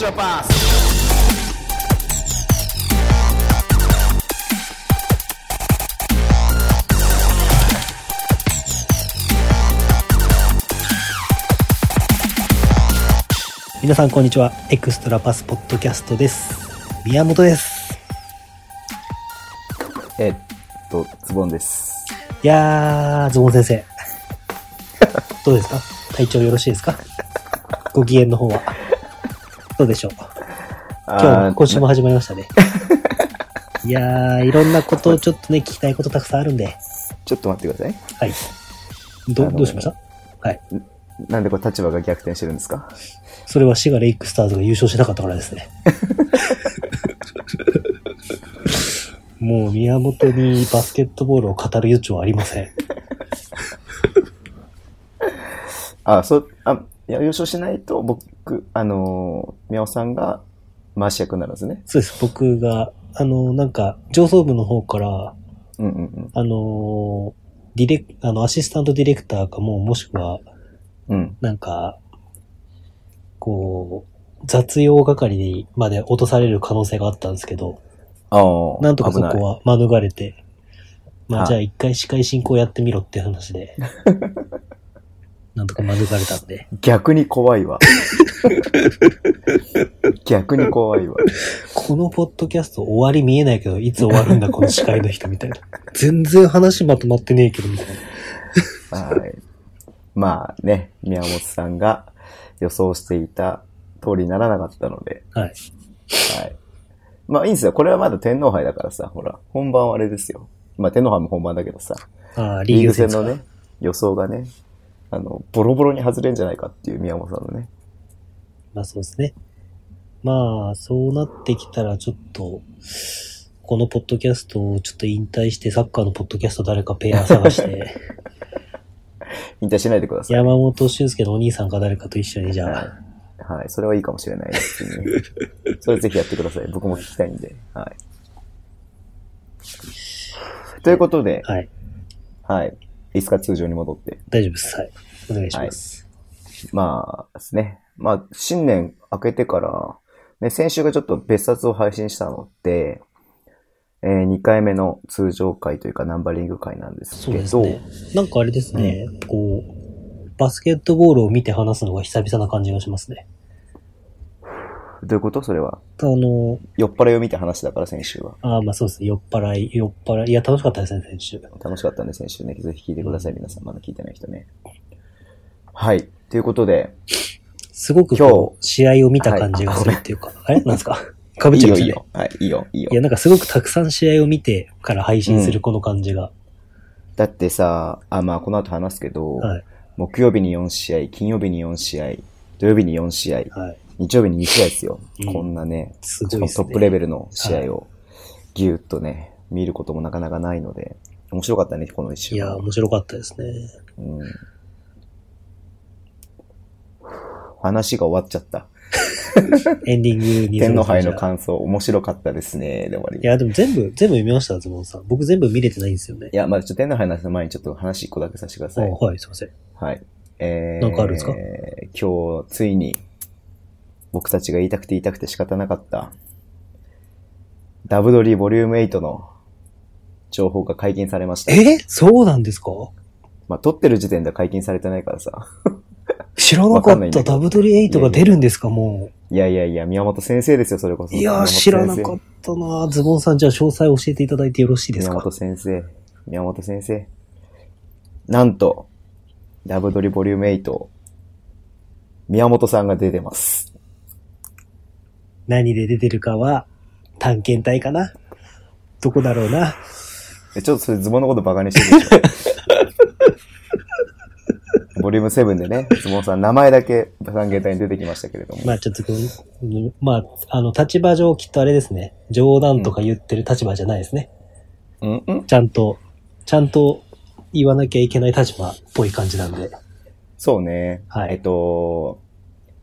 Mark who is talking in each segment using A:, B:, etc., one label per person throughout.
A: your pass.
B: 「皆さんこんにちはエクストラパスポッドキャスト」です宮本です
C: えっと、ズボンです。
B: いやーズボン先生 どうですか体調よろしいですかご機嫌の方はどうでしょう今日今週も始まりましたねいやーいろんなことをちょっとね聞きたいことたくさんあるんで
C: ちょっと待ってください。
B: はいど
C: あの
B: どうしましたはい
C: なんでこう立場が逆転してるんですか
B: それは滋賀レイクスターズが優勝してなかったからですね。もう宮本にバスケットボールを語る余地はありません。
C: あ、そう、あ、いや、優勝しないと、僕、あのー、宮尾さんが回し役になるんですね。
B: そうです、僕が、あの、なんか、上層部の方から、
C: うんうん
B: あの、ディレク、あの、アシスタントディレクターかも、もしくは、
C: うん。うん。
B: なんか、こう、雑用係にまで落とされる可能性があったんですけど、
C: ああ。
B: なんとかそ
C: 危
B: こは
C: ない。
B: 免れて、ま
C: は
B: あ
C: い
B: じゃあ一回司会進行やってみろって話 で、なんとか免れたんで、
C: 逆に 怖いわ。逆に怖いわ。
B: このポッドキャスト終わり見えないけど、いつ終わるんだこの司会の人み たいな。全然話まとまってねえけどみたいな。
C: はい。まあね、宮本さんが予想していた通りにならなかったので、
B: はい。
C: はい。まあいいんですよ。これはまだ天皇杯だからさ、ほら、本番はあれですよ。まあ天皇杯も本番だけどさ、
B: ああ、
C: リ
B: リー
C: ーグ
B: グ戦
C: 戦
B: です
C: の
B: か
C: ね、予想がね、あの、ボロボロに外れんじゃないかっていう宮本さんのね。
B: まあそうですね。まあ、そうなってきたらちょっと、このポッドキャストをちょっと引退して、サッカーのポッドキャスト誰かペア探して、
C: 引退しないでください。
B: 山本俊介のお兄さんか誰かと一緒にじゃ
C: は
B: あ、
C: い。はい。それはいいかもしれないです ね。それぜひやってください。僕も聞きたいんで。はい。ということで、
B: はい、
C: はい。いいですか通常に戻って。
B: 大丈夫です。はい。お願いします。
C: まあですね。まあ、新年明けてから、ね、先週がちょっと別冊を配信したので、えー、2回目の通常回というかナンバリング回なんです
B: そう
C: け
B: です
C: ど、
B: ね。なんかあれですね、こう、バスケットボールを見て話すのが久々な感じがしますね。
C: どういうことそれは。
B: あの、
C: 酔っ払いを見て話だから先週は。
B: あーまあそうですね、酔っ払い、酔っ払い。いや、楽しかったですね、先週。
C: 楽しかったんで先週ね。ぜひ聞いてください。皆さんまだ聞いてない人ね。はい。ということで、
B: すごくこう、試合を見た感じがする
C: はい
B: っていうか、あれなんですかかぶ
C: い
B: っち
C: い
B: ゃいま
C: よ
B: した
C: いい
B: ね。
C: よ。はい、いいよ、いいよ
B: い。や、なんかすごくたくさん試合を見てから配信するこの感じが。
C: だってさ、あ、まあこの後話すけど、
B: はい。
C: 木曜日に4試合、金曜日に4試合、土曜日に4試合、
B: はい。
C: 日曜日に2試合ですよ。
B: うん
C: こんなね、
B: す
C: し
B: ごい
C: か
B: で
C: も
B: す
C: ト
B: ね。
C: ップレベルの試合をぎゅーっとね、見ることもなかなかないので、面白かったね、この一週
B: いや、
C: 間。
B: 面白かったですね。
C: うん、話が終わっちゃった。
B: エンディングに
C: 天皇杯の
B: 感
C: 感想、面白かったですね、で終わり。
B: いや、でも全部、全部見ました、ズボンさん。僕全部見れてないんですよね
C: い。やまあちょっと天皇杯の話の前にちょっと話一個だけさせてくだ
B: あ
C: さい。
B: はい、すいません。
C: はい。えー、
B: なんかあるんですか
C: 今日、ついに、僕たちが言いたくて言いたくて仕方なかった、ダブドリボリューム8の情報が解禁されました。
B: えそうなんですか
C: まあ、撮ってる時点では解禁されてないからさ。
B: 知らな
C: わ
B: か
C: かんな
B: っ
C: いんだ
B: た。
C: け
B: ダ
C: ど
B: ブドリ8が出るんですかも
C: いやいやいや、宮本先生ですよ、それこ
B: う。
C: そ。
B: いやー、
C: 宮本先生
B: 知らなかったなズボンさん、じゃあ詳細教えていただいてよろしいです
C: 宮
B: か
C: 本先生、宮本先生。なんと、ダブドリボリューム8、宮本さんが出てます。
B: 何で出てるかは、探検隊かなどこだろうな。
C: えちょっとそれズボンのことバカにしてるでし ょ。ボリューム7でね、ズボンさん名前だけ三桁に出てきましたけれども。
B: まあちょっとこう、うんまあ、あの、立場上きっとあれですね。冗談とか言ってる立場じゃないですね。
C: うんうん
B: ちゃんと、ちゃんと言わなきゃいけない立場っぽい感じなんで。
C: そうね。
B: はい
C: えっと、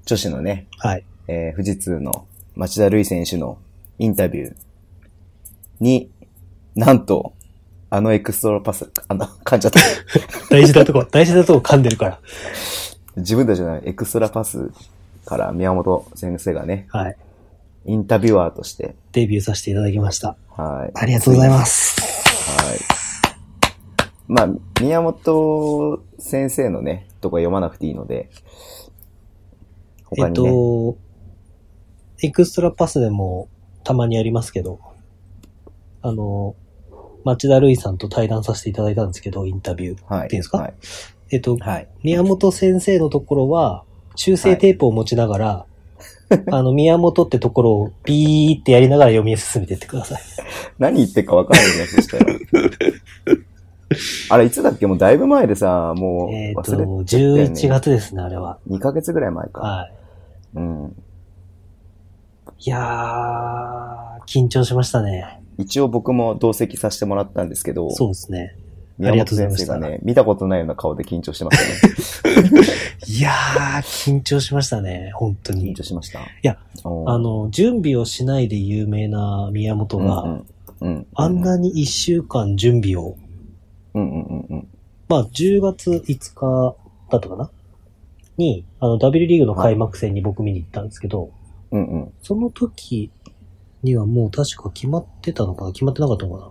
C: 女子のね、
B: はい。
C: えー富士通の町田瑠唯選手のインタビューに、なんと、あのエクストラパス、あの、噛んじゃ った。
B: 大事なとこ、大事なとこ噛んでるから。
C: 自分たちじゃない、エクストラパスから宮本先生がね、
B: はい。
C: インタビュアーとして、
B: デビューさせていただきました。
C: はい。
B: ありがとうございます。
C: はい。まあ、宮本先生のね、とか読まなくていいので、
B: え
C: 他
B: っ
C: にね、
B: と、エクストラパスでもたまにやりますけど、あの、町田瑠唯さんと対談させていただいたんですけど、インタビュー。
C: はい。
B: いいですか
C: はい。
B: えっと、
C: はい。
B: 宮本先生のところは、修正テープを持ちながら、あの、宮本ってところをビーってやりながら読み進めてってください。
C: 何言ってるか分からないね、そしたら。あれ、いつだっけもうだいぶ前でさ、もう
B: えっ、と、
C: 忘れ、
B: 11月ですね、あれは。
C: 2ヶ月ぐらい前か。
B: はい。
C: うん。
B: いやー、緊張しましたね。
C: 一応僕も同席させてもらったんですけど、
B: そうですね。
C: 宮本先生が
B: ありがとうございま
C: ね、見たことないような顔で緊張してました ね。
B: いやー、緊張しましたね、本当
C: 緊
B: に
C: 張。しました。い
B: や、
C: あ
B: あ、の、準備をしないで有名な宮本
C: うん
B: が、
C: うん、うん。
B: あんなに1週間準備を、
C: うんうんうんうん。
B: まあ、10月5日だったかなに、あの、W リーグの開幕戦に僕見に行ったんですけど、
C: うんうん。
B: その時にはもう確か決まってたのかな決まってなかったのかな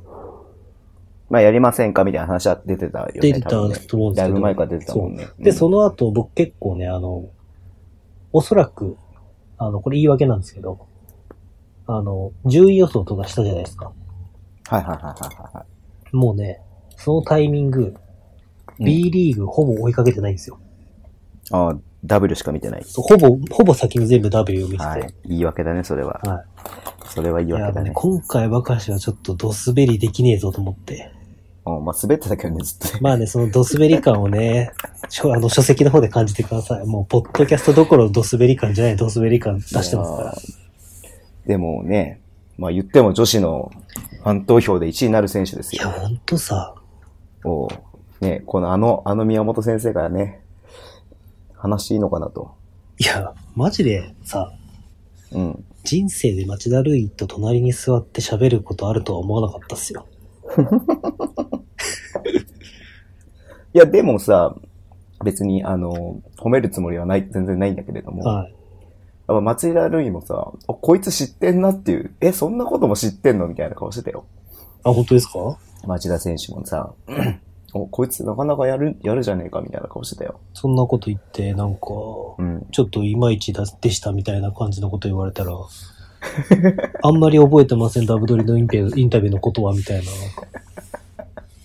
C: まあ、やりませんかみたいな話は出てたよね。
B: 出てた
C: 多分ね
B: と思うんです
C: だい
B: け
C: ぶ
B: ど。
C: 前から出てたもんね。
B: で、そ
C: の、
B: の後僕結構ね、あの、おそらく、あの、これ言い訳なんですけど、あの、順位予想とかしたじゃないですか。
C: はいはいはいはいは
B: もうね、そのタイミング、
C: うん
B: B リーグほぼ追いかけてないんですよ。
C: い。ああ、W しか見てない。
B: そうほぼ、ほぼ先に全部 W を見てて。
C: は
B: はいい。。
C: 言い訳だね、それは。それは言い
B: いや
C: 訳だ
B: ね
C: ね、。
B: 今回ばかしはちょっとドスベリできねえぞと思って。
C: うんまあ、滑ってたけどね、ずっとね。
B: まあね、そのドスベリ感をね、 ちょあの書籍の方で感じてください。もう、ポッドキャストどころのドスベリ感じゃないドスベリ感出してますから。
C: でもね、まあ言っても女子のファン投票で1位になる選手です
B: いや、
C: よ。
B: ほんとさ、
C: おうね、このあの、あの宮本先生からね、話していいのかなと。
B: いや、マジでさ、
C: うん。
B: 人生で町田瑠唯と隣に座って喋ることあるとは思わなかったっすよ。
C: いや、でもさ、別に、あの、褒めるつもりはない、全然ないんだけれども、やっ
B: はい。
C: ぱ松井田瑠衣もさ、あこいつ知ってんなっていう、え、そんなことも知ってんのみたいな顔してたよ。
B: あ、本当ですか
C: 町田選手もさ、 お、こいつなかなかやる、やるじゃねえかみたいな顔してたよ。
B: そんなこと言って、なんか、
C: うん。
B: ちょっといまいちだでしたみたいな感じのこと言われ たら、あんまり覚えてません、ダブドリのインペインタビューのことは、みたいな。なんか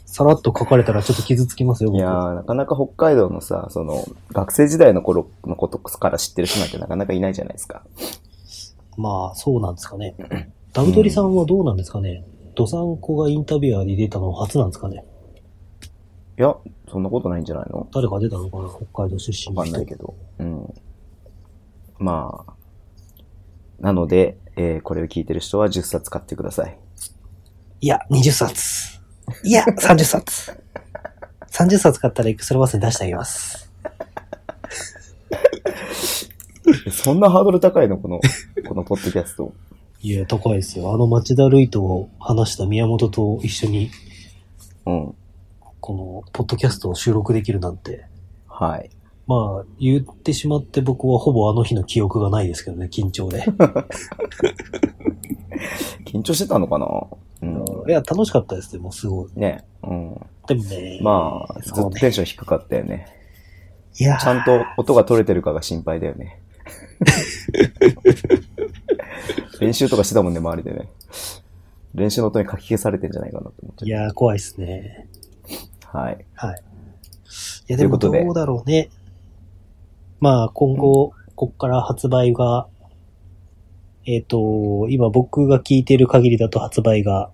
B: さらっと書かれたらちょっと傷つきますよ、
C: い
B: 僕
C: やー、なかなか北海道のさ、その、学生時代の頃のことから知ってる人なんてなかなかいないじゃないですか。
B: まあ、そうなんですかね。ダブドリさんはどうなんですかねドサンコがインタビュアーに出たのは初なんですかね
C: いや、そんなことないんじゃないの
B: 誰が出たのかな北海道出身の
C: わかん
B: 人。
C: ないけど。うん。まあ、なので、えーこれを聞いてる人は10冊買ってください。
B: いや、20冊。いや、30冊。30冊買ったらエクストラバスに出してあげます。
C: そんなハードル高いのこの、このポッドキャスト。
B: いや、高いですよ。あの町田瑠唯と話した宮本と一緒に、
C: うん。
B: この、ポッドキャストを収録できるなんて。
C: はい。
B: まあ、言ってしまって僕はほぼあの日の記憶がないですけどね、緊張で。
C: 緊張してたのかなうん。
B: いや、楽しかったですね、もうすごい。
C: ね。うん。
B: でもね、
C: まあ、ずっ
B: そう
C: と
B: ね
C: テンション低かったよね。
B: いやー
C: ちゃんと音が取れてるかが心配だ よね。練習とかしてたもんね、周りでね。練習の音に書き消されてんじゃないかなと思っ
B: い
C: ちゃ
B: やー、怖いですね。
C: う。はい。
B: はい。いや、でも
C: とい
B: ど
C: うことで
B: うだろうね。まあ、今後、こっから発売が、えっ、と、今僕が聞いてる限りだと発売が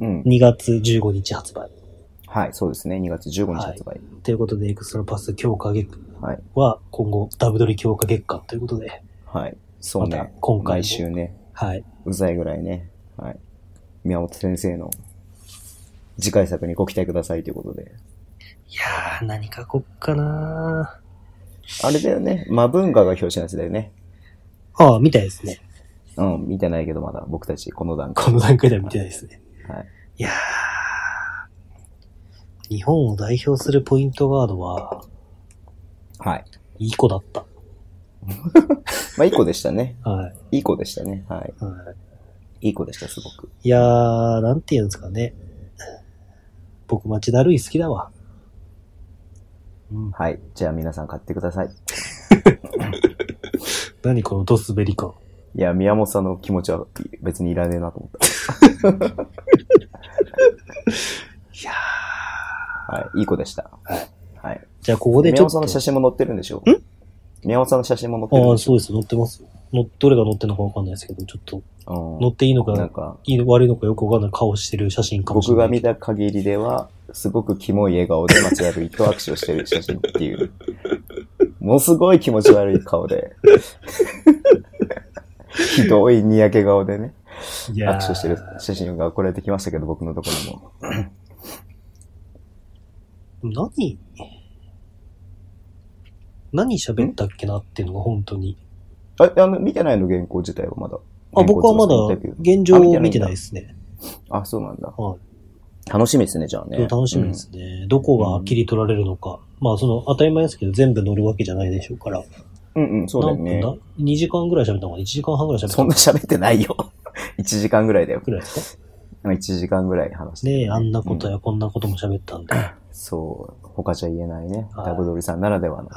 C: うん。
B: 2月15日発売。
C: はい、そうですね。2月15日発売。
B: ということで、エクストラパス強化月
C: はい。
B: は今後、ダブドリ強化月間ということで、
C: はい。そう
B: ま
C: ね。
B: た今回
C: 毎
B: も、
C: 週ね、
B: はい。
C: うざいぐらいね。はい。宮本先生の次回作にご期待くださいということで。
B: いやー、何書こっかな
C: あれだよね。マブンガが表紙のやつだよね。
B: ーああ、みたいですね。
C: うん、見てないけどまだ僕たちこの段階。
B: この段階では見てないですね。
C: はい。
B: いやー、日本を代表するポイントガードは、
C: はい。
B: いい子だった。
C: まあ、いい子でしたね。
B: はい
C: い子でしたね。はい。
B: い。はい
C: いい子でした、すごく。
B: い。いやー、なんて言うんですかね。僕、町田るい好きだわ。うん、
C: はい。じゃあ皆さん買ってください。
B: 何このドスベリ感。
C: いや、宮本さんの気持ちは別にいらねえなと思っ
B: いやー。
C: た。はい。いい子でした。
B: はい。
C: はい。
B: じゃあ、ここで
C: 宮
B: ちょ
C: 本
B: っ
C: さ
B: と。
C: んの写真も載ってるんでしょ宮本さんの写真も載ってるん
B: あ
C: で
B: あ、
C: し
B: そうです。載ってますよ。のどれが載ってるのかわかんないですけど、ちょっと、
C: ょ
B: 載っていいの
C: う
B: か
C: ん。なんか、
B: いいの悪いのかよくわかんない顔してる写真かもし
C: 僕
B: れな
C: が
B: い。
C: 見た限りでは、すごくキモい笑顔で街歩いと握手をしてる写真っていう、ものすごい気持ち悪い顔で、 ひどいにやけ顔でね、
B: いや
C: 握手してる写真が送られてきましたけど、僕のところも。
B: 何何喋ったっけなっていうのが本当に。
C: あ、あの、見てないの原稿自体はまだ。
B: あ、僕はまだ
C: 原稿っていうかインタビュ
B: 現状を見てないですね。
C: ーあ、そうなんだ。
B: は
C: 楽しみですね、じゃあ
B: い。
C: ね。
B: 楽しみで。すね。どこが切り取られるのか。まあ、その、当たり前ですけど、全部乗るわけじゃないでしょうから。
C: うん、うん、うんそうだよ
B: 何
C: ね。
B: 分だ ?2 時間ぐらい喋ったのかな ?1 時間半ぐらい喋った
C: そ
B: の
C: んな
B: か
C: 喋ってないよ。1時 間ぐらいだよ。
B: ぐらいですか
C: 1時間ぐらい話して。
B: ねえ、あんなことやこんなことも喋ったんで。は
C: そう。他じゃ言えないね。
B: はい
C: ダブドリさんならではの
B: い。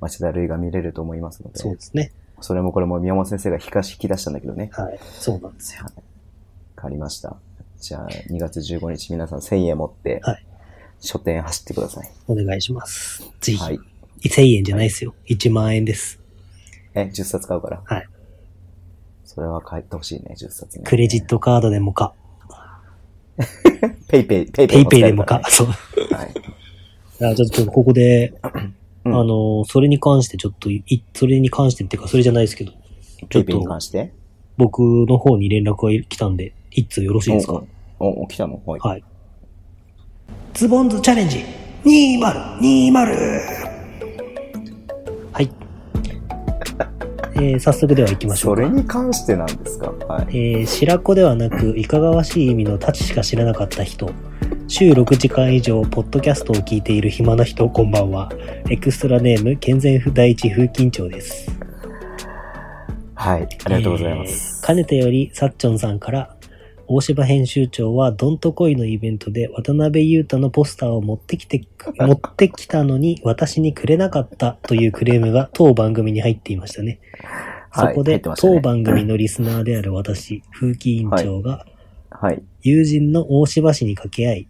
C: 町田るいが見れると思いますので。
B: そうですね。
C: それもこれも宮本先生が引かし引き出したんだけどね。
B: はい。そうなんですよ。
C: 変わりました。じゃあ、2月15日皆さん1000円持って、
B: はい
C: 書店走ってください。
B: お願いします。ぜひ。
C: はい。
B: 1000円じゃないですよ。1万円です。
C: え、10冊買うから。
B: はい。
C: それは買ってほしいね、10冊ね。
B: クレジットカードでもか、
C: ペイペイ、ペイ
B: ペイペイでもか。そ
C: 使
B: う。
C: えるらね。
B: い
C: はい。
B: や、ちょっとここで、
C: うん
B: あの、それに関してちょっとい、いそれに関してっていうか、それじゃないですけど、ちょ
C: ペイ
B: っ
C: ペイに
B: と
C: 関して。
B: 僕の方に連絡が来たんで、一通よろしいですか
C: おお、お来たのはい。
B: はい。ズボンズチャレンジ2020はい。えー早速では行きましょ
C: そう
B: か。
C: れに関してなんですかはい。
B: えー白子ではなくいかがわしい意味の立ちしか知らなかった人週6時間以上ポッドキャストを聞いている暇な人こんばんはエクストラネーム健全不第一風緊張です
C: はい。ありがとうございます。
B: えーかねてよりさっちょんさんから大柴編集長はどんとこいのイベントで渡辺裕太のポスターを持ってき て、持ってきたのに私にくれなかったというクレームが当番組に入っていましたね。そ
C: はい
B: こ
C: 入
B: で
C: ってましたね
B: 当番組のリスナーである私、風紀委員長が
C: はい。
B: 友人の大柴氏に掛け合い、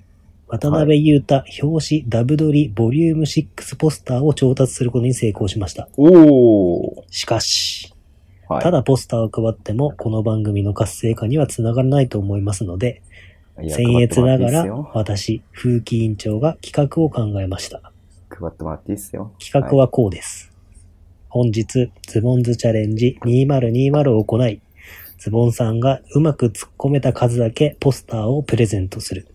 B: 渡辺裕太表紙ダブドリボリューム6ポスターを調達することに成功しました。
C: おー。
B: しかし、
C: はい。
B: ただポスターを配ってもこの番組の活性化にはつながらないと思いますので、
C: いや、
B: 僭越なが
C: 配ってもらっていいっす
B: ら
C: よ
B: 私、風紀委員長が企画を考えました。
C: 配ってもらっていいっすよ。
B: 企画はこうです。本日、ズボンズチャレンジ2020を行い、ズボンさんがうまく突っ込めた数だけポスターをプレゼントする。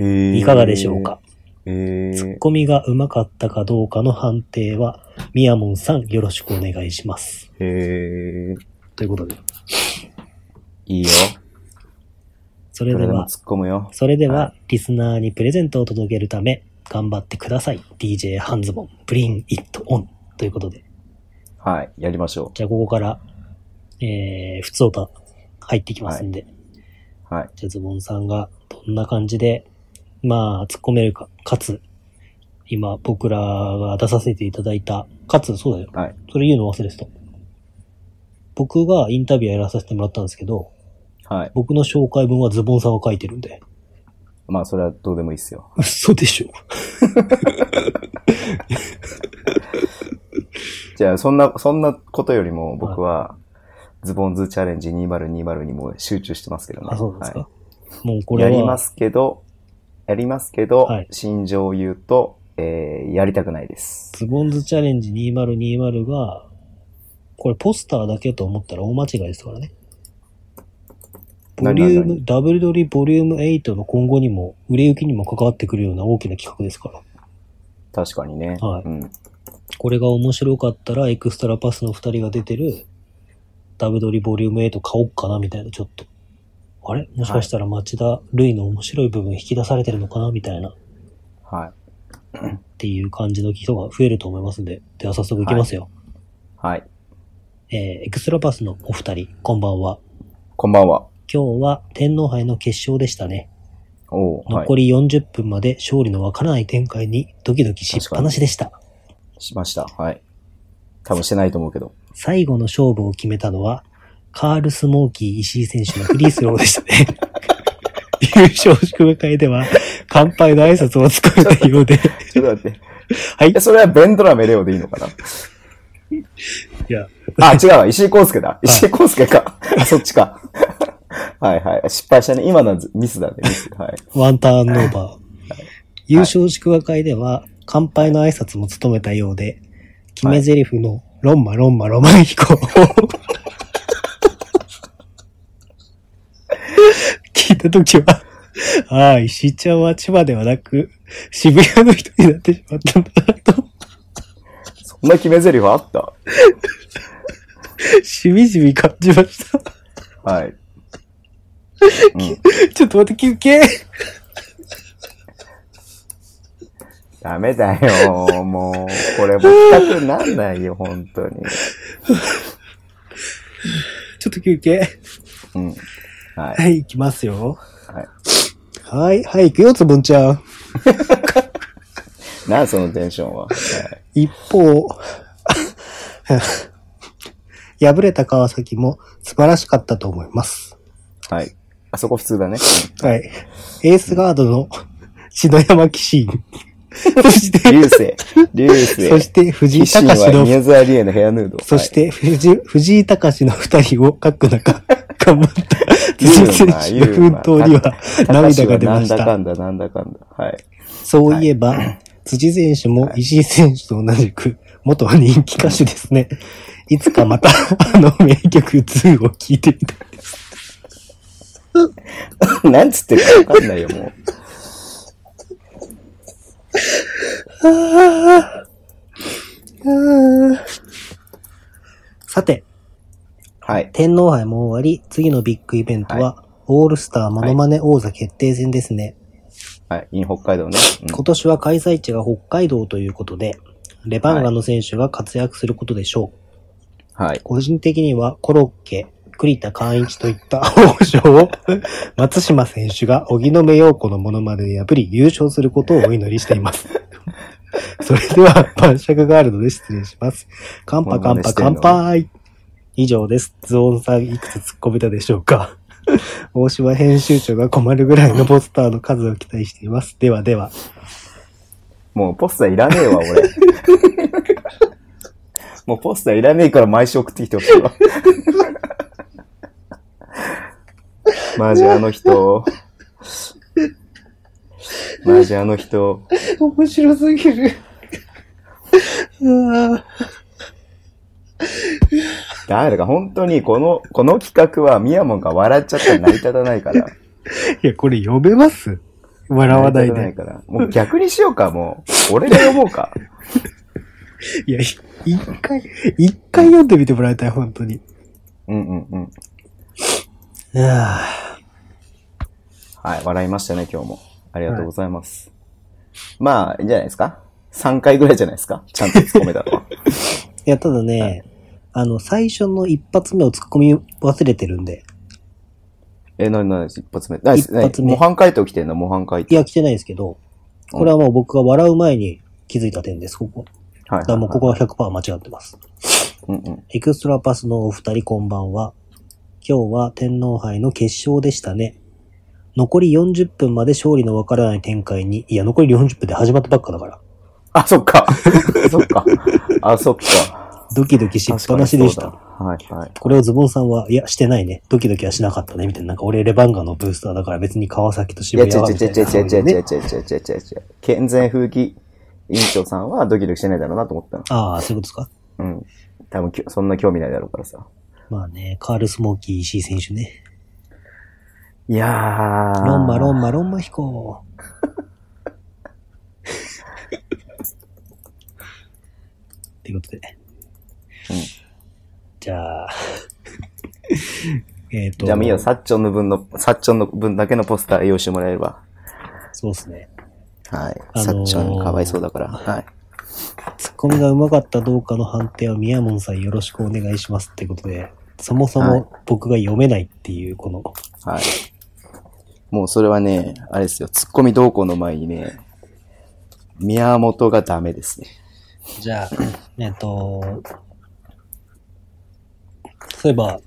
B: い
C: い
B: かがでしょうか
C: えー、
B: ツッコミがうまかったかどうかの判定は、みやもんさんよろしくお願いします。
C: えー、
B: ということで、
C: いいよ。
B: そ
C: そ
B: れ
C: れ
B: で
C: でも
B: は、
C: 突っ込むよ。
B: それで
C: は
B: は、リスナーにプレゼントを届けるため、頑張ってください。DJ ハンズボン、ブリン・イット・オン。ということで、
C: はい。やりましょ
B: じゃあここから、えー、普通歌入ってきますんで、
C: う。はい。
B: じゃあズボンさんがどんな感じで、まあ、突っ込めるか、かつ、今僕らが出させていただいた、かつ、そうだよ。
C: はい。
B: それ言うの忘れてた。僕がインタビューやらさせてもらったんですけど、
C: はい。
B: 僕の紹介文はズボンさんが書いてるんで。
C: まあ、それはどうでもいいっすよ。
B: 嘘でしょ。
C: じゃあ、そんな、そんなことよりも僕は、ズボンズチャレンジ2020にも集中してますけどね。
B: あ、そうなんですか。
C: はい
B: もうこれは。
C: やりますけど、やりますけど、
B: はい
C: 心情を言うと、えー、やりたくないです。
B: ズボンズチャレンジ2020が、これポスターだけと思ったら大間違いですからね。ボ
C: 何
B: リュー
C: 何
B: ム、ダブルドリボリューム8の今後にも、売れ行きにも関わってくるような大きな企画ですから。
C: 確かにね。
B: はい
C: うん。
B: これが面白かったら、エクストラパスの2人が出てる、ダブドリボリューム8買おっかな、みたいな、ちょっと。あれもしかしたら町田ルイの面白い部分引き出されてるのかな、みたいな、っ
C: はい。
B: ていう感じの人が増えると思いますんで。では早速いきますよ。
C: はい。
B: えーエクストラバスのお二人、こんばんは。
C: こんばんは。
B: 今日は天皇杯の決勝でしたね。
C: おお、はい
B: 残。り40分まで勝利のわからない展開にドキドキしっぱなしでした。
C: しました。はい。多分してないと思うけど。
B: 最後の勝負を決めたのは、カール・スモーキー石井選手のフリースローでした ね。優勝祝会では、乾杯の挨拶を使えたようで、
C: ちょっと待って。
B: はい
C: え、。それ はベンドラメレオでいいのかない
B: や、
C: あ、違うわ。石井康介だ。石井康介か。あ、そっちか。 はいはい。失敗したね。今のはミスだね。ミス。はい。
B: ワンターンオーバー。優勝祝賀会では、乾杯の挨拶も務めたようで、決め台詞の、ロンマロンマロマン飛行を聞いたときは、ああ、石井ちゃんは千葉ではなく、渋谷の人になってしまったんだなと、
C: そんな決め台詞あった
B: しみじみ感じました。
C: はい。
B: ちょっと待って、休憩
C: ダメだよ。もう、これ全くなんないよ、本当に。
B: ちょっと休憩。
C: うん。はい。
B: はい、行きますよ。
C: はい。
B: はい、はい、行くよ、つぼんちゃん。
C: なんそのテンションは。はい
B: 一方、 敗れた川崎も素晴らしかったと思います。
C: はい。あそこ普通だね。
B: はい。エースガードの篠山騎士、 そして、
C: 流星。流星。
B: そして藤井
C: シン
B: 隆
C: は
B: の、
C: 宮沢りえのヘアヌード。
B: そして藤藤井隆の二人を書く中、頑張った
C: 言
B: 辻
C: うな
B: 選手の奮闘には涙が出まし
C: なんだか
B: た。
C: んだ、なんだかんだ。はい。
B: そういえば、 辻選手も石井選手と同じく、元人気歌手です ね。いつかまた、 あの名曲2を聴いてみたい
C: なんつってるかわかんないよ、もう。
B: さて、
C: はい。
B: 天皇杯も終わり、次のビッグイベントは、オールスターモノマネ王座決定戦ですね。
C: はい。イン北海道ね。うん
B: 今年は開催地が北海道ということで、レバンガの選手が活躍することでしょう。
C: はい。
B: 個人的にはコロッケ、栗田寛一といった大御所を、松島選手が荻野目洋子のモノマネで破り優勝することをお祈りしています。それでは、晩酌があるので失礼します。乾杯乾杯乾杯以上です。ズオンさんいくつ突っ込めたでしょうか大島編集長が困るぐらいのポスターの数を期待しています。ではでは。
C: もうポスターいらねえわ、俺。 もうポスターいらねえから毎週送ってきてほしいわ。 マジあの人。マジあの人。
B: 面白すぎ る。
C: 誰か本当にこの、この企画はミヤモンが笑っちゃったら成り立たないから。
B: いや、これ読めます笑わない
C: 成
B: で
C: り立。たから。もう逆にしようか、もう。俺が読もうか。
B: いや、い一回、一回読んでみてもらいたい、本当に。
C: うんうんうん。
B: あ
C: はい、笑いましたね、今日も。ありがとうございます。まあ、いいんじゃないですか ?3 回ぐらいじゃないですかちゃんと突っ込めたのは。
B: いや、ただね、あの、最初の一発目を突っ込み忘れてるんで。
C: え、なになに一発目。なに
B: 一発目
C: なに模範解答来てんの模範解
B: い
C: 答。
B: や、来てないですけど、これはもう僕が笑う前に気づいた点です、ここ。
C: はい
B: だからもうここは100%間違ってます。
C: うんうん。
B: エクストラパスのお二人こんばんは。今日は天皇杯の決勝でしたね。残り40分まで勝利のわからない展開に、いや、残り40分で始まったばっかだから。
C: あ、そっか。そっか。あ、そっか。
B: ドキドキしっぱなしでした。
C: 確かにそうだ。はいはい。
B: これをズボンさんは、いや、してないね。ドキドキはしなかったね。みたいな。なんか俺、レバンガのブースターだから別に川崎と
C: い
B: 渋
C: や、違
B: 谷は
C: う
B: みた
C: 違
B: いう
C: 違う
B: な。
C: 違う違う違
B: ね
C: う違う違う違う違う違う。健全風紀委員長さんはドキドキしてないだろうなと思ったの。
B: ああ、そういうことですか。
C: うん。多分きょ、そんな興味ないだろうからさ。
B: まあね、カール・スモーキー石井選手ね。
C: いやー。
B: ロンマ、ロンマ、ロンマ飛行。ということで。
C: うん
B: じゃあ、 えっと、
C: じゃあ、みよ、サッチョンの分の、サッチョンの分だけのポスター用意してもらえれば。
B: そうですね。
C: はい。
B: あのー
C: サッチョンかわいそうだから。はい。
B: 突っコミがうまかったどうかの判定は宮門さんよろしくお願いしますってことで、そもそ
C: はい
B: も僕が読めないっていう、この、
C: はい。もうそれはね、あれですよ、ツッコミ同行の前にね、宮本がダメですね。
B: じゃあ、えっと、そういえば、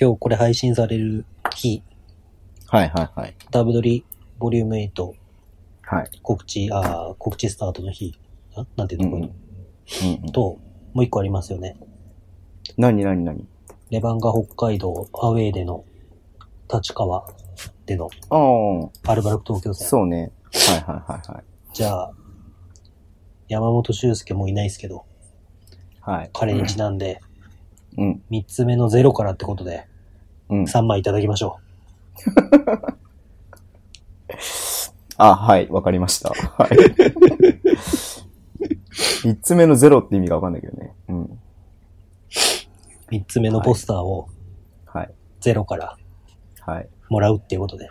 B: 今日これ配信される日、
C: はいはいはい。
B: ダブドリボリューム8
C: はい。
B: 告知、あー告知スタートの日、ななんていうのこういうの、
C: うんうん、
B: と、もう一個ありますよね。
C: 何何何
B: レバンガ北海道アウェーでの、立川での
C: ああ、
B: アルバルク東京戦。
C: そうね。はいはいはいはい。
B: じゃあ、山本修介もいないですけど、
C: はい。
B: 彼にちなんで、
C: うん、
B: 三つ目のゼロからってことで、
C: うん。
B: 3枚いただきましょ
C: あ、はい、わかりました。 はい。三つ目のゼロって意味がわかんないけどね。うん。
B: う。三つ目のポスターを
C: はい。
B: ゼロから
C: はい。
B: もらうっていうことで。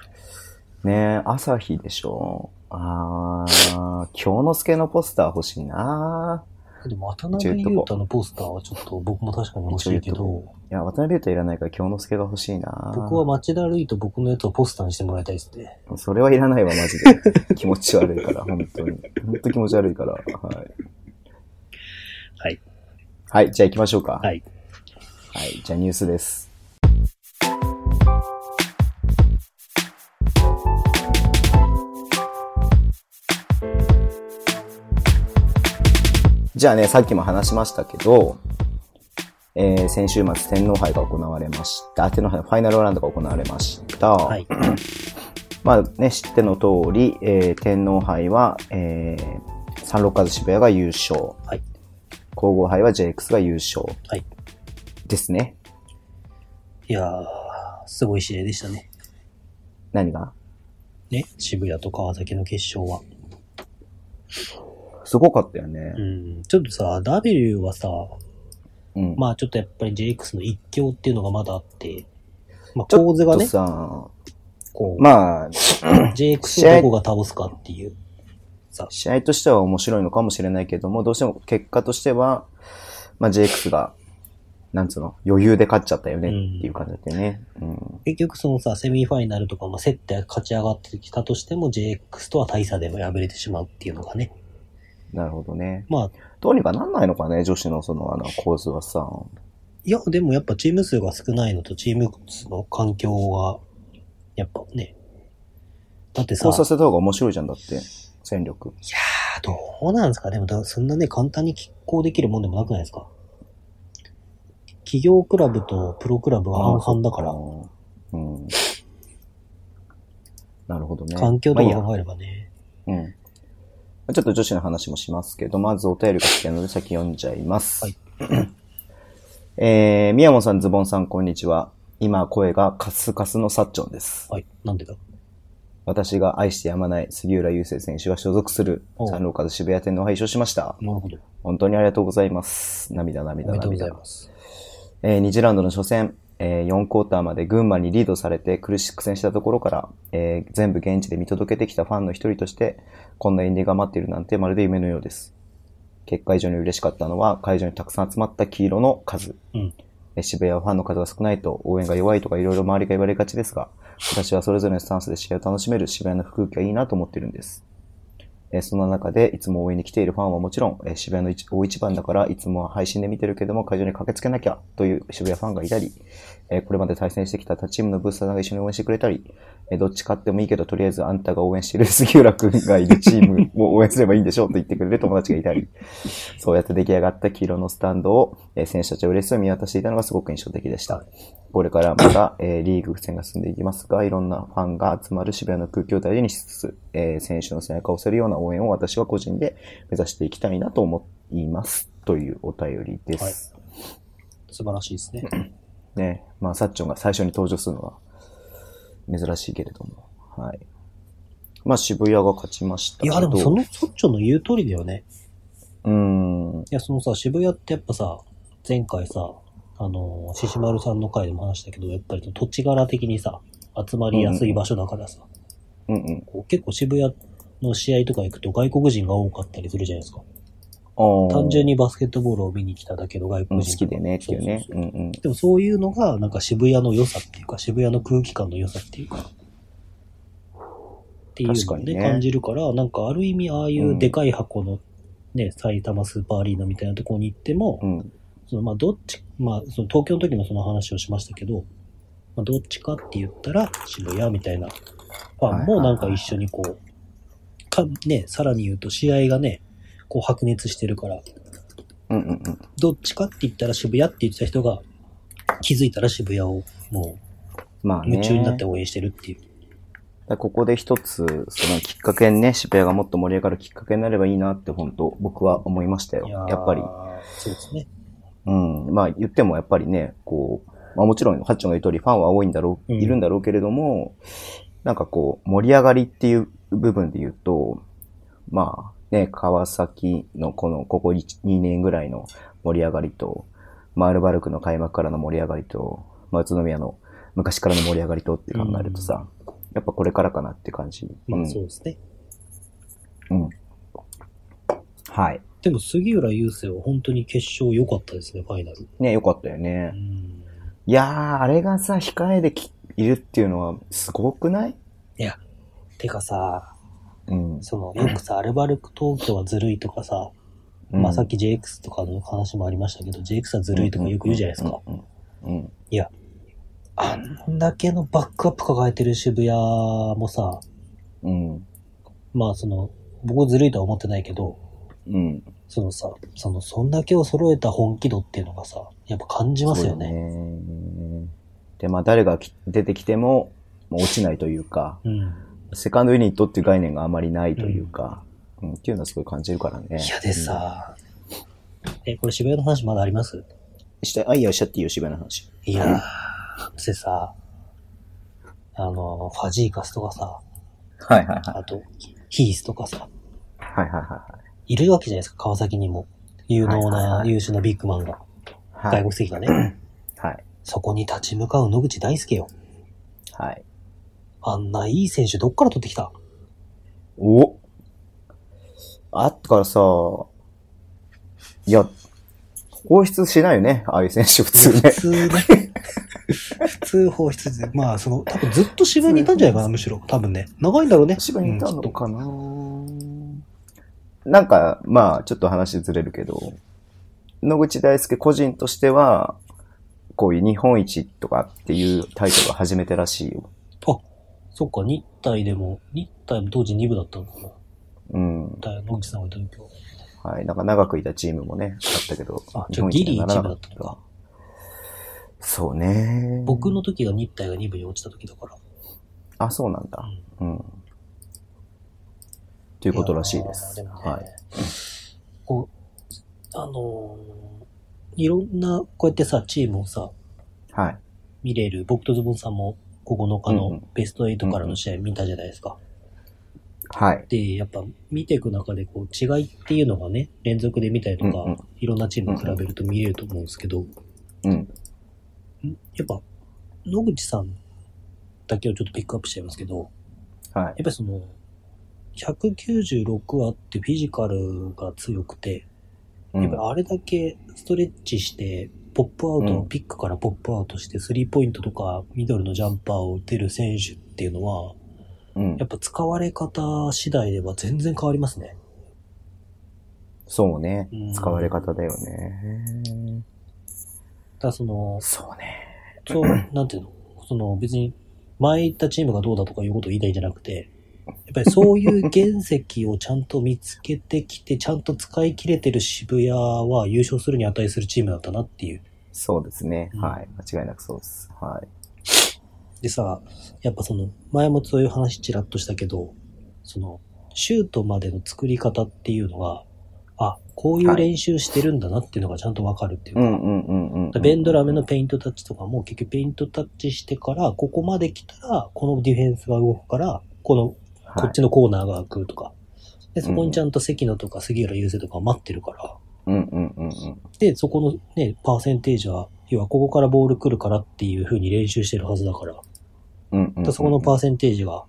C: ねえ、朝日でしょ。あー、京之助のポスター欲しいな
B: でも、渡辺裕太のポスターはちょっと僕も確かに欲しいけ
C: 一応言
B: ど、
C: っいや、渡辺裕太いらないから京之助が欲しいな
B: 僕は町田るいと僕のやつをポスターにしてもらいたいですね。
C: それはいらないわ、マジで。気持ち悪いから、本当に。本当気持ち悪いから。はい。
B: はい。
C: はい、じゃあ行きましょうか。
B: は。い。
C: はい、じゃあニュースです。じゃあね、さっきも話しましたけど、えー先週末天皇杯が行われました。天皇杯のファイナルラウンドが行われました。
B: はい。
C: まあね、知っての通り、えー天皇杯は、えー、サンロッカーズ渋谷が優勝。
B: はい。
C: 皇后杯は JX が優勝
B: はい。
C: ですね。
B: いやー、すごい試合でしたね。
C: 何が
B: ね、渋谷と川崎の決勝は。
C: すごかったよね
B: う。ん、ちょっとさ、W はさ、
C: うん。
B: まあちょっとやっぱり JX の一強っていうのがまだあって、まあ
C: ちょっと
B: 構図がね、
C: さ、
B: こう、
C: まあ、
B: JX をどこが倒すかっていう。さ、
C: 試合としては面白いのかもしれないけども、どうしても結果としては、まあ JX が、なんつうの、余裕で勝っちゃったよねっていう感じだったよね。うん。
B: 結局そのさ、セミファイナルとか、まあ競って勝ち上がってきたとしても JX とは大差でも敗れてしまうっていうのがね。
C: なるほどね。
B: まあ、
C: どうにかなんないのかね、女子のその、あの、構図はさ。
B: いや、でもやっぱチーム数が少ないのとチームの環境が、やっぱね、だってさ、
C: そうさせた方が面白いじゃんだって、戦力。
B: いやー、どうなんですかでもだ、そんなね、簡単に拮抗できるもんでもなくないですか企業クラブとプロクラブは半々だから、
C: うん。なるほどね。
B: 環境
C: まあ
B: と
C: いい
B: か
C: や
B: 考えればね。
C: うん。ちょっと女子の話もしますけど、まずお便りが来てるので先読んじゃいます。
B: はい。
C: えー、宮本さん、ズボンさん、こんにちは。今、声がカスカスのサッチョンです。
B: はい、なんでだ
C: 私が愛してやまない杉浦雄星選手が所属する
B: おう
C: サンローカズ渋谷店の配賞しました。
B: なるほど。
C: 本当にありがとうございます。涙
B: お
C: 涙
B: めでとうござ
C: 涙
B: い。ます。
C: えー、2次ラウンドの初戦、え4クォーターまで群馬にリードされて苦しく苦戦したところから、えー全部現地で見届けてきたファンの一人として、こんなエンディングが待っているなんてまるで夢のようです。結果以上に嬉しかったのは、会場にたくさん集まった黄色の数。
B: うん。
C: えー渋谷はファンの数が少ないと応援が弱いとかいろいろ周りが言われがちですが、私はそれぞれのスタンスで試合を楽しめる渋谷の空気がいいなと思っているんです。えーそんな中で、いつも応援に来ているファンはもちろん、えー渋谷の一大一番だから、いつもは配信で見てるけども、会場に駆けつけなきゃという渋谷ファンがいたり、えーこれまで対戦してきた他チームのブースターさんが一緒に応援してくれたり、えーどっち勝ってもいいけど、とりあえずあんたが応援している 杉浦くんがいるチームを応援すればいいんでしょうと言ってくれる 友達がいたり、そうやって出来上がった黄色のスタンドを、えー選手たちは嬉しそうに見渡していたのがすごく印象的でした。これからまた、えーリーグ戦が進んでいきますが、いろんなファンが集まる渋谷の空気を大事にしつつ、えー選手の背中を押せるような応援を私は個人で目指していきたいなと思います。というお便りです。
B: 素晴らしいですね。
C: ね。まあ、サッチョンが最初に登場するのは珍しいけれども。はい。まあ、渋谷が勝ちました
B: い
C: けど。
B: や、でもそのそっちょの言う通りだよね。
C: うーん。
B: いや、そのさ、渋谷ってやっぱさ、前回さ、あのー、獅子丸さんの回でも話したけど、やっぱり土地柄的にさ、集まりやすい場所だからさ、
C: うんうん。
B: こう結構渋谷の試合とか行くと外国人が多かったりするじゃないですか。単純にバスケットボールを見に来ただけの外
C: うん。
B: 国人
C: 好きでねっていうね。
B: そうそううそうん
C: うん。
B: でもそういうのが、なんか渋谷の良さっていうか、渋谷の空気感の良さっていうか、っていう
C: 確
B: のを
C: かに
B: ね、
C: ね
B: 感じるから、なんかある意味ああいううんでかい箱の、ね、埼玉スーパーアリーナみたいなところに行っても、
C: うん。
B: そのまあどっち、まあその東京の時もその話をしましたけど、まあどっちかって言ったら渋谷みたいなファンもなんか一緒にこう、かね、さらに言うと試合がね、こう白熱してるから、
C: うんうんうん。
B: どっちかって言ったら渋谷って言ってた人が気づいたら渋谷をも
C: ま
B: う
C: あね。
B: 夢中になって応援してるっていう。
C: だからここで一つ、そのきっかけにね、渋谷がもっと盛り上がるきっかけになればいいなって、本当僕は思いましたよ。
B: いー
C: やっぱり。。
B: そうですね。
C: うん。まあ言ってもやっぱりね、こう、まあもちろん、ハッチョンが言う通り、ファンは多いんだろう、
B: うん
C: いるんだろうけれども、なんかこう、盛り上がりっていう部分で言うと、まあね、川崎のこの、ここ1 2年ぐらいの盛り上がりと、まあアルバルクの開幕からの盛り上がりと、まあ宇都宮の昔からの盛り上がりとって考えるとさ、やっぱこれからかなって感じ。
B: ま
C: う
B: あ
C: ん
B: そうですね。
C: うん。はい。
B: でも杉浦雄星は本当に決勝良かったですね、ファイナル。
C: ね、よかったよ
B: う
C: ね。
B: ん
C: いやー、あれがさ、控えできいるっていうのは、すごくない
B: いや、てかさ、
C: うん。
B: その、よくさ、アルバルク東京はずるいとかさ、まあさっき JX とかの話もありましたけど、JX はずるいとかよく言うじゃないですか。。
C: うん。うんうん
B: あんだけのバックアップ抱えてる渋谷もさ、
C: うん。
B: まあその、僕ずるいとは思ってないけど、
C: うん。
B: そのさ、その、そんだけを揃えた本気度っていうのがさ、やっぱ感じますよね。
C: ね。で、まあ、誰がき出てきても、もう落ちないというか、
B: うん。
C: セカンドユニットっていう概念があまりないというか、うん、っていうのはすごい感じるからね。
B: いやでさ、え、これ渋谷の話まだあります
C: うん。して、あ、いいや、しちゃっていいよ、渋谷の話。
B: いやー、でさ、あの、ファジーカスとかさ、
C: はいはいはい。
B: あと、ヒースとかさ、
C: はいはいはい
B: るわけじゃないですか、川崎にも。有能
C: はいはい
B: な、
C: はい
B: 優秀なビッグマンが、
C: い。は
B: 外
C: い。
B: 国籍がね。
C: はい。
B: そこに立ち向かう野口大輔よ。
C: はい。
B: あんないい選手どっから取ってきた
C: おあったからさ、いや、放出しないよね、ああいう選手普通
B: 普
C: ね。
B: 通ね。普通放出で。まあ、その、多分ずっと渋谷にいたんじゃないかな、むしろ。多分ね。長いんだろうね。
C: 芝にいたの
B: うんきっ
C: かな、なんか、まあ、ちょっと話ずれるけど、野口大輔個人としては、こういう日本一とかっていうタイトルが初めてらしいよ。
B: とあ、そっか、日体でも、日体も当時2部だったのかな。
C: うん。
B: だよ野口さんがいた時は。
C: はい。なんか長くいたチームもね、あったけど
B: あ、
C: 日本一にはならな
B: ちょっとギリ一部だったの
C: か
B: か
C: った。そうね。
B: 僕の時が日体が2部に落ちた時だから。
C: あ、そうなんだ。うん。ということらしいです。
B: やーもね
C: はい。
B: こう、あのーいろんな、こうやってさ、チームをさ、
C: はい。
B: 見れる、僕とズボンさんも、ここの日
C: うんう
B: の
C: ん
B: ベスト8からの試合見たじゃないですか。
C: はい。
B: で、やっぱ見ていく中で、こう、違いっていうのがね、連続で見たりとか、
C: うんうん
B: いろんなチームを比べると見えると思うんですけど、
C: うん。
B: やっぱ、野口さんだけをちょっとピックアップしちゃいますけど、
C: はい。
B: やっぱりその、196あってフィジカルが強くて、
C: うん
B: やっぱりあれだけストレッチして、ポップアウト、
C: うん
B: ピックからポップアウトして、スリーポイントとか、ミドルのジャンパーを打てる選手っていうのは、
C: うん
B: やっぱ使われ方次第では全然変わりますね。
C: そうね
B: うん。
C: 使われ方だよね。
B: だからその、
C: そうね。
B: そう、なんていうのその別に、前行ったチームがどうだとかいうことを言いたいんじゃなくて、やっぱりそういう原石をちゃんと見つけてきて、ちゃんと使い切れてる渋谷は優勝するに値するチームだったなっていう。
C: そうですね。
B: うん
C: はい。間違いなくそうです。はい。
B: でさ、やっぱその、前もそういう話ちらっとしたけど、その、シュートまでの作り方っていうのが、あ、こういう練習してるんだなっていうのがちゃんとわかるっていう
C: う
B: か、
C: んうんうんうんうん。
B: ベンドラメのペイントタッチとかも結局ペイントタッチしてから、ここまで来たら、このディフェンスが動くから、この、
C: はい、
B: こっちのコーナーが開くとか、で、そこにちゃんと関野とか杉浦優勢とか待ってるから、
C: うんうんうんうん。
B: で、そこのね、パーセンテージは、要はここからボール来るからっていう風に練習してるはずだから、
C: うんうん。
B: だからそこのパ
C: ー
B: ーセンテージが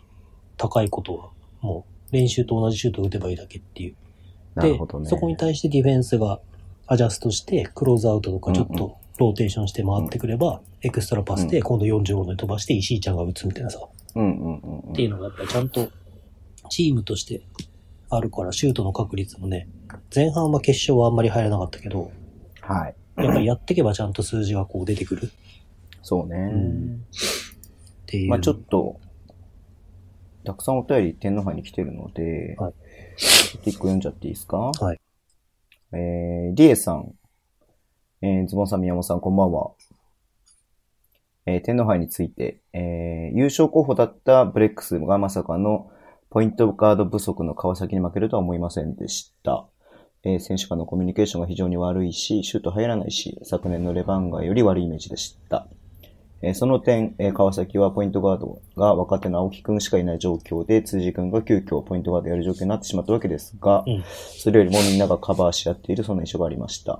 B: 高いことは、もう練習と同じシュートを打てばいいだけっていう
C: なる
B: で
C: ほど、ね。
B: そこに対してディフェンスがアジャストして、クローズアウトとかちょっ
C: うんう
B: とローテーションして回ってくれば、エクストラパスで今度45度に飛ばして石井ちゃんが打つみたいなさ、っ
C: うんうんうんうん。
B: ていうのがやっぱりちゃんとチームとしてあるから、シュートの確率もね、前半は決勝はあんまり入らなかったけど、
C: はい。
B: やっぱりやっていけばちゃんと数字がこう出てくるっ
C: そうね。
B: んていう。
C: まあちょっと、たくさんお便り天皇杯に来てるので、
B: はい。
C: ちょっと一個読んじゃっていいですかはいえー、リエさん、えー、ズボンさん、宮本さん、こんばんは。えー、天皇杯について、えー、優勝候補だったブレックスがまさかのポイントガード不足の川崎に負けるとは思いませんでした。えー、選手間のコミュニケーションが非常に悪いし、シュート入らないし、昨年のレバンガより悪いイメージでした。えーその点、えー川崎はポイントガードが若手の青木くんしかいない状況で、辻くんが急遽ポイントガードやる状況になってしまったわけですが、
B: うん
C: それよりもみんながカバーし合っている、そんな印象がありました。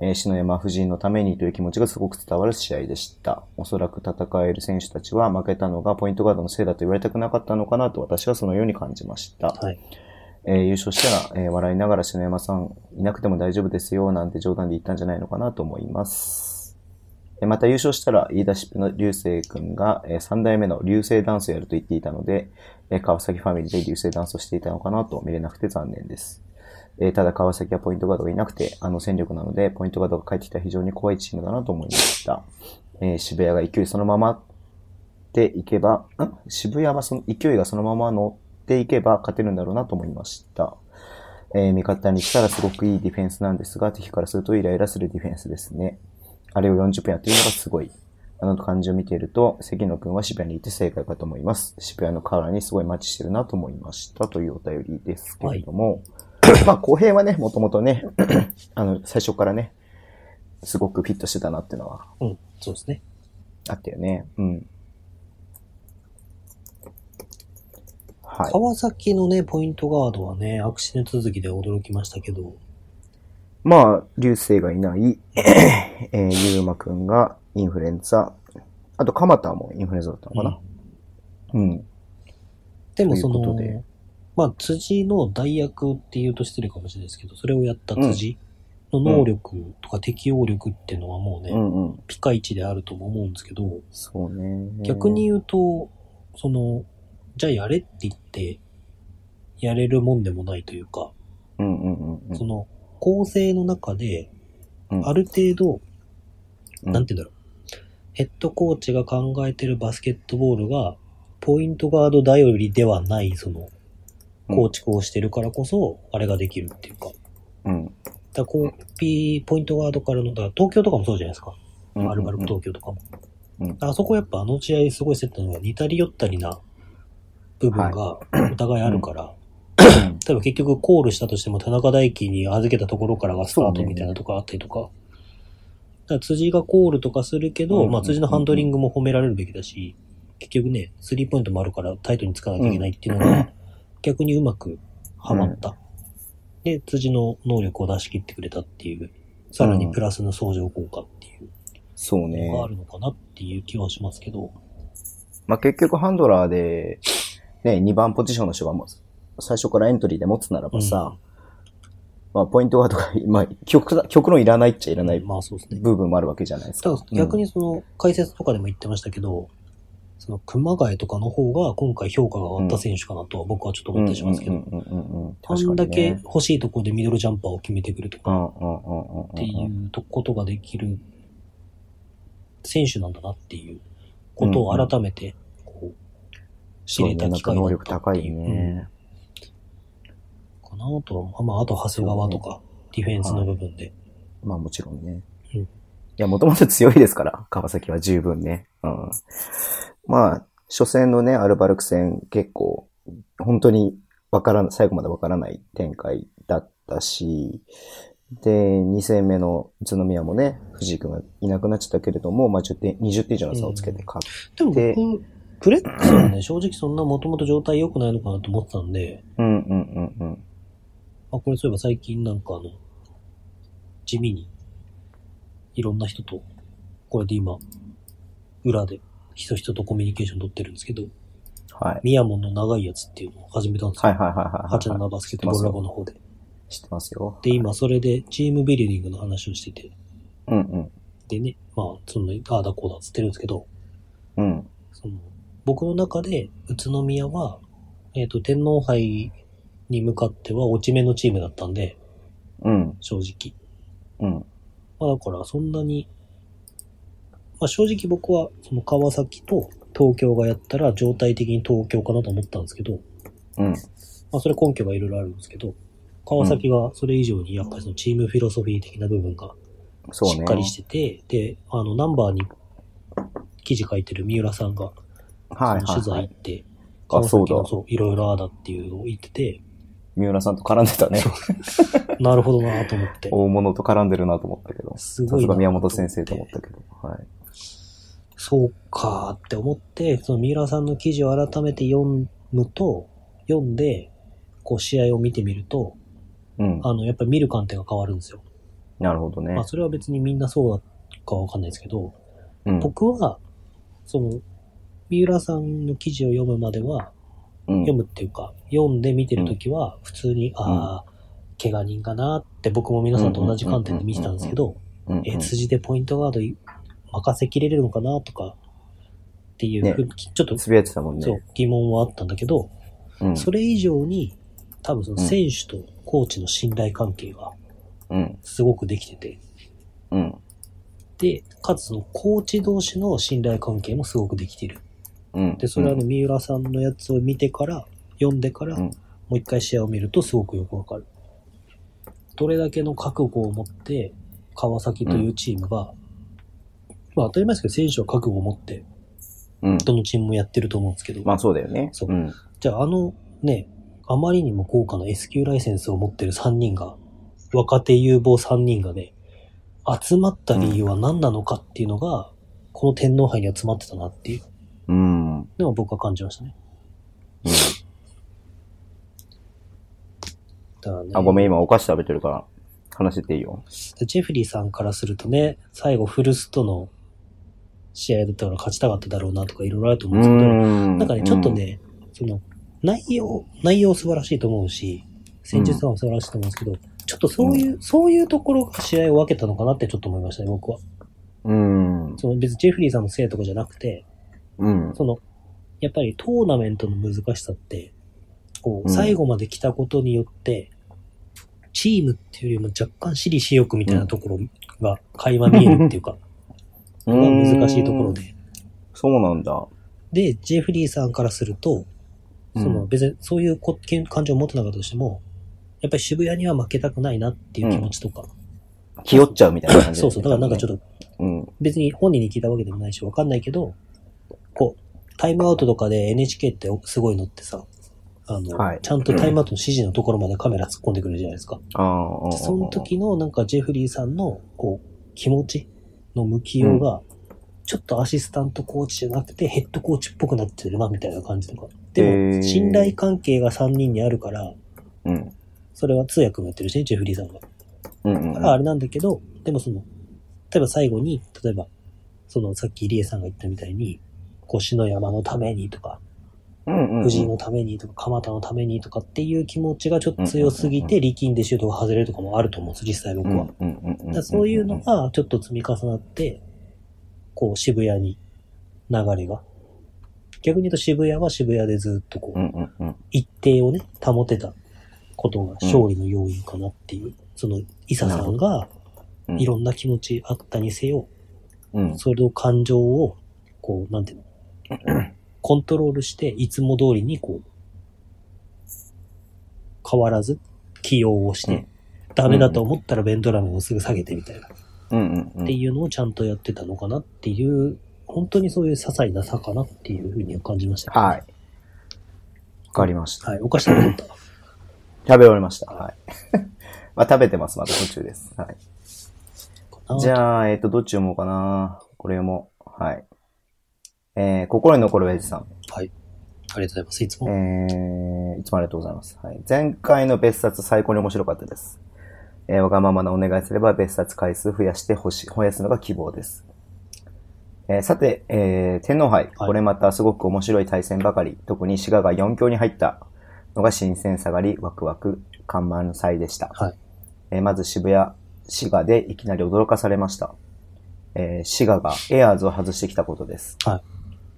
C: えー篠山夫人のためにという気持ちがすごく伝わる試合でした。おそらく戦える選手たちは負けたのがポイントガードのせいだと言われたくなかったのかなと私はそのように感じました。
B: はい。
C: えー優勝したら、えー笑いながら篠山さんいなくても大丈夫ですよなんて冗談で言ったんじゃないのかなと思います。えーまた優勝したら、飯田シップの流星くんが、え3代目の流星ダンスをやると言っていたので、えー川崎ファミリーで流星ダンスをしていたのかなと見れなくて残念です。えーただ川崎はポイントガードがいなくて、あの戦力なので、ポイントガードが帰ってきたら非常に怖いチームだなと思いました。えー渋谷が勢いそのままっていけば、ん渋谷はその勢いがそのまま乗っていけば勝てるんだろうなと思いました。えー味方に来たらすごくいいディフェンスなんですが、敵からするとイライラするディフェンスですね。あれを40分やっているのがすごい。あの感じを見ていると、関野くんは渋谷にいて正解かと思います。渋谷のカラーにすごいマッチしてるなと思いましたというお便りですけれども、まあ後編はね、もともとね、 あの、最初からね、すごくフィットしてたなっていうのは
B: うん、そうですね。
C: あったよね。うん。はい。
B: 川崎のね、ポイントガードはね、アクシデント続きで驚きましたけど、
C: まあ、流星がいない、えー、ゆうまくんがインフルエンザ、あと、鎌田もインフルエンザだったのかな。うん。
B: でもそ
C: ということ
B: の
C: で、
B: まあ、辻の代役っていうと失礼かもしれないですけど、それをやった辻の能力とか適応力っていうのはもうね、
C: うんうん。
B: ピカイチであるとも思うんですけど、
C: そうね。
B: 逆に、言うと、その、じゃあやれって言って、やれるもんでもないというか、
C: うんうんうんうん。
B: その、構成の中で、
C: うん
B: ある程度、
C: うん
B: なんて言うんだろう。ヘッドコーチが考えてるバスケットボールが、ポイントガード頼りではない、その、
C: うん
B: 構築をしてるからこそ、あれができるっていうか。だか
C: うん。
B: らこう、ピーポイントガードからの、だから東京とかもそうじゃないですか。アルバルク東京とかも。
C: うん
B: だからそこやっぱあの試合すごい競ったのが、似たり寄ったりな部分がお互いあるから、
C: うん
B: 例えば結局コールしたとしても田中大輝に預けたところからがスタートみたいなとこあったりとか。だから辻がコールとかするけ
C: うんうん
B: ど、
C: うん
B: まあ辻のハンドリングも褒められるべきだし、結局ね、スリーポイントもあるからタイトにつかなきゃいけないっていうのが、逆にうまくハマった。で、辻の能力を出し切ってくれたっていう、さらにプラスの相乗効果っていう
C: そうね
B: の。があるのかなっていう気はしますけど、
C: まあ、結局ハンドラーで、ね、2番ポジションの人がもう最初からエントリーで持つならばさ、まあ、ポイントガードが、 まあ、極極論いらないっちゃいらない
B: まあそうですね。
C: 部分もあるわけじゃないです
B: だ
C: か。
B: から逆にその解説とかでも言ってましたけど、その熊谷とかの方が今回評価が上がった選手かなとは僕はちょっと
C: うん、
B: 思ったりしますけ
C: う
B: ど
C: ん、うんうんうんうん。
B: あ
C: 確か
B: んだ
C: に
B: け
C: ね。
B: 欲しいところでミドルジャンパーを決めてくると
C: う
B: か
C: んうんうんうんうん。
B: っていうとことができる選手なんだなっていうことを改めてこう知
C: そうね
B: れた
C: なん
B: 機
C: か
B: 会
C: 能
B: だ
C: 力
B: ったっ
C: 高
B: てい、
C: いうね。
B: うんかなとは、まああと長谷川とかディフェンスの部分で。
C: まあもちろんね。
B: うん
C: いや、もともと強いですから、川崎は十分ね。うん。まあ、初戦のね、アルバルク戦結構、本当にわからない、最後までわからない展開だったし、で、2戦目の宇都宮もね、藤井君がいなくなっちゃったけれども、まあ10点、20点以上の差をつけて勝っ
B: でも
C: で
B: 僕、プレックスはね、正直そんなもともと状態良くないのかなと思ってたんで、
C: うんうんうんうん。
B: あ、これそういえば最近なんかあの、地味に、いろんな人と、これで今、裏で、ひそひそとコミュニケーション取ってるんですけど、
C: はい。
B: ミヤモンの長いやつっていうのを始めたんです
C: はいはい
B: よ。
C: はいはいはい。
B: 87バスケットボールラボの方で。
C: 知ってますよ。
B: で、今それでチームビルディングの話をしてて、
C: うんうん。
B: でね、まあ、その、ああだこうだっつってるんですけど、
C: うん。
B: その、僕の中で宇都宮は、えっ、と、天皇杯に向かっては落ち目のチームだったんで、
C: うん。
B: 正直。
C: うん。
B: まあだからそんなに、まあ正直僕はその川崎と東京がやったら状態的に東京かなと思ったんですけど、
C: うん。
B: まあそれ根拠がいろいろあるんですけど、川崎はそれ以上にやっぱりそのチームフィロソフィー的な部分が
C: そうね。
B: しっかりしてて、で、あのナンバーに記事書いてる三浦さんが
C: はい
B: その
C: はい、
B: 取
C: は
B: 材行
C: い。
B: って、
C: あ、
B: 川
C: そう
B: 崎の
C: だ。
B: そう、いろいろああだっていうのを言ってて、
C: 三浦さんと絡んでたね。
B: なるほどなと思って。
C: 大物と絡んでるなと思ったけど。さ
B: すごい
C: す
B: な
C: が
B: ぁ
C: 宮本先生と思ったけど。はい。
B: そうかーって思って、その三浦さんの記事を改めて読むと、読んで、こう試合を見てみると、
C: うん。
B: あの、やっぱり見る観点が変わるんですよ。
C: なるほどね
B: まあ、。それは別にみんなそうだかわかんないですけど、
C: うん。
B: 僕は、その、三浦さんの記事を読むまでは、
C: うん
B: 読むっていうか、読んで見てるときは、普通に、ああ、怪我人かなって僕も皆さんと同じ観点で見てたんですけど、
C: うんうん
B: え、辻でポイントガードい任せきれるのかなとか、っていうふう、ちょっと
C: つぶやいてたもんね。
B: そう、疑問はあったんだけど、
C: うん。
B: それ以上に、多分その選手とコーチの信頼関係が
C: うん。
B: すごくできてて、
C: うん。
B: で、かつそのコーチ同士の信頼関係もすごくできている。
C: うん。
B: で、それはね、
C: うん
B: 三浦さんのやつを見てから、読んでから、
C: うん
B: もう一回試合を見るとすごくよくわかる。どれだけの覚悟を持って、川崎というチームが、まあ当たり前ですけど、選手は覚悟を持って、
C: うん。
B: どのチームもやってると思うんですけど、
C: まあそうだよね。。
B: そうんじゃあ、あのね、あまりにも豪華な S q ライセンスを持ってる3人が、若手有望3人がね、集まった理由は何なのかっていうのが、この天皇杯には詰まってたなっていう
C: うん。
B: のを僕は感じましたね。だからね、
C: あ、ごめん、今お菓子食べてるから、話してていいよ。
B: ジェフリーさんからするとね、最後フルスとの試合だったから勝ちたかっただろうなとかいろいろあると思うんですけど、
C: ん
B: なんかね、ちょっと、ね、その、内容、内容素晴らしいと思うし、戦術も素晴らしいと思うんですけど、ちょっとそういう、そういうところが試合を分けたのかなってちょっと思いましたね、僕は。
C: うん。
B: その別にジェフリーさんのせいとかじゃなくて、
C: うん。
B: その、やっぱりトーナメントの難しさって、こう、
C: うん
B: 最後まで来たことによって、チームっていうよりも若干私利私欲みたいなところが垣間見えるっていうか、が難しいところ
C: うん。
B: で。
C: そうなんだ。
B: で、ジェフリーさんからすると、
C: うん
B: その別にそういうこけん感情を持ってなかったとしても、やっぱり渋谷には負けたくないなっていう気持ちとか、
C: 気負っちゃうみたいな感じ
B: そうそう、だからなんかちょっ
C: っ
B: と
C: と。うん。
B: 別に本人に聞いたわけでもないし、わかんないけど、こう、タイムアウトとかで NHK ってすごいのってさ、あの、
C: はい
B: ちゃんとタイムアウトの指示のところまでカメラ突っ込んでくるじゃないですか。
C: ああああ。
B: でその時のなんかジェフリーさんのこう、気持ちの向きようが、ちょっとアシスタントコーチじゃなくてヘッドコーチっぽくなってるなみたいな感じとか。で
C: へー
B: も、信頼関係が3人にあるから、
C: うん。
B: それは通訳もやってるしね、ジェフリーさんが。
C: うんう
B: だ
C: ん
B: からあれなんだけど、でもその、例えば最後に、例えば、そのさっき入江さんが言ったみたいに、腰の山のためにとか、
C: うんうん。
B: 藤井のためにとか、鎌田のためにとかっていう気持ちがちょっと強すぎて、力んでシュートが外れるとかもあると思うんです、実際僕
C: うん
B: は。
C: うんうん
B: だ
C: ん
B: か
C: ん。
B: らそういうのがちょっと積み重なって、こう渋谷に流れが。逆に言うと渋谷は渋谷でずっとこう
C: う、んうんうん。
B: 一定をね、保てたことが勝利の要因かなっていう、その、イサさんが
C: う、ん
B: いろんな気持ちあったにせよ、
C: うん。
B: それを感情を、こう、なんていうの、コントロールして、いつも通りに、こう、変わらず、起用をして、
C: うん
B: ダメだと思ったらベンドラムをすぐ下げてみたいな、っ
C: うんうんうん
B: ていうのをちゃんとやってたのかなっていう、本当にそういう些細な差かなっていうふうには感じました。
C: はい。わかりました。
B: はい、おかしなかった。
C: 食べ終わりました。はい。 まあ食べてます。まだ途中です。はい。
B: かな
C: じゃあ、えっ、と、どっち読もうかな。これ読もう。はい。えー、心に残るウェイジさん。
B: はい。ありがとうございます。いつも。
C: えー、いつもありがとうございます。はい。前回の別冊最高に面白かったです。えー、わがままなお願いすれば別冊回数増やしてほしい、増やすのが希望です。えーさて、えー、天皇杯、これまたすごく面白い対戦ばかり、特に滋賀が4強に入ったのが新鮮さがあり、ワクワク緩満祭でした。
B: はい。
C: えーまず渋谷、滋賀でいきなり驚かされました。えー滋賀がエアーズを外してきたことです。
B: はい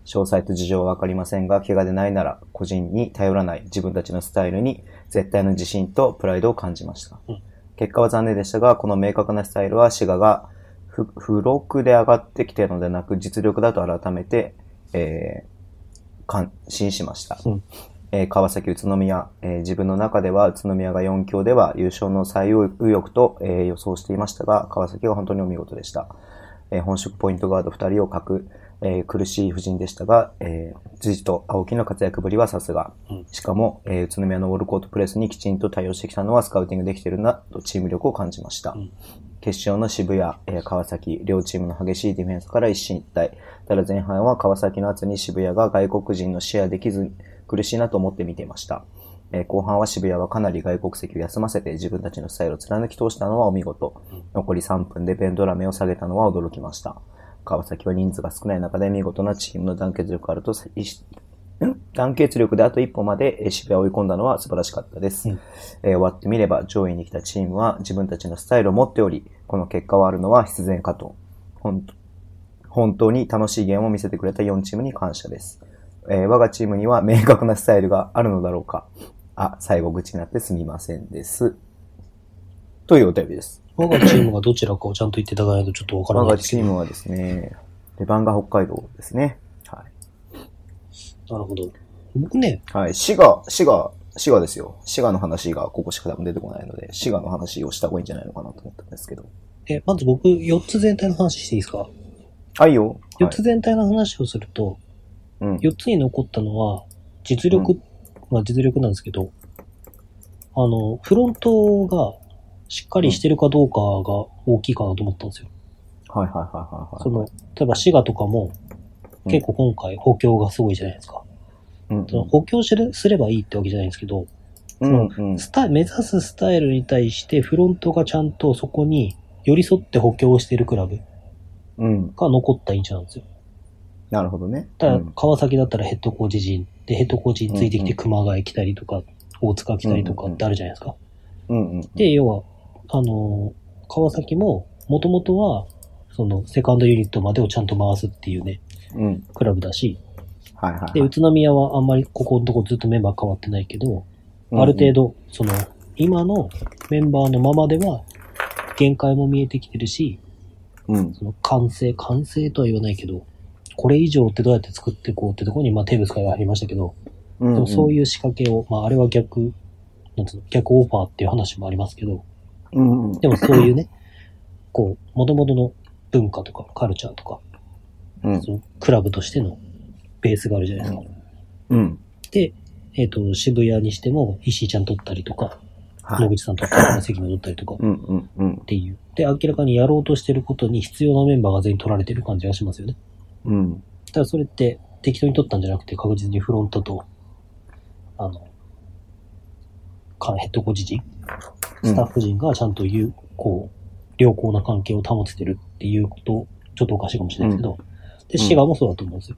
C: 詳細と事情はわかりませんが、怪我でないなら個人に頼らない自分たちのスタイルに絶対の自信とプライドを感じました。
B: うん
C: 結果は残念でしたが、この明確なスタイルは滋賀が不付録で上がってきているのではなく実力だと改めて、えー感心しました。
B: うん
C: えー川崎、宇都宮、えー自分の中では宇都宮が4強では優勝の最有力と、えー予想していましたが、川崎が本当にお見事でした。えー本職ポイントガード2人を欠く、えー苦しい布陣でしたが、えー、辻と青木の活躍ぶりはさすが
B: うん。
C: しかも、えー宇都宮のウォルコートプレスにきちんと対応してきたのはスカウティングできているなとチーム力を感じました。
B: うん
C: 決勝の渋谷、えー川崎、両チームの激しいディフェンスから一進一退。ただ前半は川崎の後に渋谷が外国人のシェアできず苦しいなと思って見ていました。えー後半は渋谷はかなり外国籍を休ませて自分たちのスタイルを貫き通したのはお見事。残り3分でベンドラメを下げたのは驚きました。川崎は人数が少ない中で見事なチームの団結力があると、いしん団結力であと一歩までえー渋谷を追い込んだのは素晴らしかったです。
B: うん
C: えー終わってみれば上位に来たチームは自分たちのスタイルを持っており、この結果はあるのは必然かと。本当本当に楽しいゲームを見せてくれた4チームに感謝です。えー我がチームには明確なスタイルがあるのだろうか。あ、最後口になってすみませんです。というお便りです。
B: 我がチームがどちらかをちゃんと言っていただかないとちょっとわから
C: 我
B: ない
C: が
B: ですけ
C: チ
B: ど。
C: ームはですね、レバンガ北海道ですね。はい。
B: なるほど。僕ね、
C: はい。滋賀、滋賀、滋賀ですよ。滋賀の話がここしか多分出てこないので、滋賀の話をした方がいいんじゃないのかなと思ったんですけど。
B: え、まず僕4つ全体の話していいですか
C: あ、いいよ。
B: ?4
C: はい
B: つ全体の話をすると、
C: うん。
B: 4つに残ったのは、実力、
C: う
B: まあ実力なんですけど、あの、フロントがしっかりしてるかどうかが大きいかなと思ったんですよ。
C: はいはいはいはい
B: そ
C: はい。
B: の、例えば滋賀とかも、
C: うん
B: 結構今回補強がすごいじゃないですか。
C: うん
B: その補強すれすればいいってわけじゃないんですけど、
C: うんうん。
B: スタイル、目指すスタイルに対してフロントがちゃんとそこに寄り添って補強してるクラブ
C: うん。
B: が残った印象なんですよ。
C: なるほどね。
B: ただ
C: う、ん
B: 川崎だったらヘッドコーチ陣で、ヘッドコーチについてきて熊谷来たりとか、大塚来たりとかってあるじゃないですか。
C: うんうん。
B: で、要は、あのー川崎も、もともとは、その、セカンドユニットまでをちゃんと回すっていうね、
C: うん。
B: クラブだし、
C: はいはいはい。
B: で、宇都宮はあんまりここのとこずっとメンバー変わってないけど、
C: うん
B: ある程。度、その、今のメンバーのままでは、限界も見えてきてるし、
C: うん。
B: その完成、完成とは言わないけど、これ以上ってどうやって作っていこうってところに、まあ、テーブス会がありましたけど、
C: で
B: でもそう
C: い
B: いう仕掛けを、まあ、あれは逆、なんつうの、逆オファーっていう話もありますけど、
C: うん。うんうん。
B: でもそういうね、こう、元々の文化とかカルチャーとか、
C: うん
B: そのクラブとしてのベースがあるじゃないですか。
C: うん。
B: で、えっ、と、渋谷にしても、石井ちゃん取ったりとか、
C: は
B: 野
C: い。
B: 口さん取ったりとか、関野取ったりとかっ
C: うんうんうん。
B: ていう。で、明らかにやろうとしてることに必要なメンバーが全員取られてる感じがしますよね。
C: うん。
B: ただそれって適当に取ったんじゃなくて、確実にフロントと、あの、かヘッドコーチ陣スタッフ陣がちゃんと有こう、良好な関係を保ててるっていうこと、ちょっとおかしいかもしれないですけど、で、滋賀もそうだと思うんですよ。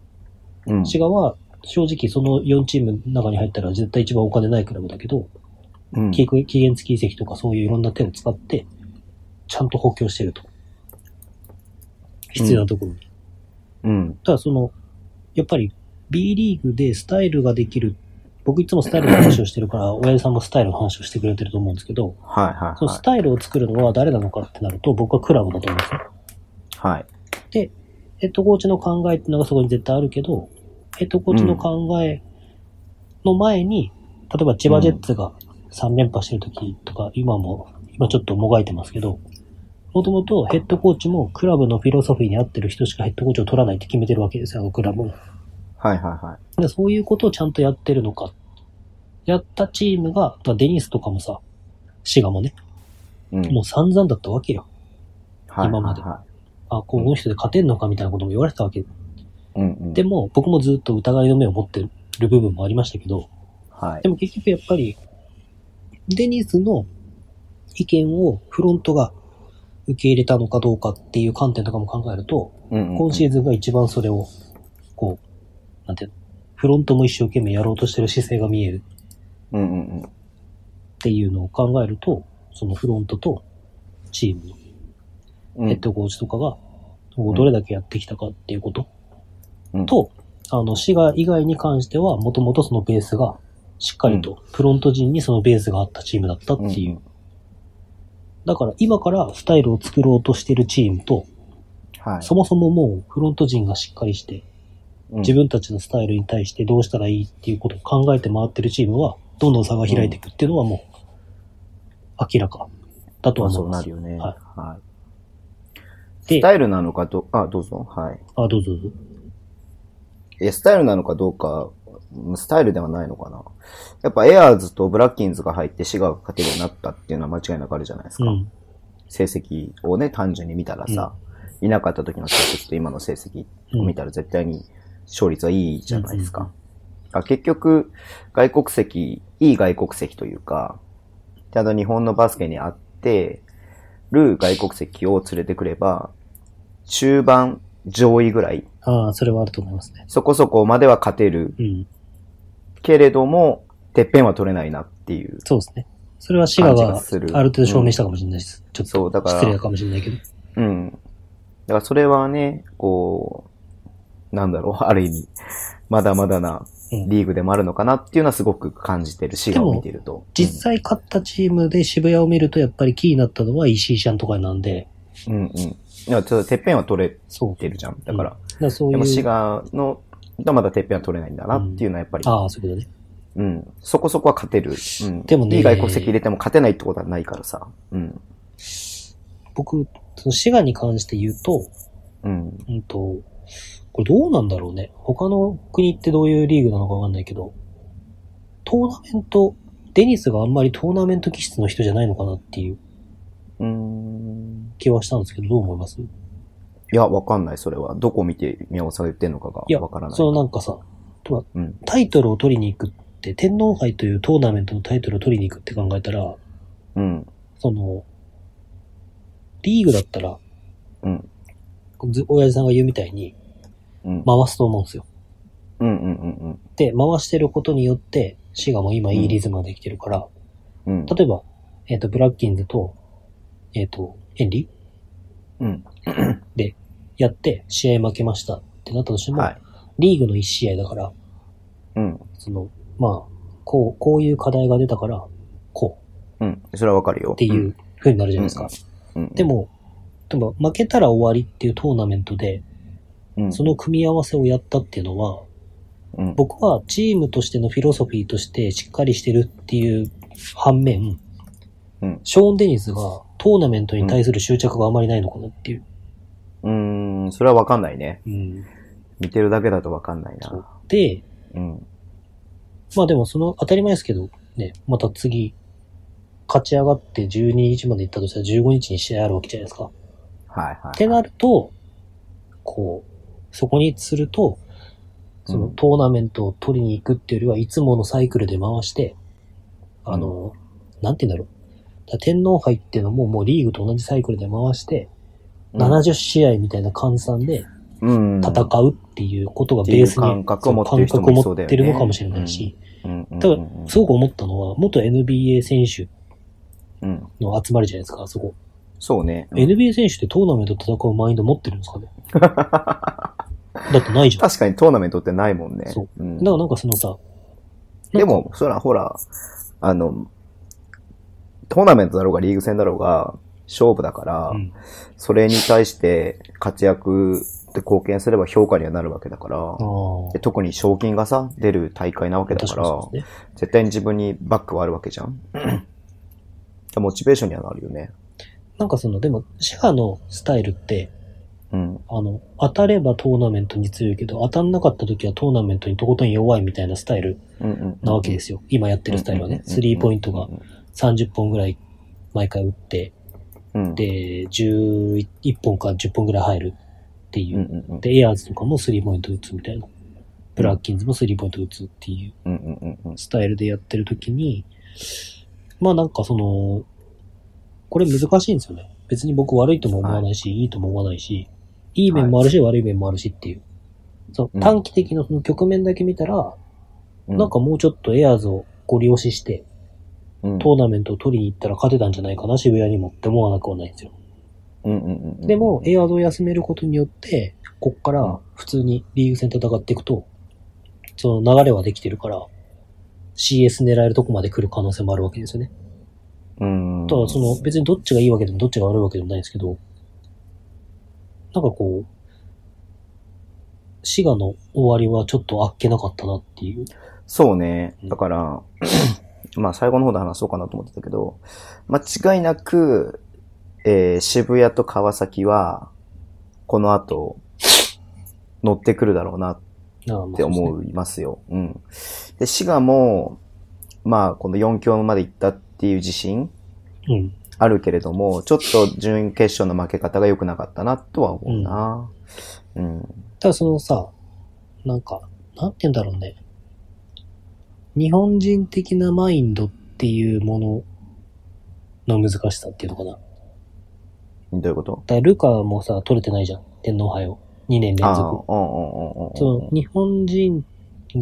C: うん。
B: 滋賀は、正直その4チームの中に入ったら絶対一番お金ないクラブだけど、
C: うん。
B: 期期限付き移籍とかそういういろんな手を使って、ちゃんと補強してると。必要なところに。
C: うん。
B: ただその、やっぱり B リーグでスタイルができる、僕いつもスタイルの話をしてる から、親父さんもスタイルの話をしてくれてると思うんですけど、
C: はいはい
B: その
C: は
B: スタイルを作るのは誰なのかってなると、僕はクラブだと思うんですよ。
C: い。はい。
B: ヘッドコーチの考えっていうのがそこに絶対あるけど、ヘッドコーチの考えの前に、例えば千葉ジェッツが3連覇してる時とか、今も、今ちょっともがいてますけど、もともとヘッドコーチもクラブのフィロソフィーに合ってる人しかヘッドコーチを取らないって決めてるわけですよ、あのクラブも。
C: はいはいはい。
B: でそういうことをちゃんとやってるのか。やったチームが、まあデニスとかもさ、シガもね、
C: うん
B: もう散々だったわけよ。
C: はい
B: 今まで
C: は
B: あ、この人で勝てんのかみたいなことも言われてたわけ
C: いはい、うんうん、
B: でも、僕もずっと疑いの目を持ってる部分もありましたけど、
C: はい
B: で。も結局やっぱり、デニスの意見をフロントが受け入れたのかどうかっていう観点とかも考えると、今シ
C: ー
B: ーズンが一番それを、こう、なんていうの、フロントも一生懸命やろうとしてる姿勢が見える。
C: ズン、うんうんうん、
B: っていうのを考えると、そのフロントとチーム、
C: うん
B: ヘッドコーチとかが、どれだけやってきたかっていうこと、
C: うん
B: と、あの、滋賀以外に関しては、もともとそのベースが、しっかりと、フロント陣にそのベースがあったチームだったっていう。だから、今からスタイルを作ろうとしてるチームと、
C: はい。
B: そもそももうフロント陣がしっかりして、
C: うん
B: 自分たちのスタイルに対してどうしたらいいっていうことを考えて回ってるチームは、どんどん差が開いていくっていうのはもう、明らかだと
C: ま
B: は思
C: あそ
B: いうま
C: な
B: す
C: る。よね。
B: は
C: はい。
B: で
C: スタイルなのかどうか、あ、どうぞ。はい。
B: あ、どうぞどうぞ。
C: え、スタイルなのかどうか、うんスタイルではないのかな。やっぱエアーズとブラッキンズが入って滋賀が勝てるようになったっていうのは間違いなくあるじゃないです
B: う
C: か。
B: ん。
C: 成績をね、単純に見たらさ、いなかった時の成績と今の成績を見たら絶対に勝率はいいじゃないです
B: うん
C: か。あ結局、外国籍、いい外国籍というか、ちゃんと日本のバスケに合ってる外国籍を連れてくれば、中盤上位ぐらい、
B: ああ、それはあると思いますね。
C: そこそこまでは勝てる
B: うん。
C: けれども、てっぺんは取れないなっていう。
B: そうですね。それは滋賀
C: 感じ
B: が
C: がする
B: ある程度証明したかもしれないです。ちょっ
C: そう、だ
B: と
C: から、
B: 失礼かもしれないけど。
C: うん。だからそれはね、こう、なんだろう、ある 意味、まだまだな
B: うん
C: リーグでもあるのかなっていうのはすごく感じてる、滋賀を見てると。
B: 実際勝ったチームで渋谷を見るとやっぱりキーになったのは石井ちゃんとかなんで、
C: うんうん。いや、ちょっとてっぺんは取れ
B: そう。
C: てるじゃん。だから、
B: だからそう
C: で
B: い
C: も滋
B: う。
C: 賀の、がまだてっぺんは取れないんだなっていうのはやっぱり、
B: ああ、そういうことね。
C: うん、そこそこは勝てる。うん。
B: でもね
C: いい外国籍入れても勝てないってことはないからさ。うん。
B: 僕、その滋賀に関して言うと、
C: うん。
B: うんと、これどうなんだろうね。他の国ってどういうリーグなのかわかんないけど、トーナメント、デニスがあんまりトーナメント気質の人じゃないのかなっていう
C: うん。
B: 気はしたんですけど、どう思います
C: いや、わかんない、それは。どこを見て宮本さんが言ってんのか
B: いや
C: がわからない。
B: そのなんかさ、とは
C: うん
B: タイトルを取りに行くって、天皇杯というトーナメントのタイトルを取りに行くって考えたら、
C: うん。
B: その、リーグだったら、
C: うん。
B: ず親父さんが言うみたいに
C: うん。
B: 回すと思うんですよ。
C: うんうんうん
B: で、回してることによって、滋賀も今いいリズムができてるから、
C: うん。うん。
B: 例えば、えっ、と、ブラッキンズと、えっ、と、ヘンリー
C: うん。
B: やって、試合負けましたってなったとしても、
C: はい。
B: リーグの1試合だから、
C: うん。
B: その、まあ、こう、こういう課題が出たから、こう
C: うん。それはわかるよ。
B: っていう風になるじゃないですか。
C: うん。うん。
B: でも、でも負けたら終わりっていうトーナメントで、
C: うん、
B: その組み合わせをやったっていうのは、
C: うん、
B: 僕はチームとしてのフィロソフィーとしてしっかりしてるっていう反面、
C: うん
B: ショーン・デニスがトーナメントに対する執着があまりないのかなっていう。
C: うーん、それはわかんないね。
B: うん
C: 見てるだけだとわかんない
B: そう
C: な。
B: で、
C: うん。
B: まあでもその当たり前ですけど、ね、また次、勝ち上がって12日まで行ったとしたら15日に試合あるわけじゃないですか。っ
C: はいはい。
B: てなると、こう、そこにすると、その
C: うん
B: トーナメントを取りに行くっていうよりは、いつものサイクルで回して、あの、なんて言うんだろう。だから天皇杯っていうのももうリーグと同じサイクルで回して、
C: うん
B: 70試合みたいな換算で
C: うん、
B: 戦うっていうことが
C: うん
B: ベースに、
C: っていう感覚を持ってる人
B: そう
C: もいそ
B: 感覚を持
C: うだ
B: っ
C: よね
B: てるのかもしれないし、
C: うん。うん。
B: ただ
C: うん、
B: すごく思ったのは、元 NBA 選手
C: うん。
B: の集まりじゃないですか、あそこ。
C: そうね。うん
B: NBA 選手ってトーナメント戦うマインド持ってるんです かねだってないじゃん。
C: 確かにトーナメントってないもんね。。
B: そう
C: ん、
B: だからなんかそのさ、
C: でも、そら、ほら、あの、トーナメントだろうがリーグ戦だろうが、勝負だから、
B: うん
C: それに対して活躍で貢献すれば評価にはなるわけだから
B: あ、ー
C: で特に賞金がさ、出る大会なわけだか、
B: 確からにそうですね。
C: 絶対に自分にバックはあるわけじ ゃん。モチベーションにはなるよね。
B: なんかその、でも、シェアのスタイルって、
C: うん。
B: あの、当たればトーナメントに強いけど、当たんなかった時はトーナメントにとことん弱いみたいなスタイル
C: うんうん。。
B: なわけですすよ。今やってるスタイルはね、スリーポイントが。30本ぐらい毎回打って、
C: うん。、
B: で、11本か10本ぐらい入るっていうう。
C: んうんうん。
B: で、エアーズとかもスリーポイント打つみたいな。ブラッキンズもスリーポイント打つっていう
C: うんうんうんうん。
B: スタイルでやってるときに、まあなんかその、これ難しいんですよね。別に僕悪いとも思わないし、い、いとも思わないし、いい面もあるし、悪い面もあるしっていう。そううん短期的なその局面だけ見たら、
C: うん
B: なん、かもうちょっとエアーズをご利用しして、
C: うん。
B: トーナメントを取りに行ったら勝てたんじゃないかな、渋谷にもって思わなくはないんですよ。
C: うんうんうんうん。
B: でも、エアードを休めることによって、こっから普通にリーグ戦戦っていくと、その流れはできてるから、CS 狙えるとこまで来る可能性もあるわけですよね。
C: うん。
B: ただ、その、別にどっちがいいわけでもどっちが悪いわけでもないんですけど、なんかこう、滋賀の終わりはちょっとあっけなかったなっていう。
C: そうね
B: う。ん
C: だから、 まあ最後の方で話そうかなと思ってたけど、間違いなく、えー渋谷と川崎は、この後、乗ってくるだろうなっ
B: ああまあ
C: て思いますよ。うん。で、滋賀も、まあこの4強まで行ったっていう自信
B: そうですね
C: あるけれども、ちょっと準決勝の負け方が良くなかったなとは思うな。う
B: う
C: ん。
B: ん。ただそのさ、なんか、なんて言うんだろうね。日本人的なマインドっていうものの難しさっていうのかな。だか
C: どういうこと
B: らルカもさ、取れてないじゃん。天皇杯を。2年連
C: ああ、
B: 続。そ
C: うんうんうんうん
B: の日本人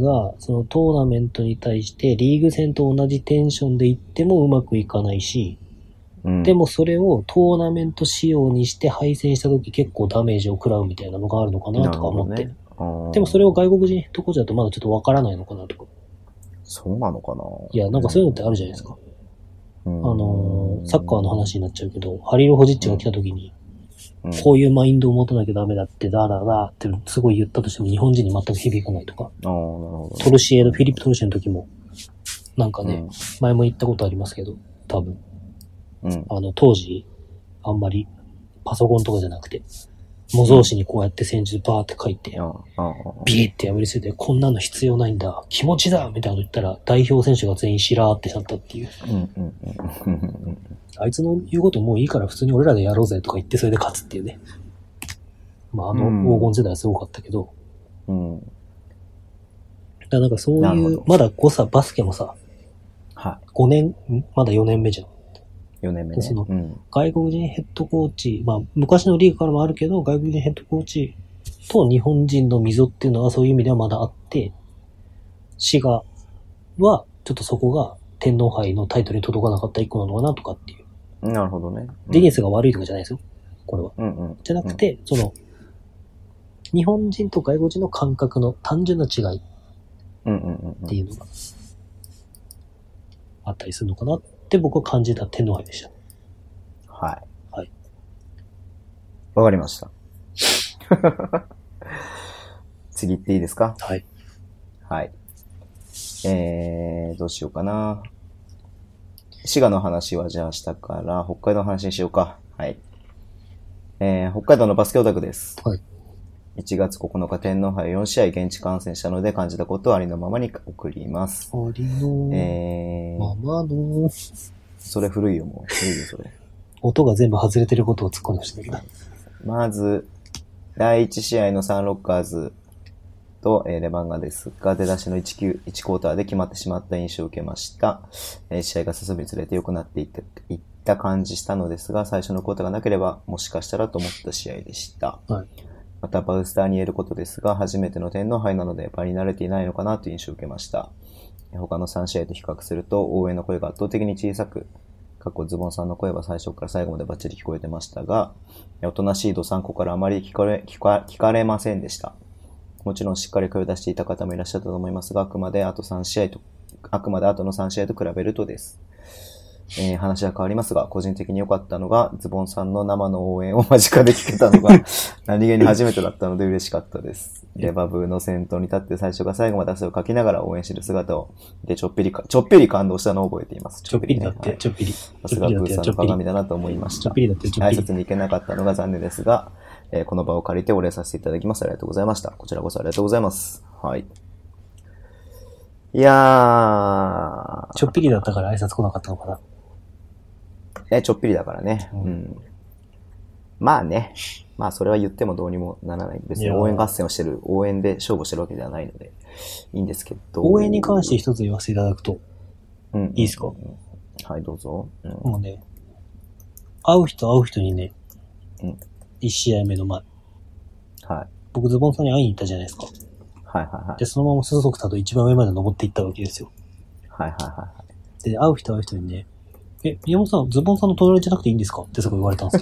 B: がそのトーナメントに対してリーグ戦と同じテンションで行ってもうまくいかないし、
C: うん。うん
B: で、もそれをトーナメント仕様にして敗戦した時結構ダメージを食らうみたいなのがあるのかなとか思って。
C: なるほどね
B: でもそれを外国人ヘッドコーチだとまだちょっとわからないのかなとか。
C: そうなのかない
B: いや、なんかそういうのってあるじゃないですか。
C: うん
B: あのーサッカーの話になっちゃうけど、ハリル・ホジッチが来た時に、
C: うん
B: こういうマインドを持たなきゃダメだって、だーだーだーってすごい言ったとしても日本人に全く響かないとか。
C: ああ、なるほ
B: トルシエの、フィリップ・トルシエの時も、なんか
C: ど。
B: ね、前も言ったことありますけど、多分、
C: うん。うん。
B: あの、当時、あんまり、パソコンとかじゃなくて、模造紙にこうやって戦術バーって書いて
C: あ、あ、あ
B: ビーって破り捨てて、こんなの必要ないんだ、気持ちだみたいなの言ったら、代表選手が全員しらーってしちゃったっていう。
C: あ、うんうんうん。
B: あいつの言うこともういいから普通に俺らでやろうぜとか言ってそれで勝つっていうね。まあ、あの
C: うん
B: 黄金世代はすごかったけど、
C: うん。うん。
B: だからなんかそう
C: なるほ
B: いう
C: ど、
B: まだ誤差、バスケもさ、
C: は
B: 5年、んまだ4年目じゃん。
C: い。4年目ね。
B: その
C: うん。
B: 外国人ヘッドコーチ、まあ、昔のリーグからもあるけど、外国人ヘッドコーチと日本人の溝っていうのはそういう意味ではまだあって、滋賀は、ちょっとそこが天皇杯のタイトルに届かなかった一個なのかなとかっていう。
C: なるほどね。
B: デニ
C: ス。
B: スが悪いとかじゃないですよ。これは。
C: うんうん。
B: じゃなくて、その、日本人と外国人の感覚の単純な違いっ
C: うんうんうんうん
B: て。いうのが、あったりするのかなって僕は感じた天皇杯でした。
C: はい。
B: はい。
C: わかりました。 次行っていいですか
B: はい。
C: はい。えー、どうしようかな。滋賀の話はじゃあしたから、北海道の話にしようか。はい。えー、北海道のバスケオタクです。
B: はい。
C: 1月9日天皇杯4試合現地観戦したので感じたことをありのままに送ります。
B: ありの、
C: え
B: ま
C: ー、
B: まの、
C: それ古いよ、もう。古いよ、それ。
B: 音が全部外れてることを突っ込んでほしいんだけど。
C: まず、第1試合のサンロッカーズと、えーレバンガですが、出だしの1球、1クォーターで決まってしまった印象を受けました。えー試合が進むにつれて良くなっていったいった感じしたのですが、最初のクォーターがなければ、もしかしたらと思った試合でした。
B: はい
C: また、バウスターに言えることですが、初めての天皇杯なので、場に慣れていないのかなという印象を受けました。えー他の3試合と比較すると、応援の声が圧倒的に小さく、過去ズボンさんの声は最初から最後までバッチリ聞こえてましたが、おとなしいドサンコからあまり聞かれ、聞か聞かれませんでした。もちろんしっかり声を出していた方もいらっしゃったと思いますが、あくまであと3試合と、あくまであとの3試合と比べるとです。えー話は変わりますが、個人的に良かったのが、ズボンさんの生の応援を間近で聞けた のが、何気に初めてだったので嬉しかったです。レバブーの先頭に立って最初から最後まで汗をかきながら応援している姿を、で、ちょっぴりか、ちょっぴり感動したのを覚えています。
B: ちょっぴりだっ
C: は
B: て、
C: い
B: ちょっぴり。
C: さ
B: ち
C: す
B: ょっ
C: が
B: ぴりだっ
C: ブー
B: て、
C: さん
B: ちょ
C: の
B: っぴり
C: 鏡。だなと思いまし
B: ちょ
C: た
B: っ。ぴりだって、ちょっ
C: 挨
B: ぴり。
C: 拶に行けなかったのが残念ですが、えーこの場を借りてお礼させていただきます。ありがとうございました。こちらこそありがとうございます。はい。いやー、
B: ちょっぴりだったから挨拶来なかったのかな。
C: ね、ちょっぴりだからね。
B: う
C: うんん。まあね。まあそれは言ってもどうにもならない。別
B: い
C: に
B: やー
C: 応援合戦をしてる、応援で勝負してるわけではないので、いいんですけど。
B: 応援に関して一つ言わせていただくと、
C: うん、
B: いいですか
C: はい、どうぞ。うん。
B: もうね、会う人会う人にね
C: うん、
B: 一試合目の前、
C: はい。
B: 僕ズボンさんに会いに行ったじゃないですか。
C: はいはいはい。
B: で、そのままそそくさと一番上まで登っていったわけですよ。
C: はいはいはいはい。
B: って、会う人会う人にね、え、宮本さん、ズボンさんのトイレじゃなくていいんですかってすごい言われたんで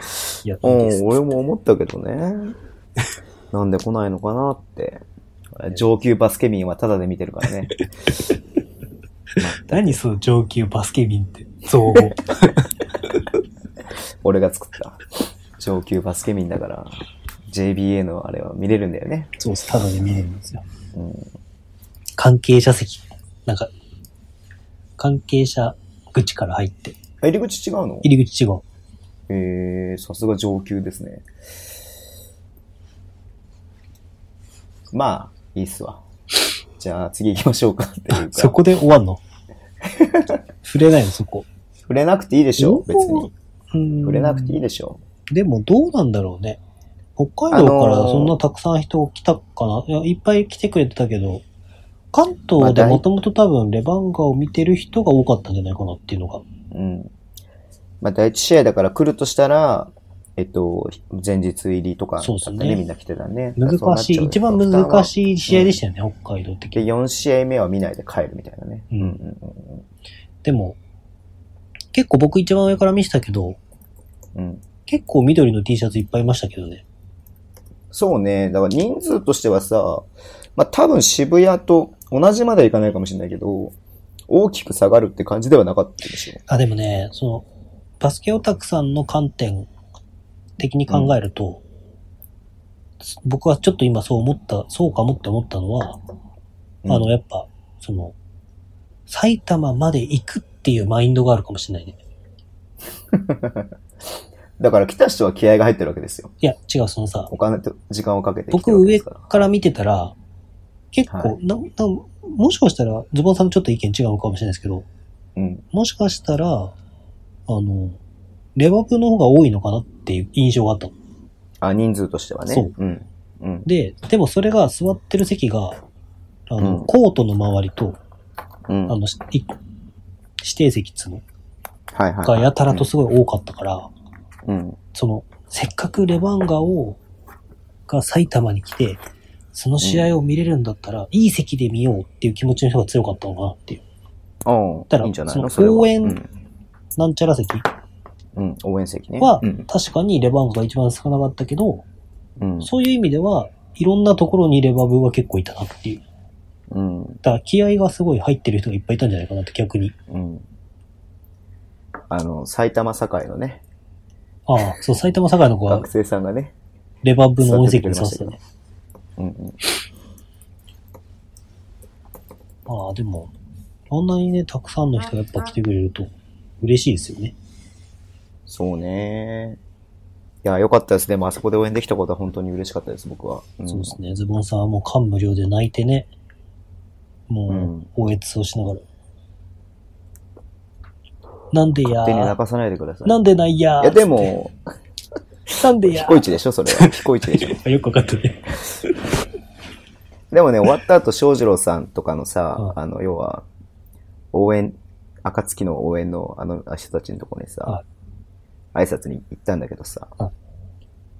B: すけど。 いや、
C: う
B: いいです
C: ん、。俺も思ったけ どね。なんで来ないのかなって。上級バスケ民はタダで見てる からね。
B: 何その上級バスケ民って、 造語。
C: 俺が作った。上級バスケ民だから、JBA のあれは見れるんだよね。
B: そうです、ただで見れるんですよ。
C: うん。
B: 関係者席、なんか、関係者口から入って、
C: 入り口違うの
B: 入り口違う。
C: えー、さすが上級ですね。まあ、いいっすわ。じゃあ次行きましょうかっていうか。
B: そこで終わん の触れないの、そこ。
C: 触れなくていいでしょ
B: おー
C: 別に。
B: 触
C: 触れなくていいでしょ
B: でもどうなんだろうね。北海道からそんなたくさん人来たかな、いや、いっぱい来てくれてたけど、関東でもともと多分レバンガを見てる人が多かったんじゃないかなっていうのが。
C: うん。まあ、第一試合だから来るとしたら、えっと、前日入りとかだったね、
B: そうっすね
C: みんな来てたね。
B: 難しい、一番難
C: い。
B: しい試合でしたよね、北海道的
C: で、
B: に。
C: 4試合目は見ないで帰るみたいなね。
B: うん
C: うん
B: でも、結構僕一番上から見せたけど、
C: うん。うん。
B: 結構緑の T シャツいっぱいいましたけどね。
C: そうね。だから人数としてはさ、まあ、多分渋谷と同じまではいかないかもしれないけど、大きく下がるって感じではなかったでしょ。
B: あ、でもね、その、バスケオタクさんの観点的に考えると、僕はちょっと今そう思った、そうかもって思ったのは、
C: うん
B: あの、やっぱ、その、埼玉まで行くっていうマインドがあるかもしれないね。
C: だから来た人は気合が入ってるわけですよ。
B: いや、違う、そのさ、
C: お金と時間をかけて来て
B: 僕
C: るわけで
B: 上
C: すから。
B: から見てたら、結構、
C: は
B: ななもしかしたら、ズボンさんのちょっと意見違うのかもしれないですけど、
C: うん。
B: もしかしたら、あの、レバプの方が多いのかなっていう印象があったの
C: あ、人数としてはね。
B: そう。
C: うん。うん。
B: で、でもそれが座ってる席が、あの、
C: うん
B: コートの周りと、
C: うん。
B: あの、しい指定席っつうの
C: はいはい。
B: がやたらとすごい多かったから、
C: うん。
B: その、せっかくレバンガを、が埼玉に来て、その試合を見れるんだったら、いい席で見ようっていう気持ちの人が強かったのかなっていう。
C: お
B: た
C: う
B: だ
C: ん。いいんじゃないの
B: その
C: れは
B: 応援
C: うん。
B: なんちゃら席
C: うん応援席ね。
B: は
C: うん。、
B: 確かにレバンガが一番少なかったけど、
C: うん。
B: そういう意味では、いろんなところにレバブが結構いたなっていう。
C: うん。
B: だから気合がすごい入ってる人がいっぱいいたんじゃないかなって逆に。
C: うん。あの、埼玉栄のね、
B: ああ、そう、埼玉栄の子が
C: 学生さんがね。
B: レバブの応援席に座ってたね。
C: うんうん。
B: ああ、でも、あんなにね、たくさんの人がやっぱ来てくれると嬉しいですよね。
C: そうね。いや、良かったですね。まああそこで応援できたことは本当に嬉しかったです、僕は。うん
B: そうですね。ズボンさんはもう感無量で泣いてね、
C: う
B: も
C: ん
B: う、応援をしながら。なんでや
C: 勝手に泣
B: ー
C: かさないでください。
B: なんでないや
C: いや、でも、
B: ーなんでや
C: 彦一でしょ、それは。彦一でしょ。
B: ーよくわかったね。
C: でもね、終わった後、翔士郎さんとかのさ、
B: う
C: あの、要は、応援、暁の応援のあの人たちのとこにさ、挨拶に行ったんだけどさ
B: うん、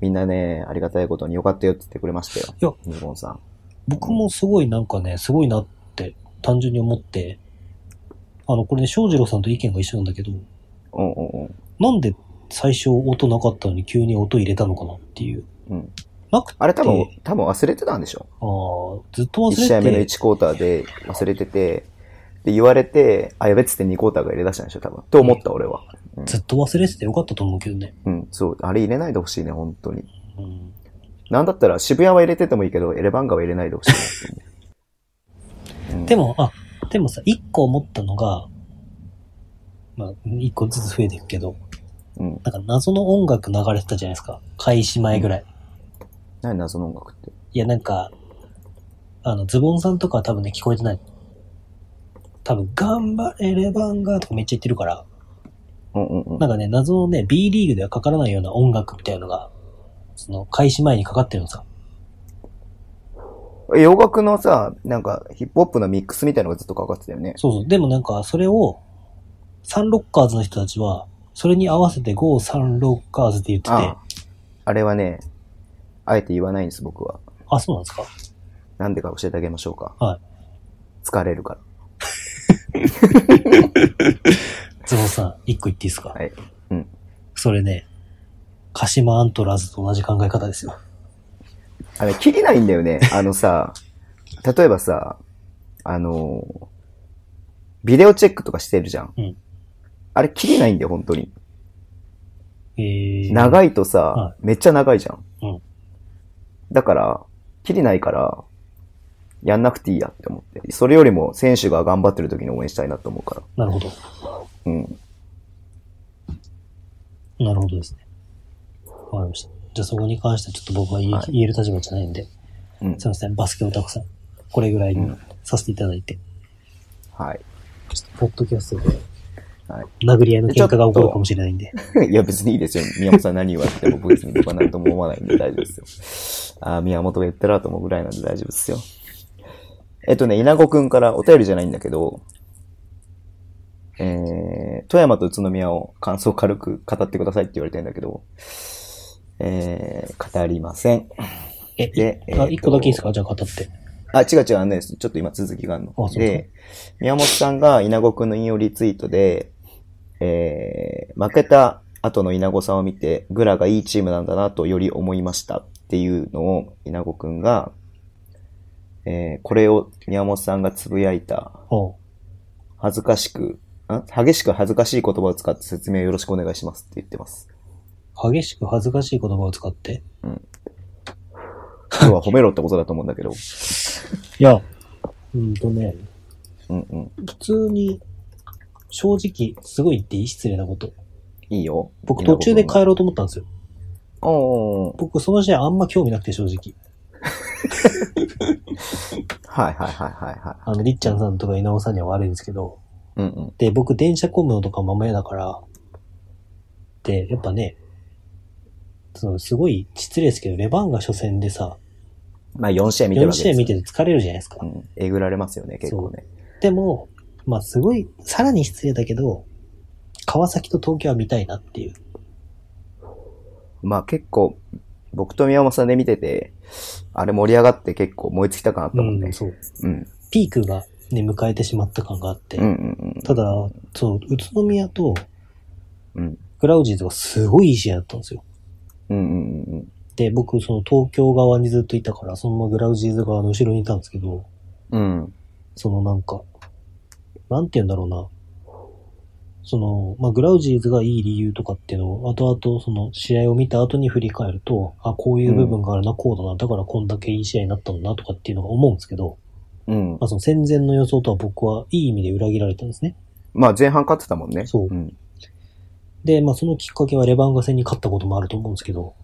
C: みんなね、ありがたいことに良かったよって言ってくれましたよ。
B: いや、
C: 日本さん。
B: 僕もすごいなんかね、すごいなって、単純に思って、あの、これね、翔士郎さんと意見が一緒なんだけど、
C: うんうん
B: なんで最初音なかったのに急に音入れたのかなっていう。
C: うん。うん、
B: なくて、
C: あれ多分、多分忘れてたんでしょ
B: あーずっと
C: ?1 試合
B: 忘
C: 目の
B: れて、
C: 1クォーターで忘れてて、で、言われて、あ、やべっつって2クォーターが入れ出したんでしょ多分。と思った、俺は。
B: ずっと忘れててよかったと思うけどね。
C: うん、そう。あれ入れないでほしいね、本当に。
B: うん、
C: なんだったら渋谷は入れててもいいけど、エレバンガは入れないでほしいなって思う。
B: で
C: も、
B: も、あ、でもさ、一個思ったのが、まあ、一個ずつ増えていくけど、
C: うん。
B: なんか謎の音楽流れてたじゃないですか。開始前ぐらい。
C: 何謎の音楽って。
B: いや、なんか、あの、ズボンさんとかは多分ね、聞こえてない。多分、頑張れレバンガーとかめっちゃ言ってるから、
C: うんうんうん。
B: なんかね、謎のね、B リーグではかからないような音楽みたいのが、その、開始前にかかってるのさ。
C: 洋楽のさ、なんかヒップホップのミックスみたいのがずっとかかってたよね。
B: そうそう。でもなんか、それを、サンロッカーズの人たちは、それに合わせて GO サンロッカーズって言ってて、
C: あ
B: あ
C: あれはね、あえて言わないんです、僕は。
B: そうなんですか
C: なんでか教えてあげましょうか。。
B: はい
C: 疲れるから。
B: ズボンさん、一個言っていいですか
C: はいうん。
B: それね、鹿島アントラーズと同じ考え方ですよ。
C: あれ、切りないんだよね。あのさ、 例えばさ、あのー、ビデオチェックとかしてるじゃん。
B: うん
C: あれ、切りないんだよ、本当に。
B: えー、い。
C: 長いとさ、
B: は
C: めっちゃ長いじゃん。
B: うん
C: だから、切りないから、やんなくていいやって思って。それよりも、選手が頑張ってる時に応援したいなと思うから。
B: なるほど。
C: うん。
B: なるほどですね。わかりました。じゃあそこに関してはちょっと僕は言え,、
C: はい
B: 言える立場じゃないんで、
C: うん
B: すい。ません、バスケオタクさん。これぐらいにさせていただいて、
C: はい。
B: ちょっとポッドキャストで
C: はい。
B: 殴り合いの喧嘩が起こるかもしれないんで、
C: いや、別にいいですよ。宮本さん何言われても別に僕は何とも思わないんで大丈夫ですよ。あー宮本が言ったらと思うぐらいなんで大丈夫ですよ。えっとね、稲子くんからお便りじゃないんだけど、えー、富山と宇都宮を感想軽く語ってくださいって言われてんだけど、えー、語りません。
B: え、
C: で
B: いあ、
C: えー
B: 一
C: と
B: 個だけいいですかじゃあ語って。
C: あ、違う違う、あのね、ちょっと今続きがある
B: あそう
C: の。
B: そう
C: で、宮本さんが稲子くんの引用リツイートで、えー、負けた後の稲子さんを見て、グラがいいチームなんだなとより思いましたっていうのを稲子くんが、えー、これを宮本さんがつぶやいた、
B: おう
C: 恥ずかしく、ん激しく恥ずかしい言葉を使って説明よろしくお願いしますって言って ます。
B: 激しく恥ずかしい言葉を使って。
C: 今日は褒めろってことだと思うんだけど。
B: いや、うんとね、
C: うんうん。
B: 普通に、正直、すごい言っていい失礼なこと。
C: いいよ。
B: 僕途中で帰
C: る。
B: ろうと思ったんですよ。
C: おー。
B: 僕その試合あんま興味なくて正直。
C: はいはいはいはいは
B: あの、りっちゃんさんとか稲尾さんには悪いんですけど。
C: い。うんうん。
B: で、僕電車混むのとかもあんま嫌だから。で、やっぱね、そのすごい失礼ですけど、レバンが初戦でさ、
C: まあ4試合見てる
B: 4
C: わけ
B: 試
C: で
B: 合
C: すよ
B: 見てて疲れるじゃないですか
C: う。ん、えぐられますよね、結構ね。
B: でも、まあすごい、さらに失礼だけど、川崎と東京は見たいなっていう。
C: まあ結構、僕と宮本さんで見てて、あれ盛り上がって結構燃え尽きた感あったもんね。
B: そう。
C: うん。
B: ピークがね、迎えてしまった感があって。
C: うんうん
B: ただ、そう、宇都宮と
C: うん。うん
B: グラウジーズがすごいいい試合だったんですよ。
C: うんうんうん
B: で、僕、その東京側にずっといたから、そのままグラウジーズ側の後ろにいたんですけど、
C: うん。うん。
B: そのなんか、なんて言うんだろうな。その、まあ、グラウジーズがいい理由とかっていうのを、後々、その試合を見た後に振り返ると、あ、こういう部分があるな、こうだな、だからこんだけいい試合になったんだな、とかっていうのが思うんですけど、
C: うん
B: ま。あ、その戦前の予想とは僕はいい意味で裏切られたんですね。
C: まあ前半勝ってたもんね。。
B: そうんで、まあ、そのきっかけはレバンガ戦に勝ったこともあると思うんですけど、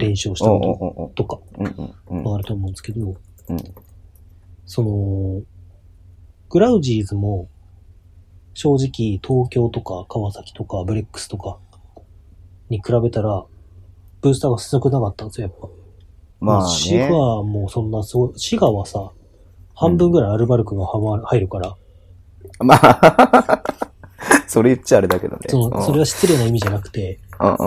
B: 連勝した
C: おう
B: こ
C: おうおう
B: ととか
C: うんうんうん
B: もあると思うんですけど、
C: うん
B: その、グラウジーズも、正直、東京とか川崎とかブレックスとかに比べたら、ブースターが少なかったんですよ、やっぱ。
C: まあ
B: シ
C: ね。
B: ガはもうそんなすごい、シガはさ、半分ぐらいアルバルクがはま入るから、
C: まあ、それ言っちゃあれだけどね。
B: その、それ
C: は、
B: は失礼な意味じゃなくて、
C: うんうん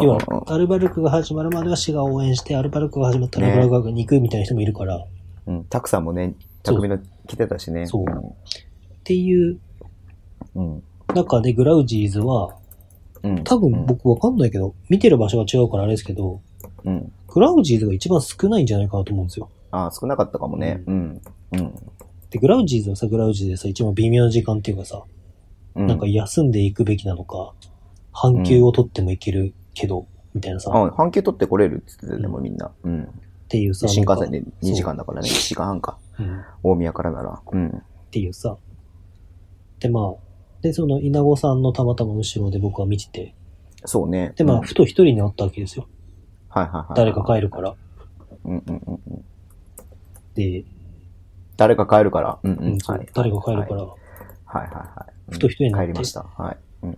B: 要
C: うん
B: は、アルバルクが始まるまではシガを応援して、アルバルクが始まったらアルバルクが憎いみたいな人もいるから、
C: うんうん。たくさんもね、匠の来てたしね。
B: そうっていう
C: うん。うん。
B: 中でグラウジーズは、
C: うん。
B: 多分僕わかんないけど、見てる場所が違うからあれですけど、
C: うん。
B: グラウジーズが一番少ないんじゃないかなと思うんですよ。
C: ああ、少なかったかもね。うん。うん。
B: で、グラウジーズはさ、グラウジーズでさ、一番微妙な時間っていうかさ、
C: う
B: なんか休んでいくべきなのか、半休を取ってもいけるけど、みたいなさ、っ
C: あ、半球取ってこれるって言ってたでもみんな。うん。
B: ていうさ、
C: 新幹
B: なん
C: 線
B: か
C: で2時間だからね、1時間半か。
B: うん、っ
C: 大宮からなら。うん。
B: ていうさ、で、まあ、で、その稲子さんのたまたま後ろで僕は見てて、
C: そうね。
B: で、ま
C: う
B: あ、
C: んはい
B: ふと一人になったわけですよ。
C: はいはい。
B: 誰か帰るから。
C: うんうんうんうん。
B: で、
C: 誰か帰るから。うん
B: う
C: うんん。
B: そう
C: はい
B: 誰か帰るか。ら、
C: はいはいはい。
B: ふと一人になっ
C: 帰
B: て
C: りました。はい。うん。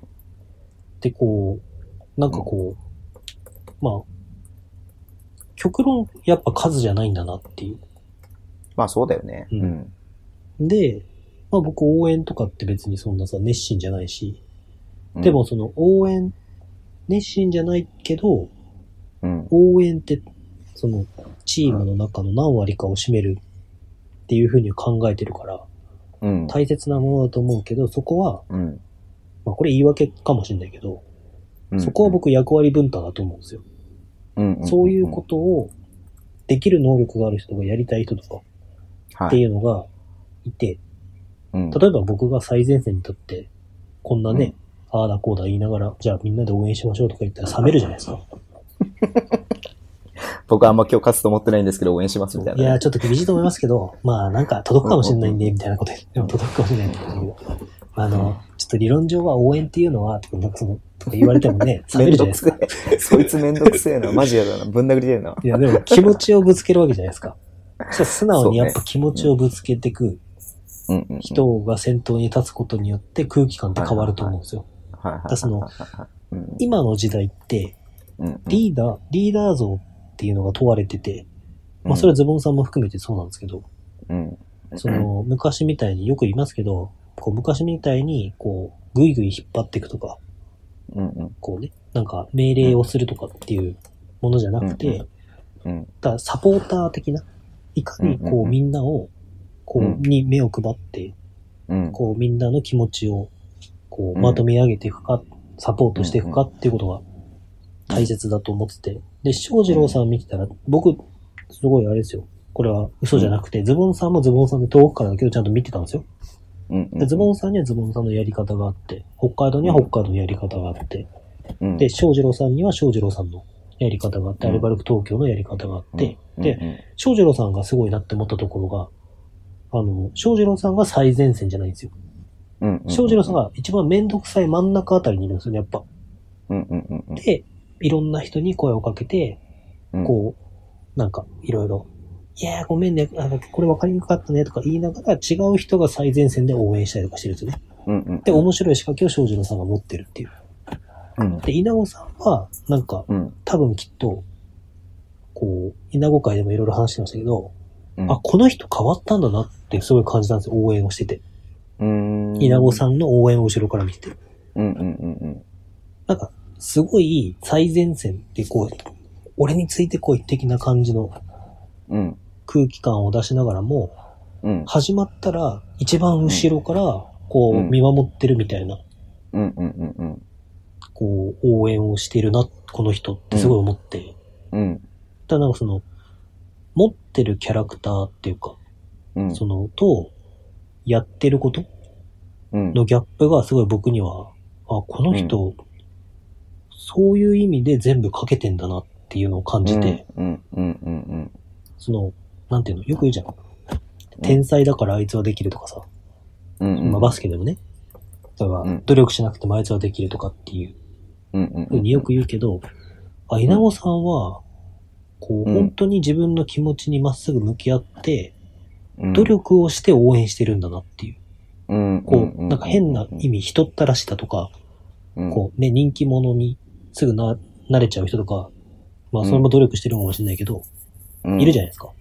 B: で、こう、なんかこう、まあ、極論、やっぱ数じゃないんだなっていう。
C: まあそうだよね。
B: う
C: うんん。
B: で、まあ僕応援とかって別にそんなさ、熱心じゃないし、
C: うん
B: でも、その応援、熱心じゃないけど、
C: うん。
B: 応援って、その、チームの中の何割かを占めるっていうふうに考えてるから、
C: うん。
B: 大切なものだと思うけど、そこは、
C: うん。
B: まあこれ言い訳かもしれないけど、
C: うん
B: そこは、僕役割分担だと思うんですよ。
C: うんん
B: そういうことをできる能力がある人がやりたい人とか
C: と
B: っていうのがいて、
C: うん。
B: 例えば僕が最前線に立って、こんなね、ああだこうだ言いながら、じゃあみんなで応援しましょうとか言ったら冷めるじゃないですか。
C: 僕はあんま今日勝つと思ってないんですけど、応援しますみたい
B: い
C: な。
B: やー、ちょっと厳しいと思いますけど、 まあなんか届くかもしれないんで、みたいなことで、でも届くかもしれないんだけど、あの、ちょっと理論上は応援っていうのは、とかなんかその、とか言われてもね、 冷め
C: めん
B: るじゃない
C: どく
B: ですか
C: せ。え。そいつめんどくせえな。マジやだな。ぶん殴りてえな。
B: いや、でも気持ちをぶつけるわけじゃないです か。そしたら素直にやっ
C: そう
B: ぱ気持ちをぶつけてく
C: うんうんうん。
B: 人が先頭に立つことによって空気感って変わると思うんですよ。
C: はいはいはいはいはい。
B: だその
C: うん
B: 今の時代って、
C: うん、
B: リーダー、リーダー像っていうのが問われてて、まあそれはズボンさんも含めてそうなんですけど、
C: うん、うん
B: そ、の昔みたいによく言いますけど、こう昔みたいにこう、ぐいぐい引っ張っていくとか、
C: うんうん
B: こうね、なんか命令をするとかっていうものじゃなく
C: うんうん
B: て、
C: うん
B: だからサポーター的な、いかに
C: うんうん
B: こ
C: う
B: うんみんなを、こ
C: うん
B: う、に目を配って、
C: うん、
B: こうみんなの気持ちを、こ
C: う
B: う、
C: ん
B: まとめ上げていくか、サポートしていくかっていうことが
C: うん
B: 大切だと思ってて。で、翔二郎さん見てたら、僕、すごいあれですよ。これは嘘じゃなくて、ズボンさんもズボンさんで遠くからだけどちゃんと見てたんですよ。
C: うん、
B: でズボンさんにはズボンさんのやり方があって、北海道には北海道のやり方があって、
C: うん、
B: で、翔二郎さんには翔二郎さんのやり方があって、
C: う
B: ア
C: ん
B: ルバルク東京のやり方があっ
C: うん
B: て、
C: うん
B: で、翔二郎さんがすごいなって思ったところが、あの、翔二郎さんが最前線じゃないんですよ。
C: うん、うん
B: 翔二郎さん、が一番めんどくさい真ん中あたりにいるんですよね、やっぱ。
C: うんうんうんうん
B: で、いろんな人に声をかけて、
C: うん、
B: こう、なんか、いろいろ、いやーごめんね、あのこれ分かりにくかったねとか言いながら違う人が最前線で応援したりとかしてるんですよね。
C: うん、うん、
B: で、面白い仕掛けを翔二郎さんが持ってるっていう。
C: うん、
B: で、稲子さんは、なんか、
C: うん、
B: 多分きっと、こう、稲子会でもいろいろ話してましたけど、
C: うん、
B: あ、この人変わったんだなってすごい感じたんですよ、応援をしてて。
C: うん、
B: 稲子さんの応援を後ろから見てて。
C: うん、うん、うん、
B: なんか、すごい最前線でこう、俺についてこい的な感じの
C: うん、
B: 空気感を出しながらも、
C: うん、
B: 始まったら一番後ろからこ
C: う
B: うん見守ってるみたいな、
C: うん、うん、うん、うん、
B: こう応援をしてるな、この人ってすごい思って。
C: うん、
B: ただなんかその、持ってるキャラクターっていうか、
C: うん、
B: その、と、やってること
C: うん、
B: のギャップがすごい僕には、あ、この人、そういう意味で全部かけてんだなっていうのを感じて、
C: うん、うん、うん、うん、
B: その、なんていうの、よく言うじゃん。天才だからあいつはできるとかさ、
C: うん、
B: まあバスケでもね、例えば
C: うん
B: 努力しなくてもあいつはできるとかっていう
C: うん、うん、
B: ふうによく言うけど、あ、稲尾さんは、こう、
C: うん
B: 本当に自分の気持ちにまっすぐ向き合って、
C: うん、
B: 努力をして応援してるんだなっていう。
C: うん、
B: こう、なんか変な意
C: 味、
B: 味、人ったらしさとか、
C: うん、
B: こうね、人気者にすぐな、慣れちゃう人とか、まあそれも努力してるかもしれないけど、
C: うん
B: いるじゃないですか。
C: うん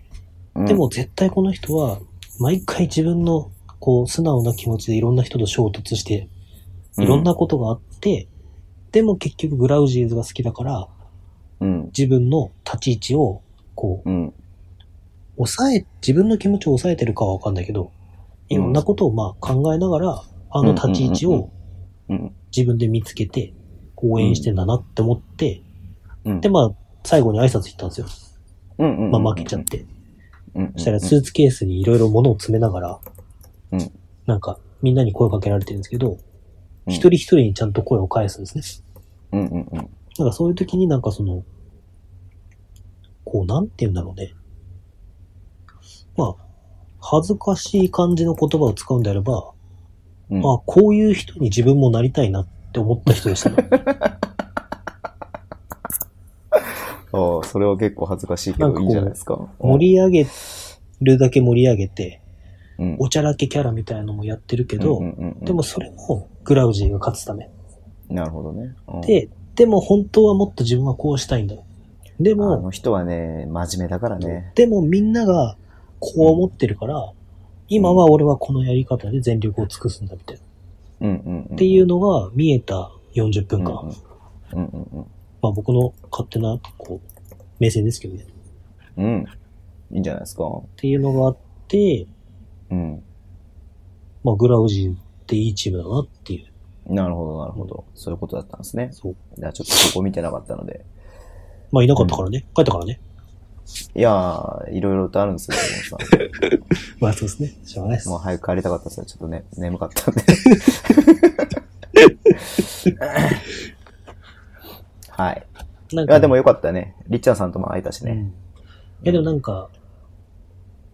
B: でも、絶対この人は、毎回自分の、こう、素直な気持ちでいろんな人と衝突して、いろんなことがあって、でも結局グラウジーズが好きだから、
C: うん、
B: 自分の立ち位置を、こう、
C: うん、
B: 抑え、自分の気持ちを抑えてるかはわかんないけど、いろんなことをまあ考えながら、あの立ち位置を
C: うん、
B: 自分で見つけて、応援してんだなって思って、
C: うん、
B: で、まあ、最後に挨拶行ったんですよ。
C: うん、
B: まあ、負けちゃって。
C: うん。
B: そしたら、スーツケースにいろいろ物を詰めながら、
C: うん
B: なんか、みんなに声かけられてるんですけど、
C: うん
B: 一人一人にちゃんと声を返すんですね。
C: うん、うん、うん、
B: なんか、そういう時になんかその、こう、なんて言うんだろうね。まあ、恥ずかしい感じの言葉を使うんであれば、
C: うん。
B: あこういう人に自分もなりたいなって思った人で したね。
C: ああ、それは結構恥ずかしいけど、いいんじゃないですか。
B: 盛り上げるだけ盛り上げて、
C: うん、
B: おちゃらけキャラみたいなのもやってるけ
C: け
B: ど、で
C: で
B: も、それもグラウジーが勝つため。
C: なるほどね。うん、
B: で、でも本当はもっと自分はこうしたいんだ。で
C: あ
B: も、
C: の人はね、真面目だからね。
B: でもみんながこう思ってるから、今は俺はこのやり方で全力を尽くすんだみたいな。
C: うんうんうん。
B: っていうのが見えた40分間。
C: うんうんうん
B: まあ僕の勝手な、こう、目線ですけどね。っ
C: うん。うん。いいんじゃないですか。
B: ていうのがあって、
C: うん。
B: まあ、グラウジーっていいチームだなっていう。
C: なるほど、なるほど。そういうことだったんですね。
B: そう。
C: いや、ちょっとここ見てなかったので。
B: まあ、いなかったからね。帰ったからね。
C: いやー、いろいろとあるんですけど、皆
B: まあ、そうですね。しょうがないで
C: さ
B: す
C: ん。も。う早く帰りたかったですよ。ちょっとね、眠かったんで。 はい。
B: なん
C: い
B: か
C: や、でもよかったね。りっちゃんさんとも会えたし
B: うん。
C: ね。
B: いや、でもなんか、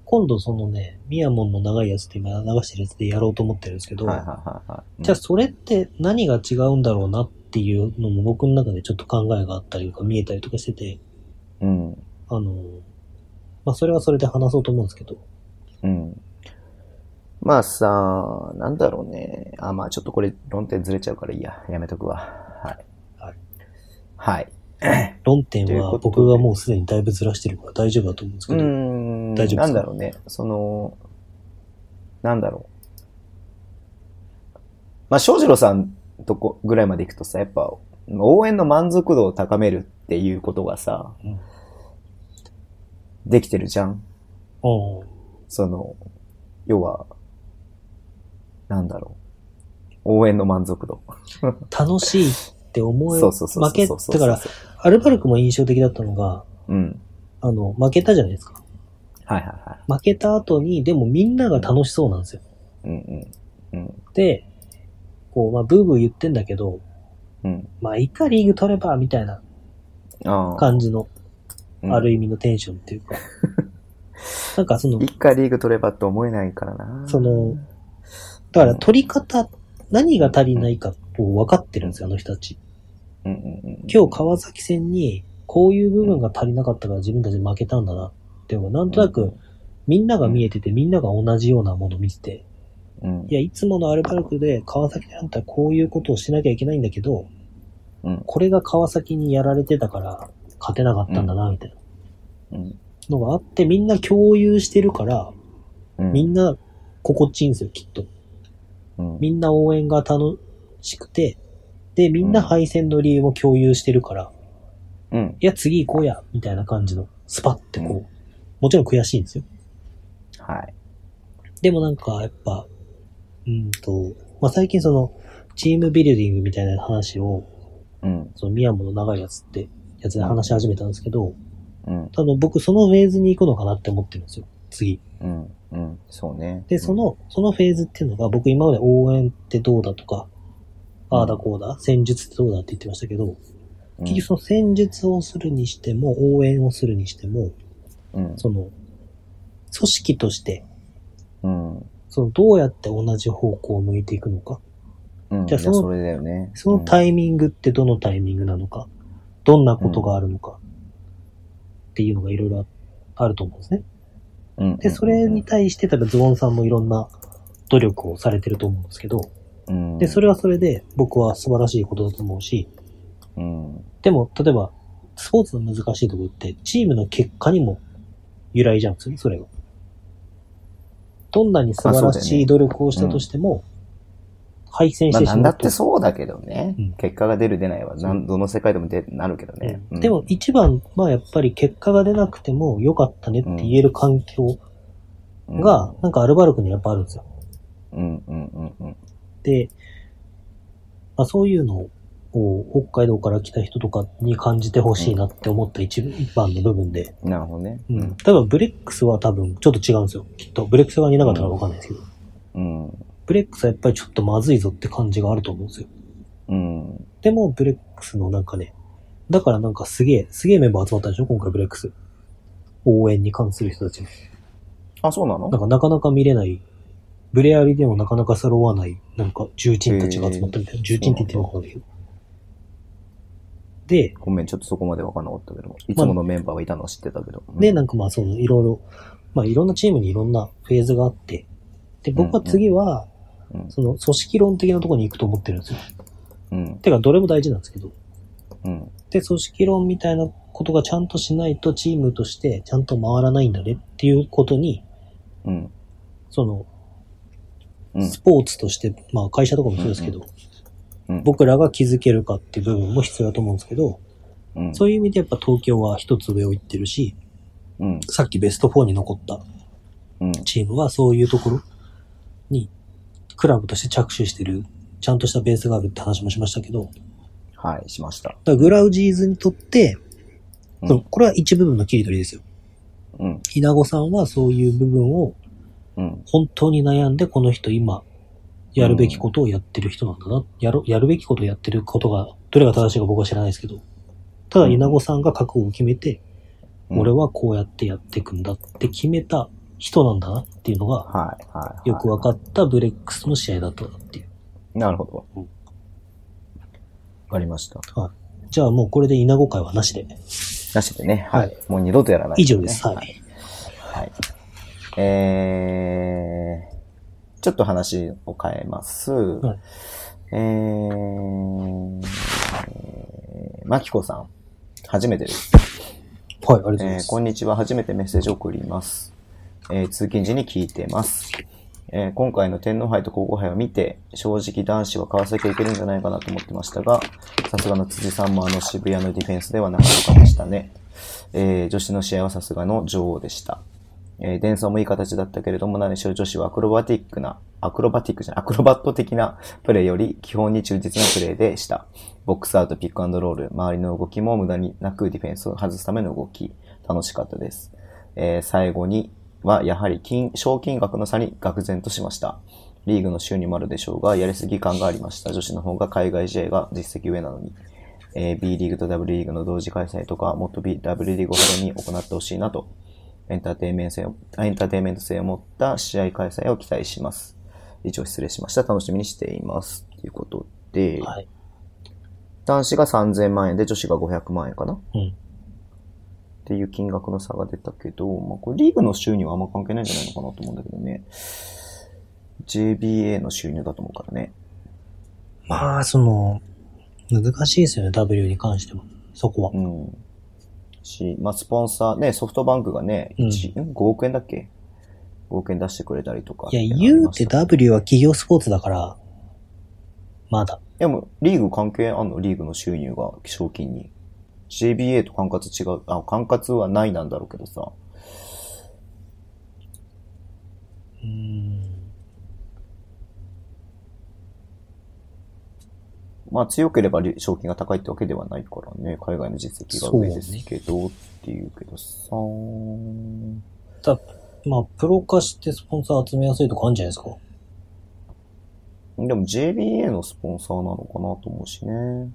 B: 今度そのね、ミヤモンの長いやつって今流してるやつでやろうと思ってるんですけど、
C: はいはいはいはい。
B: じゃあそれって何が違うんだろうなっていうのも僕の中でちょっと考えがあったりとか見えたりとかしてて、
C: うん。
B: あの、まあそれはそれで話そうと思うんですけど、
C: うん。まあさ、なんだろうね。あ、まあちょっとこれ論点ずれちゃうからいいや。やめとくわ。はい。
B: はい。
C: はい。
B: 論点
C: というこ
B: は
C: とで
B: 僕がもうすでにだいぶずらしてるから大丈夫だと思うんです
C: う
B: けど、
C: ーん。
B: 大丈夫ですか
C: なんだろうね。その、なんだろう。まあ、翔士郎さんとこぐらいまで行くとさ、やっぱ、応援の満足度を高めるっていうことがさ、
B: うん
C: できてるじゃん。
B: うん
C: その、要は、なんだろう。応援の満足度。
B: 楽しいって思え、
C: そうそうそうそう
B: 負け、
C: そうそう
B: だから、アルバルクも印象的だったのが、
C: うん。
B: あの、負けたじゃないですか。
C: はいはいは
B: 負けた後に、でもみんなが楽しそうなんですよ。
C: い。うんうん。うん。
B: で、こう、まあ、ブーブー言ってんだけど、
C: うん。
B: まあ、いいかリーグ取れば、みたいな
C: ああ。
B: 感じの、ある意味のテンションっていう か。なんかその
C: うん。、一回リーグ取ればと思えないからな。
B: その、だから取り方、何が足りないかを分かってるんですよ、あの人たち。
C: うんうんうん。
B: 今日川崎戦に、こういう部分が足りなかったから自分たち負けたんだな。っていうのが、なんとなく、みんなが見えてて、みんなが同じようなものを見てて、
C: うん、
B: いや、いつものアルバルクで川崎であんたこういうことをしなきゃいけないんだけど、
C: うん、
B: これが川崎にやられてたから勝てなかったんだな、みたいな
C: うん、
B: のがあって、みんな共有してるから、
C: うん。
B: みんな心地いいんですよ、きっと。
C: うん、
B: みんな応援が楽しくて、で、みんな敗戦の理由も共有してるから、
C: うん。
B: いや、次行こうや、みたいな感じの、スパってこう、もちろん悔しいんですよ。
C: はい。
B: でもなんか、やっぱ、うんと、まあ、最近その、チームビルディングみたいな話を、
C: うん、
B: その宮本の長いやつってやつで話し始めたんですけど、
C: うん、
B: 多分僕そのフェーズに行くのかなって思ってるんですよ。次。
C: うん、うん。そうね。
B: で、そ、の、そのフェーズっていうのが僕今まで応援ってどうだとか、
C: うん
B: ああだこうだ、戦術ってどうだって言ってましたけど、
C: うん、
B: 結局その戦術をするにしても、応援をするにしても、
C: うん、
B: その、組織として、
C: うん、
B: そのどうやって同じ方向を向いていくのか、
C: うん。
B: じゃあ
C: い
B: そ
C: や
B: の
C: それだよね。
B: そのタイミングってどのタイミングなのか、どんなことがあるのか、っていうのがいろいろあると思うんですね。
C: うん、
B: で、それに、対して多分ズボンさんもいろんな努力をされてると思うんですけど、
C: うん、
B: で、それはそれで僕は素晴らしいことだと思うし、
C: うん、
B: でも、例えば、スポーツの難しいところって、チームの結果にも由来じゃんですよね、それが。どんなに素晴ら
C: まあそうだよ
B: し
C: ね
B: い努力をしたとしても、敗戦し
C: まあ、
B: てし
C: なん
B: ま
C: だ
B: う
C: っ
B: と
C: て。そうだけどね。
B: うん
C: 結果が出る出ないは、なんどの世界でも出なるけどね。
B: うんでも、一番はやっぱり結果が出なくても良かったねって言える環境
C: うん
B: が、、なんかアルバルクにやっぱあるんですよ。
C: うん、うん、うん、うん。
B: で、まあ、そういうのを北海道から来た人とかに感じてほしいなって思った一番の部分で、
C: なるほどね。
B: うん、例えばブレックスは多分ちょっと違うんですよ。きっとブレックス側にいなかったからわかんないですけど、
C: うん、
B: ブレックスはやっぱりちょっとまずいぞって感じがあると思うんですよ。
C: うん。
B: でもブレックスのなんかね、だからなんかすげえ、すげえメンバー集まったでしょ今回ブレックス。応援に関する人たち。
C: あ、そうなの
B: なんかなかなか見れない、ブレアリでもなかなか揃わない、なんか重鎮たちが集まったみたいな。重鎮って言ってるのかわかんないけど。で、
C: ごめん、ちょっとそこまでわかんなかったけど、いつものメンバーがいたのは知ってたけど。
B: で、なんかまあそのいろいろ、まあいろんなチームにいろんなフェーズがあって、で、僕は次は
C: うんうん、
B: その組織論的なところに行くと思ってるんですよ。
C: うん、
B: てか、どれも大事なんですけど。
C: うん、
B: で、組織論みたいなことがちゃんとしないとチームとしてちゃんと回らないんだねっていうことに、
C: うん、
B: その、
C: うん
B: ス。ポーツとして、まあ会社とかもそうですけど、
C: うん
B: 僕らが気づけるかっていう部分も必要だと思うんですけど、
C: うん、
B: そういう意味でやっぱ東京は一つ上を行ってるし、
C: うん、
B: さっきベスト4に残った
C: うん、
B: チームはそういうところにクラブとして着手してる、ちゃんとしたベースがあるって話もしましたけど、
C: はい、しました。
B: だからグラウジーズにとって、
C: うん
B: そのこれは一部分の切り取りですよ。
C: うん、
B: 稲子さんはそういう部分を
C: うん、
B: 本当に悩んで、この人今、やるべきことをやってる人なんだな。やろ、やるべきことをやってることが、どれが正しいか僕は知らないですけど、ただ稲子さんが覚悟を決めて、
C: うん
B: 俺はこうやってやっていくんだって決めた人なんだなっていうのが、
C: はい、はい、はい。
B: よくわかったブレックスの試合だったなっていう。
C: なるほ
B: う
C: ど。
B: ん
C: わかりました。
B: じゃあもうこれで稲子会はなしで。
C: なしでね、はい。
B: はい
C: もう二度とやらない、
B: 以上です。は
C: はい。
B: い。
C: はい。えー、ちょっと話を変えます。
B: い
C: えー、まきこさん、初めてです。
B: はい、ありがとうござい
C: え
B: ま
C: ー
B: す。
C: こんにちは。初めてメッセージを送ります。えー通勤時に聞いてます。えー今回の天皇杯と皇后杯を見て、正直男子は川崎いけるんじゃないかなと思ってましたが、さすがの辻さんもあの渋谷のディフェンスではなかったでしたね。えー女子の試合はさすがの女王でした。えー、伝送もいい形だったけれども、何しろ女子はアクロバティックな、アクロバティックじゃない、アクロバット的なプレーより基本に忠実なプレーでした。ボックスアウト、ピックアンドロール、周りの動きも無駄になくディフェンスを外すための動き、楽しかったです。えー最後には、やはり金、賞金額の差に愕然としました。リーグの週にもあるでしょうが、やりすぎ感がありました。女子の方が海外試合が実績上なのに。えー B リーグと W リーグの同時開催とか、もっと B、W リーグほどに行ってほしいなと、エンターテインメント性を、エンターテインメント性を持った試合開催を期待します。以上失礼しました。楽しみにしています。ということで、
B: はい。
C: 男子が3000万円で女子が500万円かな
B: うん。
C: っていう金額の差が出たけど、まあ、これリーグの収入はあんま関係ないんじゃないのかなと思うんだけどね。JBA の収入だと思うからね。
B: まあ、その、難しいですよね、W に関しても。そこは
C: う。ん。し、まあ、スポンサー、ね、ソフトバンクがね、
B: うん
C: 1、ん、5億円だっけ ?5 億円出してくれたりとか。
B: いや、言うて。W は企業スポーツだから、まだ。
C: でも、リーグ関係あんのリーグの収入が賞金に。JBA と管轄違う、あ、管轄はないなんだろうけどさ。
B: うーん。
C: まあ強ければり賞金が高いってわけではないからね、海外の実績が上ですけど、っていうけどさ、
B: たまあ、プロ化してスポンサー集めやすいとかあるんじゃないですか。
C: でも JBA のスポンサーなのかなと思うしね。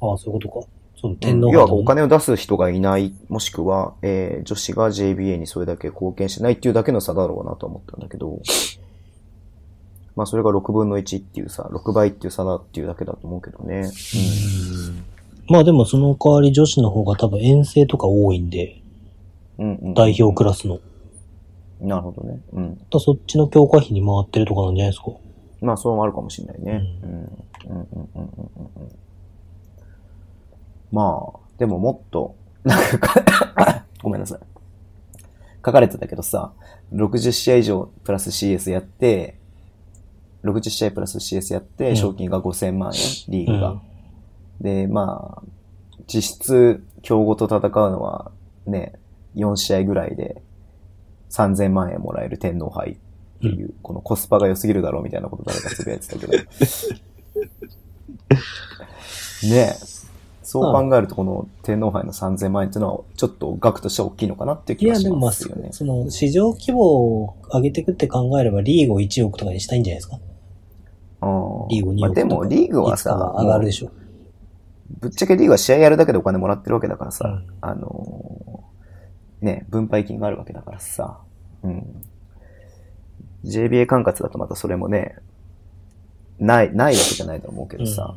B: ああ、そういうことか。その天皇
C: 要は
B: と
C: お金を出す人がいない、もしくは、えー女子が JBA にそれだけ貢献しないっていうだけの差だろうなと思ったんだけど、まあそれが6分の1っていうさ、6倍っていう差だっていうだけだと思うけど
B: う
C: ね。
B: んまあでもその代わり女子の方が多分遠征とか多いんで、
C: うんうん。
B: 代表クラスの。だか
C: なるほどね。うん。
B: らそっちの強化費に回ってるとかなんじゃないですか。
C: まあ、そうもあるかもしれないね。う。
B: うん
C: うんうんうんうんうんうん。まあ、でももっと、 なんかかごめんなさい。書かれてたけどさ、60試合以上プラス CS やって、60試合プラス CS やっ
B: う
C: て、
B: ん
C: 賞金が5000万円、リーグ
B: う
C: が
B: ん。
C: で、まあ、実質、競合と戦うのは、ね、4試合ぐらいで3000万円もらえる天皇杯っていう、このコスパが良すぎるだろうみたいなこと誰かつぶやいてたけど。ねえ。そう考えると、この天皇杯の3000万円っていうのは、ちょっと額としては大きいのかなっていう
B: い
C: 気が
B: や、
C: し
B: でもま
C: ま
B: あ、
C: す
B: そ
C: よね。
B: の、市場規模を上げていくって考えれば、リーグを1億とかにしたいんじゃないですか。
C: うん
B: リーグ2
C: まあ
B: 億とか。
C: でも、リーグはい
B: つか
C: さ、
B: 上がるでしょ。
C: ぶっちゃけリーグは試合やるだけでお金もらってるわけだからさ、
B: うん
C: あのーね、分配金があるわけだからさ、うん。JBA 管轄だとまたそれもね、ない、ないわけじゃないと思うけどさ、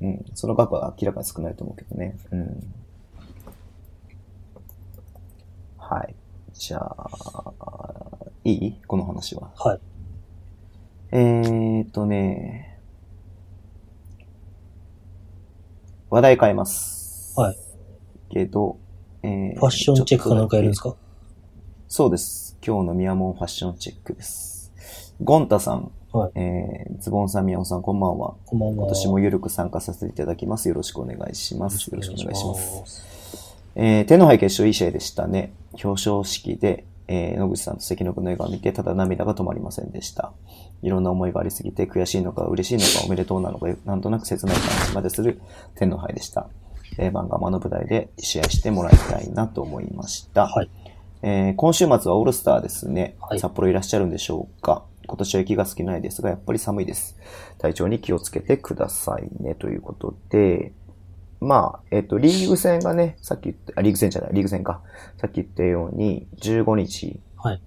C: うん、その額は明らかに少ないと思うけどね、うん。はい。じゃあ、いいこの話は。
B: はい。
C: えーっとね、話題変えます。
B: はい。
C: けど、えー
B: ファッションチェックかなんかやるんです
C: か
B: か
C: そうです。今日のミヤモンファッションチェックです。ゴンタさん、
B: はい
C: えーズボンさん、ミヤモンさん、こんばんは。
B: こんばんは。
C: 今年もゆるく参加させていただきます。よろしくお願いします。よろしくお願いします。
B: す。
C: えー、天皇杯決勝いい試合でしたね。表彰式で、えー野口さんと関野君の映画を見て、ただ涙が止まりませんでした。いろんな思いがありすぎて、悔しいのか、嬉しいのか、おめでとうなのか、なんとなく切ない感じまでする天の杯でした。えー、漫画の舞台で試合してもらいたいなと思いました。
B: はい。
C: えー今週末はオールスターですね。
B: はい
C: 札幌いらっしゃるんでしょうか今年は雪が少ないですが、やっぱり寒いです。体調に気をつけてくださいね、ということで、まあ、えっ、と、リーグ戦がね、さっき言って、あ、リーグ戦じゃない、リーグ戦か。さっき言ったように、15日
B: はい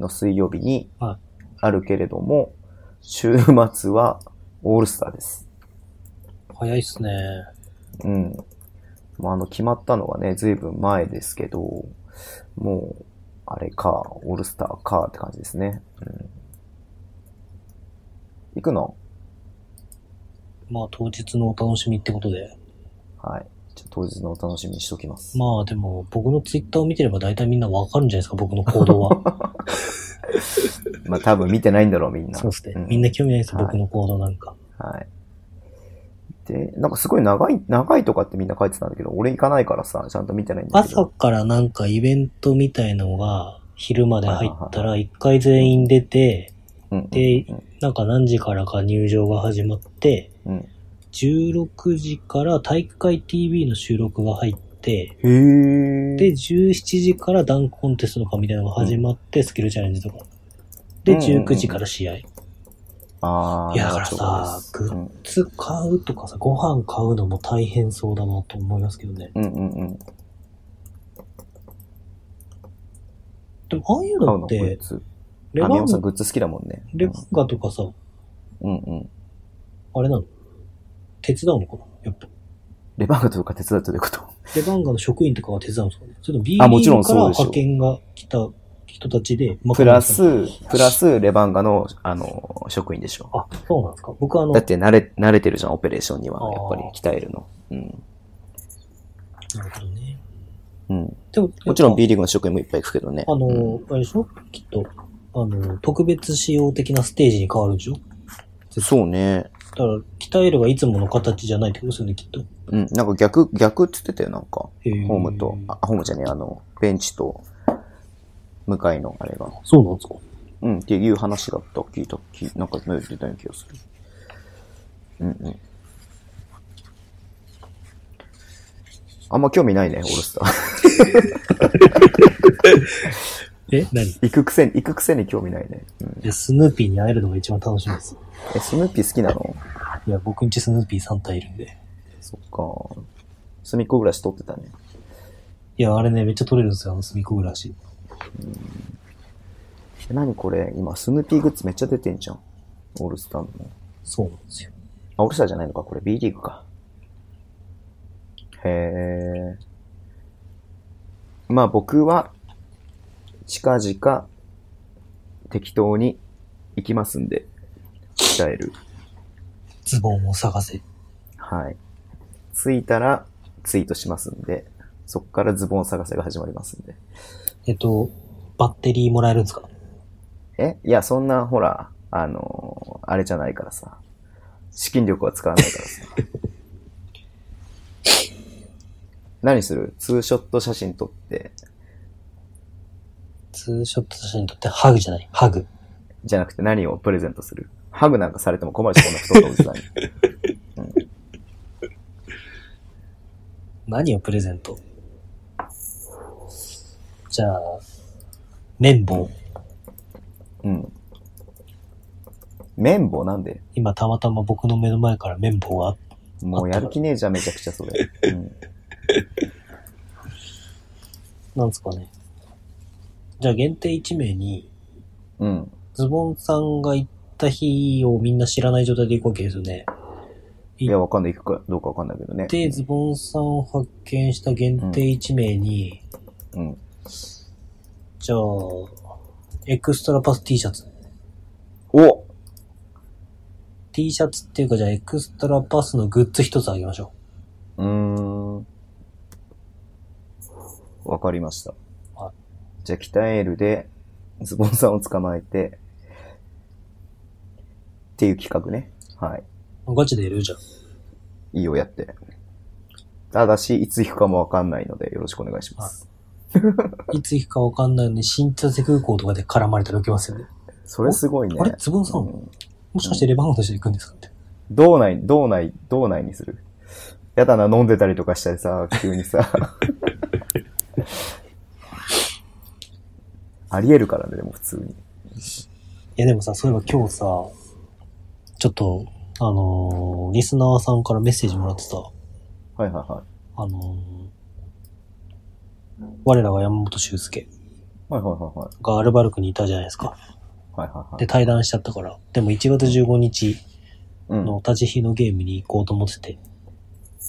C: の水曜日に
B: は
C: あるけれども、週末はオールスターです。
B: 早いっすね。
C: うん。まあ、あの、決まったのはね、ずいぶん前ですけど、もう、あれか、オールスターかって感じですね。うん。行くの
B: まあ当日のお楽しみってことで。
C: はい。じゃあ当日のお楽しみにしときます。
B: まあでも僕のツイッターを見てれば大体みんなわかるんじゃないですか、僕の行動 は。
C: まあ、多分見てないんだろう、みんな。
B: そうですね
C: ん。
B: みんな興味ないです、
C: はい
B: 僕の行動なんか。
C: はい。で、なんかすごい長い、長いとかってみんな書いてたんだけど、俺行かないからさ、ちゃんと見てないんだけ
B: 朝
C: ど。
B: からなんかイベントみたいのが昼まで入ったら一回全員出て、
C: うん
B: で、なんか何時からか入場が始まって、
C: うん。うん
B: 16時から体育会 TV の収録が入って、
C: へー。
B: で、17時からダンクコンテストとかみたいなのが始まって、スキルチャレンジとか。で、
C: うんうんうん
B: 19時から試合。
C: あー、
B: いやだからさ
C: なんちょうどです
B: 靴買うとかさ、ご飯買うのも大変そうだなと思いますけどね。
C: うん、うんうんうん。
B: でも、ああいう
C: 買う
B: の
C: の
B: っ
C: グ
B: て
C: ッ、ズ。
B: レ
C: あ、
B: バ
C: 宮本さん
B: ン
C: グッズ好きだもんね。
B: レバンガとかさ、
C: うんうん。
B: あれなの手伝うのかなやっぱ。
C: レバンガとか手伝うということ。
B: レバンガの職員とかが手伝うんですかねそれとも B リ
C: あも
B: ー
C: ちろ
B: グ
C: ん
B: か
C: そ
B: ら
C: うでしょ
B: 派遣が来た人たちで、まあ
C: プラス、プラス、レバンガの、あの、職員でしょ。
B: あ、そうなんですか僕あの、
C: だって慣れ、慣れてるじゃん、オペレーションには。やっぱり
B: あー
C: 鍛えるの。うん。
B: なるほどね。
C: うん。
B: でも、
C: もちろん
B: やっ
C: B リーグの職員もいっぱい行くけどね。
B: ぱあ
C: うん
B: の、あれでしょきっと、あの、特別仕様的なステージに変わるでしょだ
C: そうね。
B: から、鍛えるがいつもの形じゃないってことですよね、きっと。
C: うん。なんか逆、逆って言ってたよ、なんか。
B: へー
C: ホームと、あ、ホームじゃねえ、あの、ベンチと、向かいの、あれが。
B: そうなんですか
C: うん、っていう話だった。聞いた、聞いなんかメール出たような気がする。うんうん。あんま興味ないね、オールスター。
B: え何
C: 行くくせに、行くくせに興味ないね。うん、
B: でスヌーピーに会えるのが一番楽しみです。
C: え、スヌーピー好きなの
B: いや、僕んちスヌーピー3体いるんで。
C: そっか。隅っこ暮らし撮ってたね。
B: いや、あれね、めっちゃ取れるんですよ、あの隅っこ暮らし。
C: え、何これ今、スヌーピーグッズめっちゃ出てんじゃん。オールスターの。
B: そうなんですよ。
C: あ、オールスターじゃないのか、これ B リーグか。へえ。まあ僕は、近々、適当に行きますんで、鍛える。
B: ズボンを探せ。
C: はい。着いたら、ツイートしますんで、そっからズボン探せが始まりますんで。
B: えっと、バッテリーもらえるんですか
C: えいや、そんな、ほら、あのーあれじゃないからさ。資金力は使わないからさ。 何するツーショット写真撮って、
B: ツーショット写真にとってハグじゃない。ハグ。
C: じゃなくて何をプレゼントするハグなんかされても困るし、こんな太ったおじさんに。
B: 何をプレゼントじゃあ、綿棒。
C: うん。綿棒なんで
B: 今たまたま僕の目の前から綿棒があっ
C: もうやる気ねえじゃん、めちゃくちゃそれ。うん。
B: なんですかね。じゃあ限定1名に、
C: うん。
B: ズボンさんが行った日をみんな知らない状態で行くわけですよね。
C: いや、わかんない。行くかどうかわかんないけどね。
B: で、ズボンさんを発見した限定1名に、
C: うん。
B: じゃあ、エクストラパス T シャツ。
C: お
B: T シャツっていうか、じゃあエクストラパスのグッズ一つあげましょ
C: うーん。わかりました
B: は。
C: じゃあ、鍛えるで、ズボンさんを捕まえて、っていう企画ね。はい。
B: う。ガチでやるじゃん。
C: いいよ、やって。ただし、いつ行くかもわかんないので、よろしくお願いします。
B: いつ行くかわかんないのに、新千歳空港とかで絡まれたら受けますよね。
C: それすごいね。
B: あれズボンさん
C: うん
B: もしかしてレバーノとして行くんですかって。
C: 道内、道内、道内にする。やだな、飲んでたりとかしたりさ、急 にさ。あり得るからね、でも普通に。
B: いや、でもさ、そういえば今日さ、ちょっと、あのーリスナーさんからメッセージもらってた。
C: はいはいはい。
B: あのー我らが山本修介
C: はいはいはいはい。
B: がアルバルクにいたじゃないですか。
C: はいはいはい
B: で、。対談しちゃったから。でも1月15日
C: うん。
B: の立ち日のゲームに行こうと思ってて、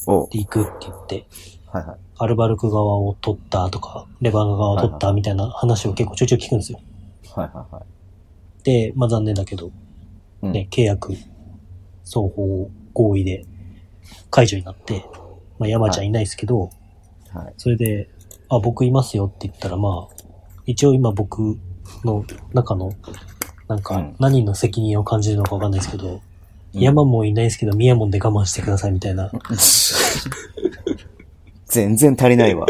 C: お
B: で行くって言って、
C: はいはい。
B: アルバルク側を取ったとか、レバンガ側を取ったみたいな話を結構ちょいちょい聞くんですよ。
C: はいはいはい。
B: で、まあ残念だけど、
C: うん
B: ね、契約、双方合意で解除になって、まあ山ちゃんいないですけど、
C: はい。
B: それで、あ、僕いますよって言ったら、まあ、一応今僕の中の、なん
C: う
B: か
C: ん、
B: 何の責任を感じるのかわかんないですけど、
C: うん
B: 山もいないですけど、宮門で我慢してくださいみたいな。
C: 全然足りな いわ。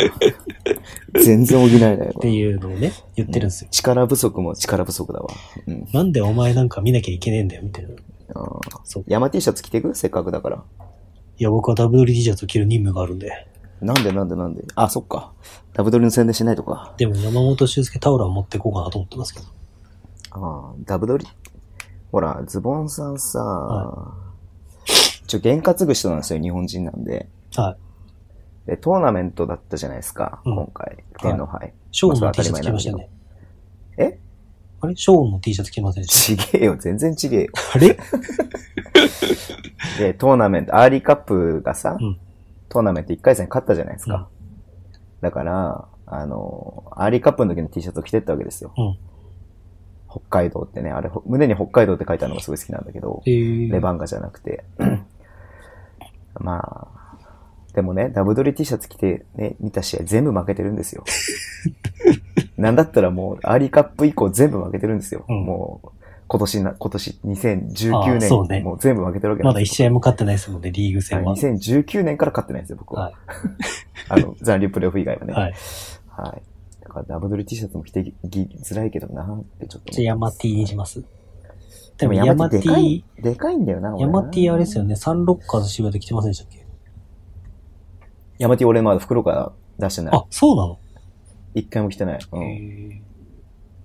C: 全然補えないわ
B: って。いうのをね、言ってるんですよ。
C: 力不足も力不足だわ。うん。
B: なんでお前なんか見なきゃいけねえんだよ、みたいな。
C: あー
B: そう。
C: 山 T シャツ着てくせっかくだから。
B: いや、僕は WD シャツを着る任務があるんで。
C: なんでなんでなんで。あ、そっか。ダブドリの宣伝しないとか。
B: でも山本修介タオルは持っていこうかなと思ってますけど。
C: ああ、ダブドリ。ほら、ズボンさんさ、
B: は
C: ちょ、験担ぐ人なんですよ、日本人なんで。
B: はい。
C: で、トーナメントだったじゃないですか、
B: うん
C: 今回、天皇杯。
B: ショーン
C: ま
B: の
C: あ
B: T
C: それ
B: シャ
C: は
B: ツ着まし
C: 当たり前なんだけ
B: たよ
C: ど
B: ね。
C: え
B: あれショーンの T シャツ着ませんでした。
C: ちげえよ、全然ちげえよ。
B: あれ
C: で、トーナメント、アーリーカップがさ、
B: うん
C: トーナメント1回戦勝ったじゃないですか。だから、あの、アーリーカップの時の T シャツを着てったわけですよ。
B: うん
C: 北海道ってね、あれ、ほ胸に北海道って書いてあるのがすごい好きなんだけど、
B: えー
C: レバンガじゃなくて。まあ、でもね、ダブドリ T シャツ着てね、見た試合全部負けてるんで すよ。なんだったらもう、アーリーカップ以降全部負けてるんですよ。
B: うん
C: もう、今年な、今年
B: あ
C: 2019
B: あ
C: 年、
B: そうね
C: もう全部負けてるわけな
B: ま
C: ん
B: だ
C: で
B: 1
C: す
B: 試合も勝ってないですもんね、リーグ戦は。
C: はい2019年から勝ってないんですよ、僕は。
B: はい。
C: あの、残留プレーオフ以外はね。はい。
B: はい。
C: だから、ダブドリ T シャツも着てきづらいけどなってちょっと
B: じゃあ、
C: ね。
B: ヤマティにします。で
C: でも
B: も、
C: ヤ
B: ヤ
C: マ
B: マ
C: テ
B: テ
C: ィでか
B: ィ
C: い、、でかいんだよな、
B: ヤマティあれですすよね、サンロッカーズ渋谷で来てませんでしたっけ
C: ヤマティ俺まだ袋から出してない
B: あ。、そうなの
C: 一回も着てない。うん。
B: へ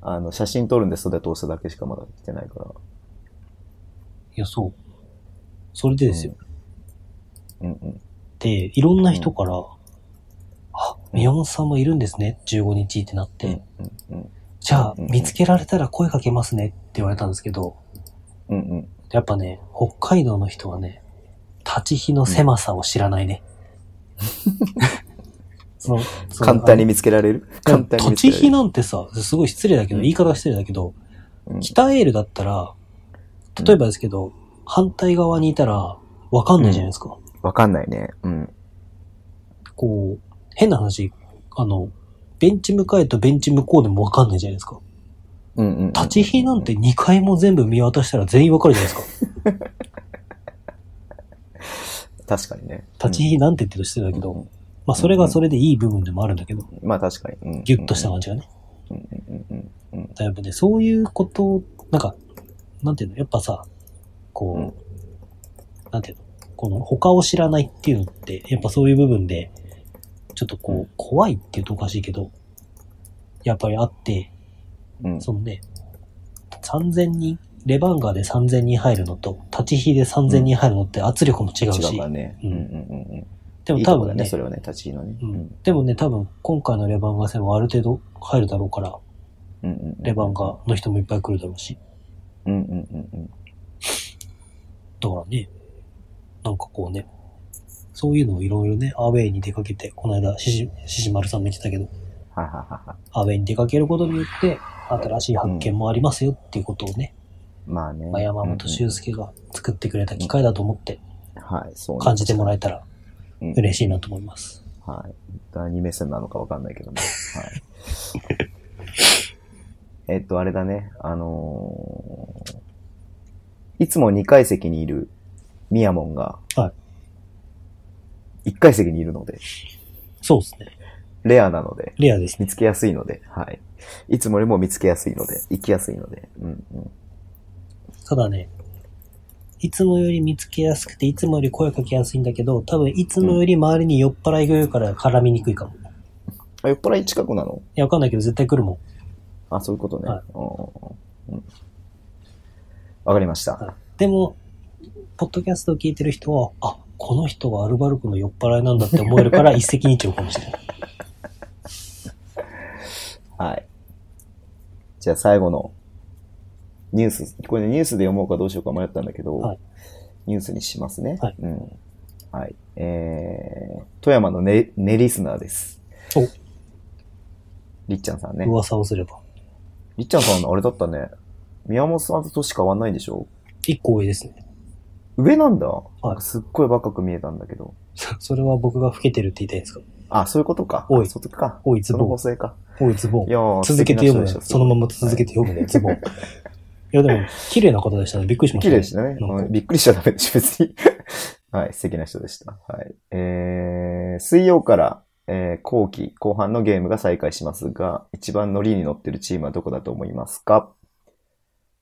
C: あの、写真撮るんで袖通すだけしかまだ来てないから。
B: ーいや、そう。それでですよ。
C: うんうん。
B: で、いろんな人から、あ、宮本さんもいるんですね、15日ってなって。
C: うんうん。
B: じゃあ、
C: うん
B: 見つけられたら声かけますねって言われたんですけど、
C: うんうん。
B: やっぱね、北海道の人はね、立ち日の狭さを知ら ないね。 そのその
C: 簡単に見つけられる簡単に
B: 土
C: 見つ
B: 地
C: けられ
B: 比
C: る。
B: なんてさ、すごい失礼だけど、
C: うん
B: 言い方が失礼だけど、
C: うん
B: 北エールだったら、例えばですけど、反対側にいたら、わかんないじゃないですか。
C: わかんないね。うん。
B: こう、変な話、あの、ベンチ向かいとベンチ向こうでもわかんないじゃないですか。
C: うんうんうん。
B: 立ち比なんて2回も全部見渡したら全員わかるじゃないですか。
C: 確かにね。
B: 立ち比なんてって言うと失礼だけど、まあそれがそれでいい部分でもあるんだけど、
C: うん。まあ確かに。うん
B: ギュッとした感じがね。
C: うんうんうんうん。
B: だいぶね、そういうこと、なんか、なんていうの、やっぱさ、
C: う
B: こう、なんていうの、この他を知らないっていうのって、やっぱそういう部分で、ちょっとこう、
C: うん
B: 怖いって言うとおかしいけど、やっぱりあって、
C: うんうん。
B: そのね、3000人、レバンガで3000人入るのと、立ち火で3000人入るのって圧力も違うし、
C: 違うからね。う
B: うんん
C: うんうん
B: で
C: うん。
B: も
C: い
B: 多
C: いとこだ
B: 分ね
C: ね、それはね、立ち入りのね。
B: う
C: うんん
B: でもね、多分今回のレバンガ戦はある程度入るだろうから、
C: うんうん。
B: レバンガの人もいっぱい来るだろうし、
C: うんうんうんうん。
B: だからね、なんかこうね、そういうのをいろいろね、アウェイに出かけて、この間、しし、ししまるさんも言ってたけど、
C: はいはいはいはい。
B: アウェイに出かけることによって、新しい発見もありますよっていうことをね、
C: まあね。
B: まあ山本
C: 修
B: 修介が作ってくれた機会だと思って
C: はい、そうね
B: 感じてもらえたら
C: うん
B: 嬉しいなと思います。
C: はい。何目線なのかわかんないけども。 はい。えっと、あれだね。あのーいつも2階席にいるミヤモンが、
B: は
C: 1階席にいるので、
B: そうですね。
C: レアなので、
B: レアですね。
C: 見つけやすいので、はい。いつもよりも見つけやすいので、行きやすいので、うんうん。
B: ただね、いつもより見つけやすくて、いつもより声かけやすいんだけど、多分いつもより周りに酔っ払いがいるから絡みにくいかも。い
C: あ、酔っ払い近くなの
B: や、わかんないけど絶対来るもん。
C: あ、そういうことね。
B: はい
C: うんうんうんわかりました。
B: でも、ポッドキャストを聞いてる人は、あ、この人はアルバルクの酔っ払いなんだって思える から一石二鳥かもしれない。
C: はい。じゃあ最後のニュース、これねニュースで読もうかどうしようか迷ったんだけど、
B: はい
C: ニュースにしますね。
B: はい
C: うん。はい。えー、富山のね、ねリスナーです。りっちゃんさんね
B: お、。噂をすれば。
C: りっちゃんさんあれだったね。宮本さんと年変わんないんでしょ
B: 一個多いですね。
C: 上なんだ、
B: い
C: なんかすっごい若く見えたんだけど。
B: それは僕が老けてるって言いたいんですか
C: あ、そういうことか。
B: おい
C: あそういうことか。
B: おいズ
C: そ
B: ボ
C: の
B: ン
C: 補正か。
B: 多いズボン
C: い。やー
B: 続けて読むね。そのま。ま
C: 素敵な人
B: 続けて読むね、ズボン。いや、でも、綺麗な方でしたね。びっくりしました、
C: 綺麗でしたね。
B: なんか
C: うんびっくりしちゃダメでしょ、別に。 はい、素敵な人でした。はい。えー、水曜から、えー後期、後半のゲームが再開しますが、一番乗りに乗ってるチームはどこだと思いますか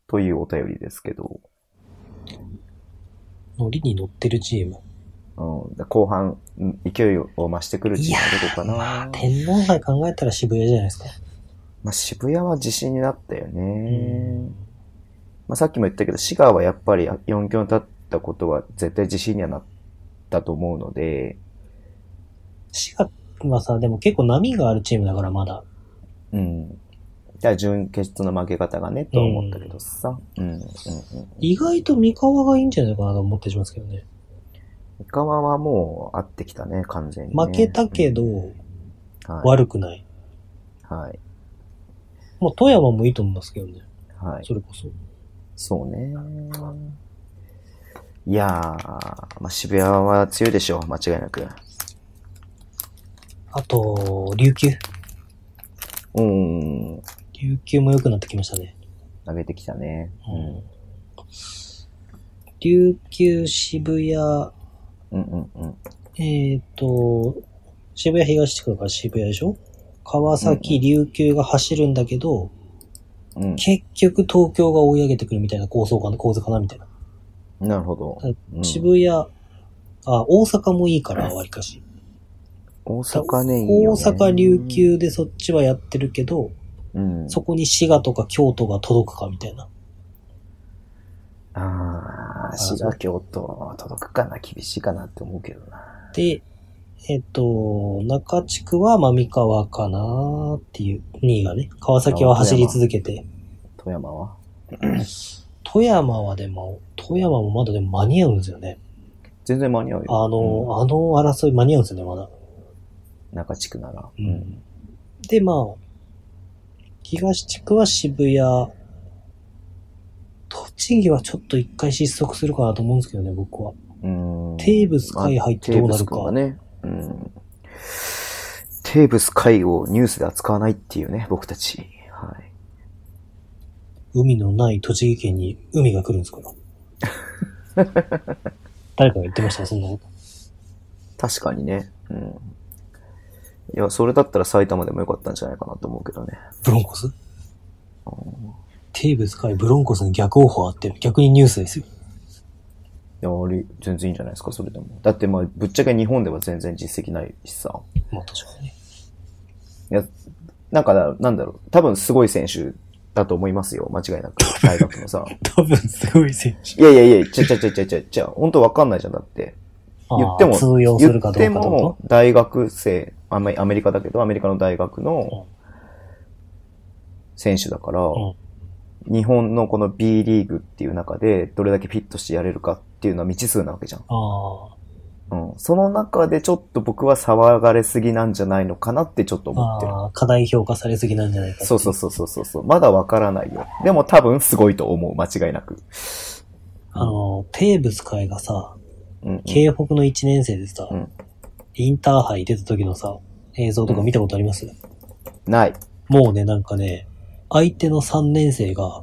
C: というお便りですけど、
B: ノリに乗ってるチーム。
C: うん、後半、うん勢いを増してくるチームはどこかな
B: まあ、天皇杯考えたら渋谷じゃないですか。
C: まあ、渋谷は自信になったよね。
B: ん
C: まあ、さっきも言ったけど、滋賀はやっぱり4強に立ったことは絶対自信にはなったと思うので、
B: 滋賀はさ、でも結構波があるチームだから、まだ。
C: うん。だから準決の負け方がね、とは思ったけどさ。うん。うんうん
B: 意外と三河がいいんじゃないかなと思ってしますけどね。
C: 三河はもう合ってきたね、完全にね、
B: 負けたけど、
C: うん、はい。
B: 悪くない。
C: はい。
B: もう富山もいいと思いますけどね。
C: はい。
B: それこそ。
C: そうね。いやー、まあ、渋谷は強いでしょう、間違いなく。
B: あと、琉球。
C: うん。
B: 琉球も良くなってきましたね。
C: 上げてきたね。うん。
B: 琉球、渋谷、
C: うんうんうん。
B: えっ、と、渋谷東地区だから渋谷でしょ川崎、琉球が走るんだけど、
C: うん。
B: 結局東京が追い上げてくるみたいな構想かな、構図かなみたいな。
C: なるほど。うん
B: 渋谷、あ、大阪もいいから、わりかし。
C: 大阪ね、いい
B: 大
C: よね
B: 阪、琉。球でそっちはやってるけど、
C: うん。
B: そこに滋賀とか京都が届くかみたいな。
C: ああ、滋賀、京都、届くかな、厳しいかなって思うけどな。
B: で、えっと、中地区は三河かなっていう、2位がね。川崎は走り続けて。
C: 富山は
B: 富山はでも、富山もまだでも間に合うんですよね。
C: 全然間に合うよ。
B: あの、あの争い間に合うんですよね、まだ。
C: うん中地区なら。
B: うんで、まあ、東地区は渋谷、栃木はちょっと一回失速するかなと思うんですけどね、僕は。
C: うん。
B: テーブス海入ってどうなるか
C: まあテーブス君はね。うん。テーブス海をニュースで扱わないっていうね、僕たち。はい。
B: 海のない栃木県に海が来るんです から。誰かが言ってました、そんなこと。
C: 確かにね。うん。いや、それだったら埼玉でもよかったんじゃないかなと思うけどね。
B: ブロンコステーブス海ブロンコスに逆オファーって逆にニュースですよ。
C: いや、あれ、全然いいんじゃないですか、それでも。だって、まあ、ぶっちゃけ日本では全然実績ないしさ。
B: まあ確かにね。
C: いや、なんかな、なんだろう。多分すごい選手だと思いますよ、間違いなく。大学 のさ。
B: 多分すごい選手。
C: いやいやいや、ちゃちゃちゃちゃちゃちゃ、本当わかんないじゃん、だって。言っても、
B: あー通用するかどうかって
C: 言って
B: こ
C: も、大学生、アメアメリカだけど、アメリカの大学の選手だから、
B: うん
C: 日本のこの B リーグっていう中で、どれだけフィットしてやれるかっていうのは未知数なわけじゃん。
B: とあ
C: うん。その中でちょっと僕は騒がれすぎなんじゃないのかなってちょっと
B: ー
C: 思ってる。
B: あー、課題評価されすぎなんじゃないかって。
C: そうそうそうそうそうそう。まだわからないよ。でも多分すごいと思う、間違いなく。
B: あの、テーブス海がさ、
C: うん、
B: 京北の1年生でさ、
C: うん
B: インターハイ出た時のさ、映像とか見たことあります、
C: ない。
B: もうね、なんかね、相手の3年生が、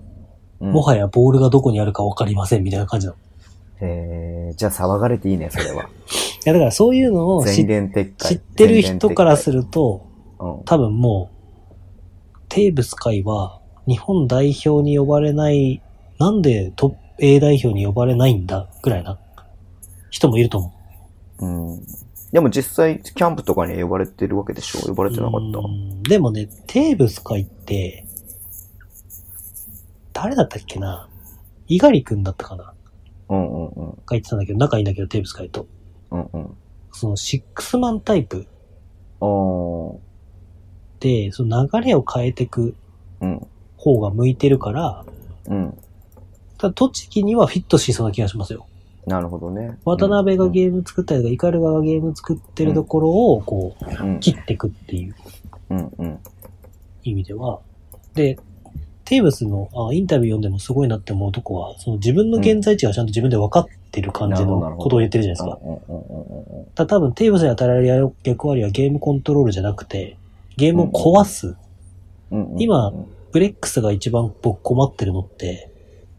C: うん
B: もはやボールがどこにあるかわかりませんみたいな感じなの。い
C: えー、じゃあ騒がれていいね、それは。
B: や、だからそういうのを知
C: 全
B: っ
C: 言撤回。
B: 知ってる人からす
C: る。
B: ると、
C: うん。
B: 多分もう、テーブス海は日本代表に呼ばれない、なんでトップ A 代表に呼ばれないんだぐらいな人もいると思
C: うん。でも実際、キャンプとかに呼ばれてるわけでしょ呼ば
B: う。
C: れてなかっ
B: うんでもね、テーブス海って、誰だったっけな猪狩くんだったかな
C: た。うんうんうん。
B: が言ってたんだけど、仲いいんだけど、テーブス海と。
C: うんうん。
B: そのシックスマンタイプ
C: あー。
B: で、その流れを変えていく
C: うん。
B: 方が向いてるから、
C: うん。
B: ただ栃木にはフィットしそうな気がしますよ。
C: なるほどね。
B: 渡辺がゲーム作ったりとか、イカルガがゲーム作ってるところを、こう、
C: うん
B: 切っていくっていう
C: うんうん。
B: 意味では。で、テーブスのあインタビュー読んでもすごいなって思うとこは、その自分の現在地がちゃんと自分で分かってる感じ
C: うんなるほ
B: の
C: どなるほど
B: ことを言ってるじゃないですか。ただ多分テーブスに与えられる役割はゲームコントロールじゃなくて、ゲームを壊す。今ブレックスが一番僕困ってるのって、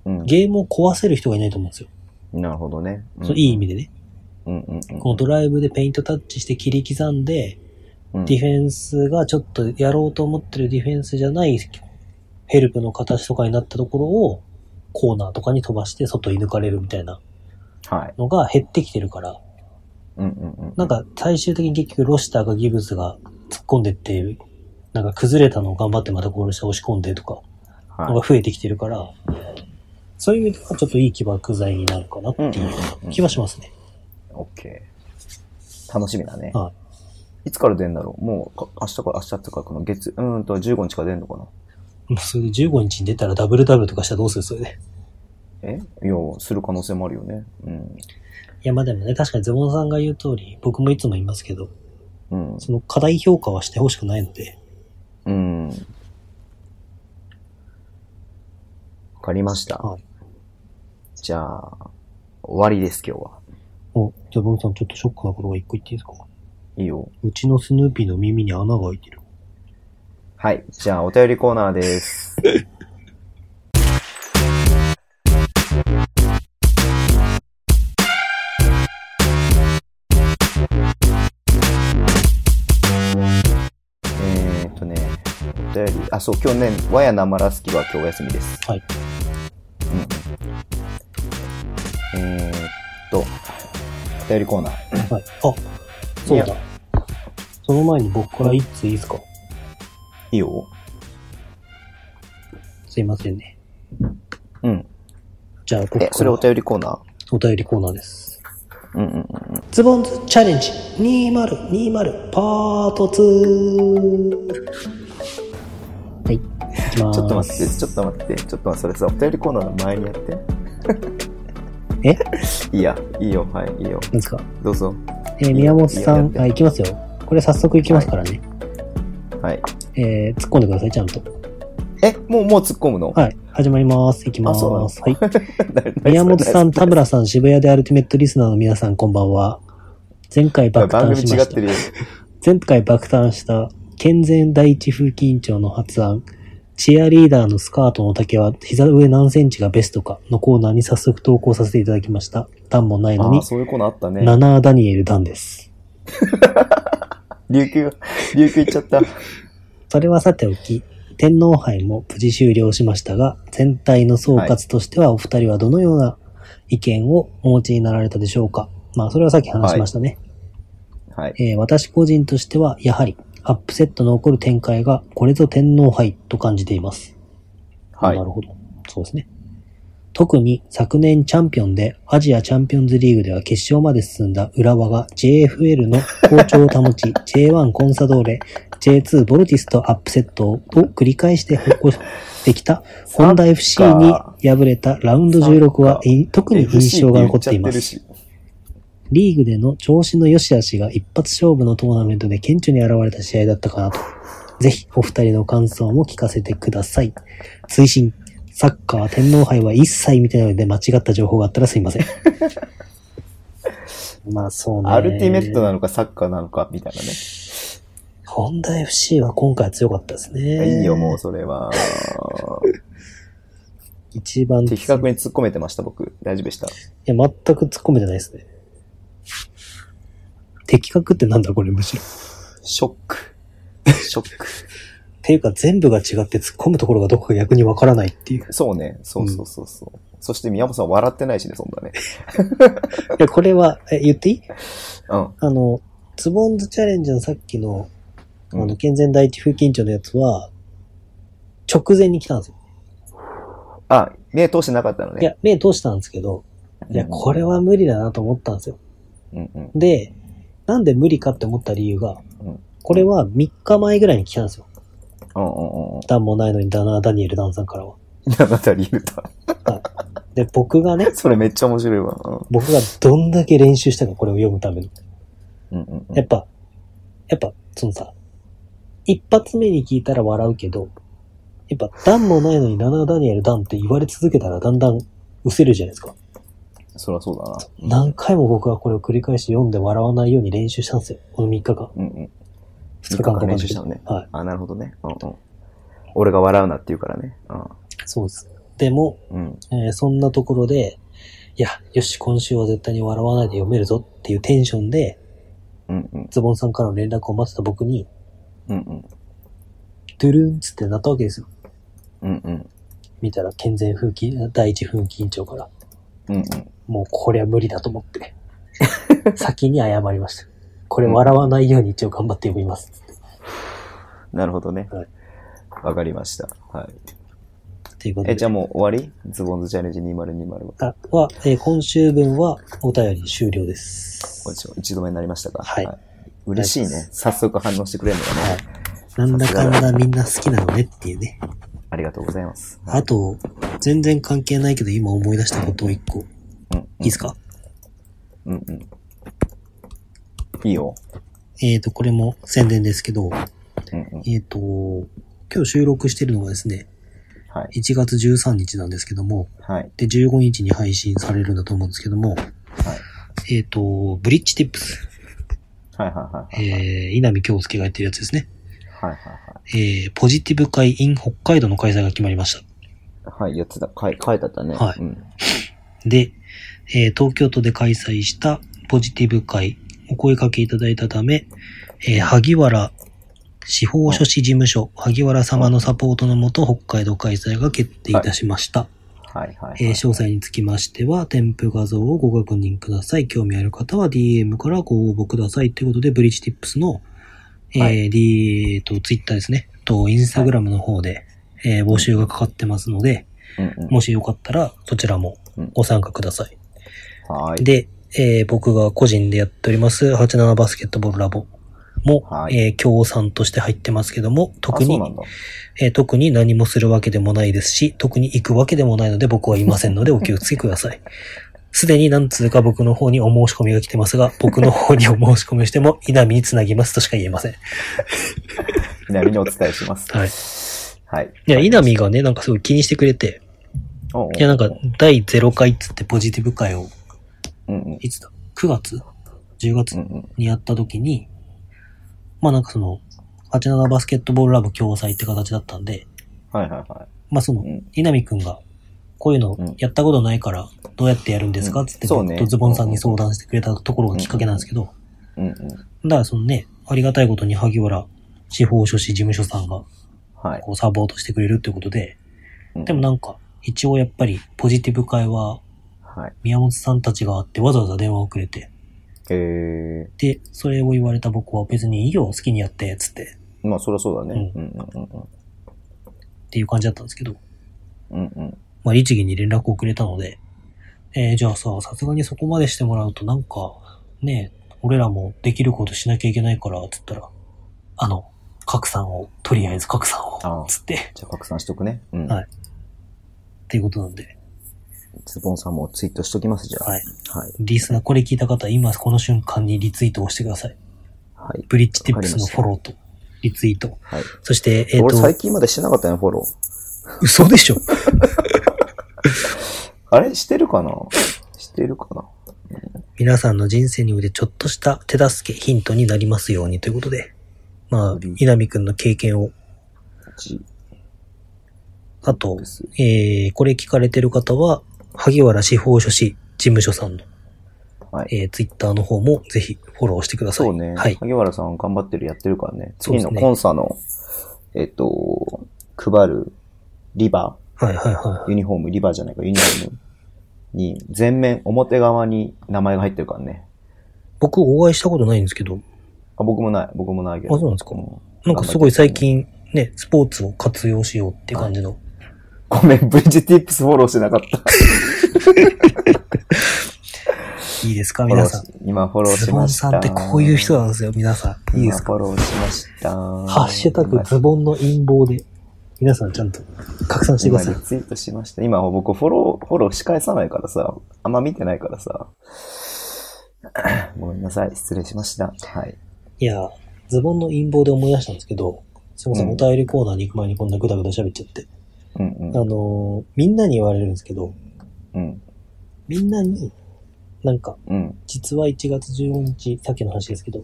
C: うん、
B: ゲームを壊せる人がいないと思うんですよ。
C: なるほどね。うん
B: そういい意味でね。
C: うんうんうん
B: このドライブでペイントタッチして切り刻んで、
C: うん
B: ディフェンスがちょっとやろうと思ってるディフェンスじゃないヘルプの形とかになったところをコーナーとかに飛ばして外に抜かれるみたいな
C: はい。
B: のが減ってきてるから、
C: うんうんうん。
B: なんか最終的に結局ロシターかギブスが突っ込んでって、なんか崩れたのを頑張ってまたゴールして押し込んでとか、の
C: は
B: が増えてきてるから、そういう意味ではちょっといい起爆剤になるかなってい
C: うんうんうんうん
B: う気はしますね。
C: い。オッケー。楽しみだね。
B: はい
C: つから出んだろうもうか、明日か、明日とか、この月、うーんと15日から出んのかな
B: もうそれで15日に出たらダブルダブルとかしたらどうするそれで。
C: えいや、する可能性もあるよね。うん。
B: いや、まあでもね、確かにズボンさんが言う通り、僕もいつも言いますけど、
C: うん。
B: その課題評価はしてほしくないので、
C: うん。わかりました。
B: はい
C: じゃあ、終わりです、今日は。
B: お、じゃあ、ボンさん、ちょっとショックなことが一個言っていいですか
C: いいよ。
B: うちのスヌーピーの耳に穴が開いてる。
C: はい。じゃあ、お便りコーナーです。えーっとね、お便り、あ、そう、今日ね、わやなまらすきは今日お休みです。
B: はい。
C: うん。えーっと、お便りコーナー。
B: はい。あ、そう
C: い
B: だ。その前に僕から一通いいですか
C: いいよ。
B: すいませんね。
C: うん。
B: じゃあ、僕
C: え、そ
B: か
C: れ
B: ら
C: お便りコーナ
B: お便りコーナーです。
C: ーうんうんうん。
B: ズボンズチャレンジ2020パート2。はい。ち
C: ちょっと待
B: て。
C: って、ちょっと待って、ちょっと待って、それさ、お便りコーナーの前にやって。
B: え
C: いいや、いいよ、はい、いいよ。
B: 何ですか
C: どうぞ。
B: えー宮本さ
C: いいよやっ
B: ん、
C: て
B: あ、いきますよ。これ早速いきますからね。
C: はい。
B: えー、突っ込んでください、ちゃんと。
C: え、もう、もう突っ込むの、
B: はい。始まります。いきま
C: あそうな
B: ー
C: の
B: す。はい。
C: 誰誰
B: 宮本 さん、田
C: 誰
B: 村さん、渋谷でアルティメットリスナーの皆さん、こんばんは。前回爆
C: 番
B: 誕し
C: 組
B: ま
C: 違っ
B: してた。
C: るよ。
B: 前回爆誕した、健全第一風紀委員長の発案、チアリーダーのスカートの丈は膝上何センチがベストかのコーナーに早速投稿させていただきました。段もないの
C: あ
B: に
C: あ、、そういうコーナーあったね。
B: ナナーダニエル段です。
C: 琉球、 琉球行っちゃった。
B: それはさておき、天皇杯も無事終了しましたが、全体の総括としてはお二人はどのような意見をお持ちになられたでしょうかまあ、それはさっき話しましたね。
C: はい。
B: えー私個人としては、やはり、アップセットの起こる展開が、これぞ天皇杯と感じています。
C: はい
B: な。るほど。そうですね。特に昨年チャンピオンでアジアチャンピオンズリーグでは決勝まで進んだ浦和が JFL の好調を保 ち、J1 コンサドーレ、J2 ボルティスとアップセットを繰り返して起こしてきた本田 FC に敗れたラウンド16はえ特に印象が残っていま
C: FC
B: す。
C: 言っちゃってるし
B: リーグでの調子の良し悪しが一発勝負のトーナメントで顕著に現れた試合だったかなと。ぜひ、お二人の感想も聞かせてください。推進、サッカー天皇杯は一切見てないので間違った情報があったらすいませ ん。まあそうね。
C: アルティメットなのかサッカーなのか、みたいなね。
B: ホンダ FC は今回は強かったですね。
C: いいよ、もう、それは。
B: 一番
C: 的確に突っ込めてました、僕。大丈夫でした。
B: いや、全く突っ込めてないですね。的確ってなんだこれ、むしろ。
C: ショック。ショック。
B: ていうか全部が違って突っ込むところがどこか逆にわからないっていう。
C: そうね。そうそうそうそう、そして宮本さん笑ってないしね、そんなね。
B: いや、これは、え、言っていい
C: うん。
B: あの、ズボンズチャレンジのさっきの、あ
C: う
B: の、
C: ん
B: 健全第一風緊張のやつは、直前に来たんですよ。
C: あ、目通してなかったのね。
B: いや、目通したんですけど、いや、これは無理だなと思ったんですよ。
C: うんうん。
B: で、なんで無理かって思った理由が
C: うん、
B: これは3日前ぐらいに来たんですよ。
C: うんうんうん。
B: 段もないのにダナー・ダニエル・ダンさんからは。
C: 稲田理由だ。
B: で、僕がね、
C: それめっちゃ面白いわ。
B: 僕がどんだけ練習したか、これを読むために。
C: うんうんうんうん。
B: やっぱ、やっぱ、そのさ、一発目に聞いたら笑うけど、やっぱ、段もないのにダナー・ダニエル・ダンって言われ続けたらだんだん失せるじゃないですか。
C: そりゃそうだな。
B: 何回も僕はこれを繰り返し読んで笑わないように練習したんですよ。この3日間。
C: うんうん。
B: 2日間か
C: 練
B: か
C: 習したのね。
B: はい。
C: あ、なるほどね。うんうん。俺が笑うなって言うからね。
B: そうです。でも、
C: うん。うん。
B: えーそんなところで、いや、よし、今週は絶対に笑わないで読めるぞっていうテンションで、
C: うんうん。
B: ズボンさんからの連絡を待ってた僕に、
C: うんうん。
B: トゥルーンっつってなったわけですよ。
C: うんうん。
B: 見たら、健全風紀、第一風紀委員長から、
C: うんうん。
B: もうこれは無理だと思って、先に謝りました。これ笑わないように一応頑張って読みます。
C: なるほどね
B: はい。
C: わかりました。はい。
B: っていうこと
C: え、
B: で
C: じゃあもう終わりズボンズチャレンジ2020は。
B: あは、えー今週分はお便り終了です。
C: こっちは一度目になりましたか
B: はい
C: 嬉しいね。早速反応してくれるのがね。
B: なんだかんだみんな好きなのねっていうね。
C: ありがとうございます。
B: あと、全然関係ないけど今思い出したことを一個。
C: うんうん。
B: いいですか
C: うんうん。いいよ。
B: えっ、と、これも宣伝ですけど、
C: うんうん。
B: えっ、と、今日収録してるのがですね、
C: はい。
B: 1月13日なんですけども、
C: はい。
B: で、15日に配信されるんだと思うんですけども、えっ、と、ブリッジティップス、
C: はいはい
B: え
C: はい。はい
B: ー、稲見京介がやってるやつですね。
C: はい
B: えー、ポジティブ会 in 北海道の開催が決まりました。
C: はい。はい、やってた。書い書いてあったね。
B: はい
C: うん。
B: で、えー東京都で開催したポジティブ会、お声掛けいただいたため、えー萩原司法書士事務所、萩原様のサポートのもと、北海道開催が決定いたしました。
C: はいはい、はい。
B: えー詳細につきましては、添付画像をご確認ください。興味ある方は DM からご応募ください。ということで、ブリッジティップスの、えー
C: はい
B: D、えーと、Twitter ですね、と、Instagram の方で、えー募集がかかってますので、
C: うんうん、
B: もしよかったら、そちらもご参加ください。
C: はい。
B: で、えー僕が個人でやっております、87バスケットボールラボも、
C: はい
B: えー協賛として入ってますけども、特
C: あそう
B: に
C: な、んだ。
B: えー特に何もするわけでもないですし、特に行くわけでもないので僕はいませんのでお気をつけください。 すでに何通か僕の方にお申し込みが来てますが、僕の方にお申し込みをしても、稲見につなぎますとしか言えません。
C: 南にお伝えします。
B: はい。
C: はい。
B: いや、稲見がね、なんかすごい気にしてくれて、
C: おうおう
B: いや、なんか、第0回っつってポジティブ会を、
C: うんうん。
B: いつだ ?9 月 ?10 月
C: うんうん。
B: にやった時に、まあなんかその、87バスケットボールラブ共催って形だったんで、
C: はいはいは
B: まあその
C: い。う、ん。
B: 稲見くんが、こういうのやったことないから、どうやってやるんですか
C: う
B: っ
C: ん
B: つって、
C: そうね
B: ずっとズボンさんに相談してくれたところがきっかけなんですけど、
C: うんうん。
B: だからそのね、ありがたいことに萩原司法書士事務所さんが、
C: はい。
B: こうサポートしてくれるってことで、
C: うん
B: でもなんか、一応やっぱり、ポジティブ会は、
C: はい。
B: 宮本さんたちがあってわざわざ電話をくれて、
C: ええ
B: で、それを言われた僕は別にいいよ、好きにやって、つって、
C: ー、まあそりゃそうだね。
B: う
C: うんうんうん
B: っていう感じだったんですけど、
C: うん。うんうん。
B: まあ、律儀に連絡をくれたので、えーじゃあさ、さすがにそこまでしてもらうとなんか、ねえ、俺らもできることしなきゃいけないから、つったら、あの、拡散を、とりあえず拡散
C: あ
B: を
C: あ、
B: つって、
C: じゃあ拡散しとくね。うん。
B: はいっていうことなんで、
C: ズボンさんもツイートしときます、じゃあ。
B: はい。
C: はい。
B: リスナー、これ聞いた方、今この瞬間にリツイートをしてください。
C: はい。
B: ブリッジティップスのフォローと、リツイート。
C: はい。
B: そして、えっ、
C: 俺最
B: と、
C: 近までしてなかったよ、フォロー。
B: 嘘でしょ
C: あれしてるかなしてるかな
B: 皆さんの人生においてちょっとした手助け、ヒントになりますようにということで、まあ、稲見くんの経験を、
C: じ
B: あと
C: で、す。
B: えー、これ聞かれてる方は、萩原司法書士事務所さんの
C: はい
B: えー、ツイッターの方もぜひフォローしてください。
C: そうね。
B: はい。
C: 萩原さん頑張ってる、やってるからね。
B: そうで
C: 次
B: すね
C: のコンサの、えっと、配る、リバ
B: はいはいは
C: ー、ユニフォーム、リバーじゃないか、ユニフォームに、全面、表側に名前が入ってるからね。
B: い。僕お会いしたことないんですけど、
C: あ、僕もない、僕もないけど。
B: あそうなんですか
C: ん
B: なんかすごい最近ね、スポーツを活用しようっていう感じの。
C: ごめん、ブリッジティップスフォローしてなかった。
B: いいですか皆さん。
C: 今フォロー
B: ズ
C: し
B: ボ
C: ま
B: ン
C: した。
B: さんってこういう人なんですよ、皆さん。いい
C: 今
B: ですか
C: フォローしました。ハ
B: ハッシュタグズボンの陰謀で、皆さんちゃんと拡散してく
C: 今
B: ださい
C: リ。ツイートしました。今僕フォロー、フォローし返さないからさ、あんま見てないからさ。 ごめんなさい、失礼しました。はい。
B: いや、ズボンの陰謀で思い出したんですけど、すみません、
C: うん
B: お便りコーナーに行く前にこんなグダグダ喋っちゃって。
C: うん
B: あ
C: うん。
B: のーみんなに言われるんですけど、
C: うん。
B: みんなに、なんか、
C: うん。
B: 実は1月14日、さっきの話ですけど、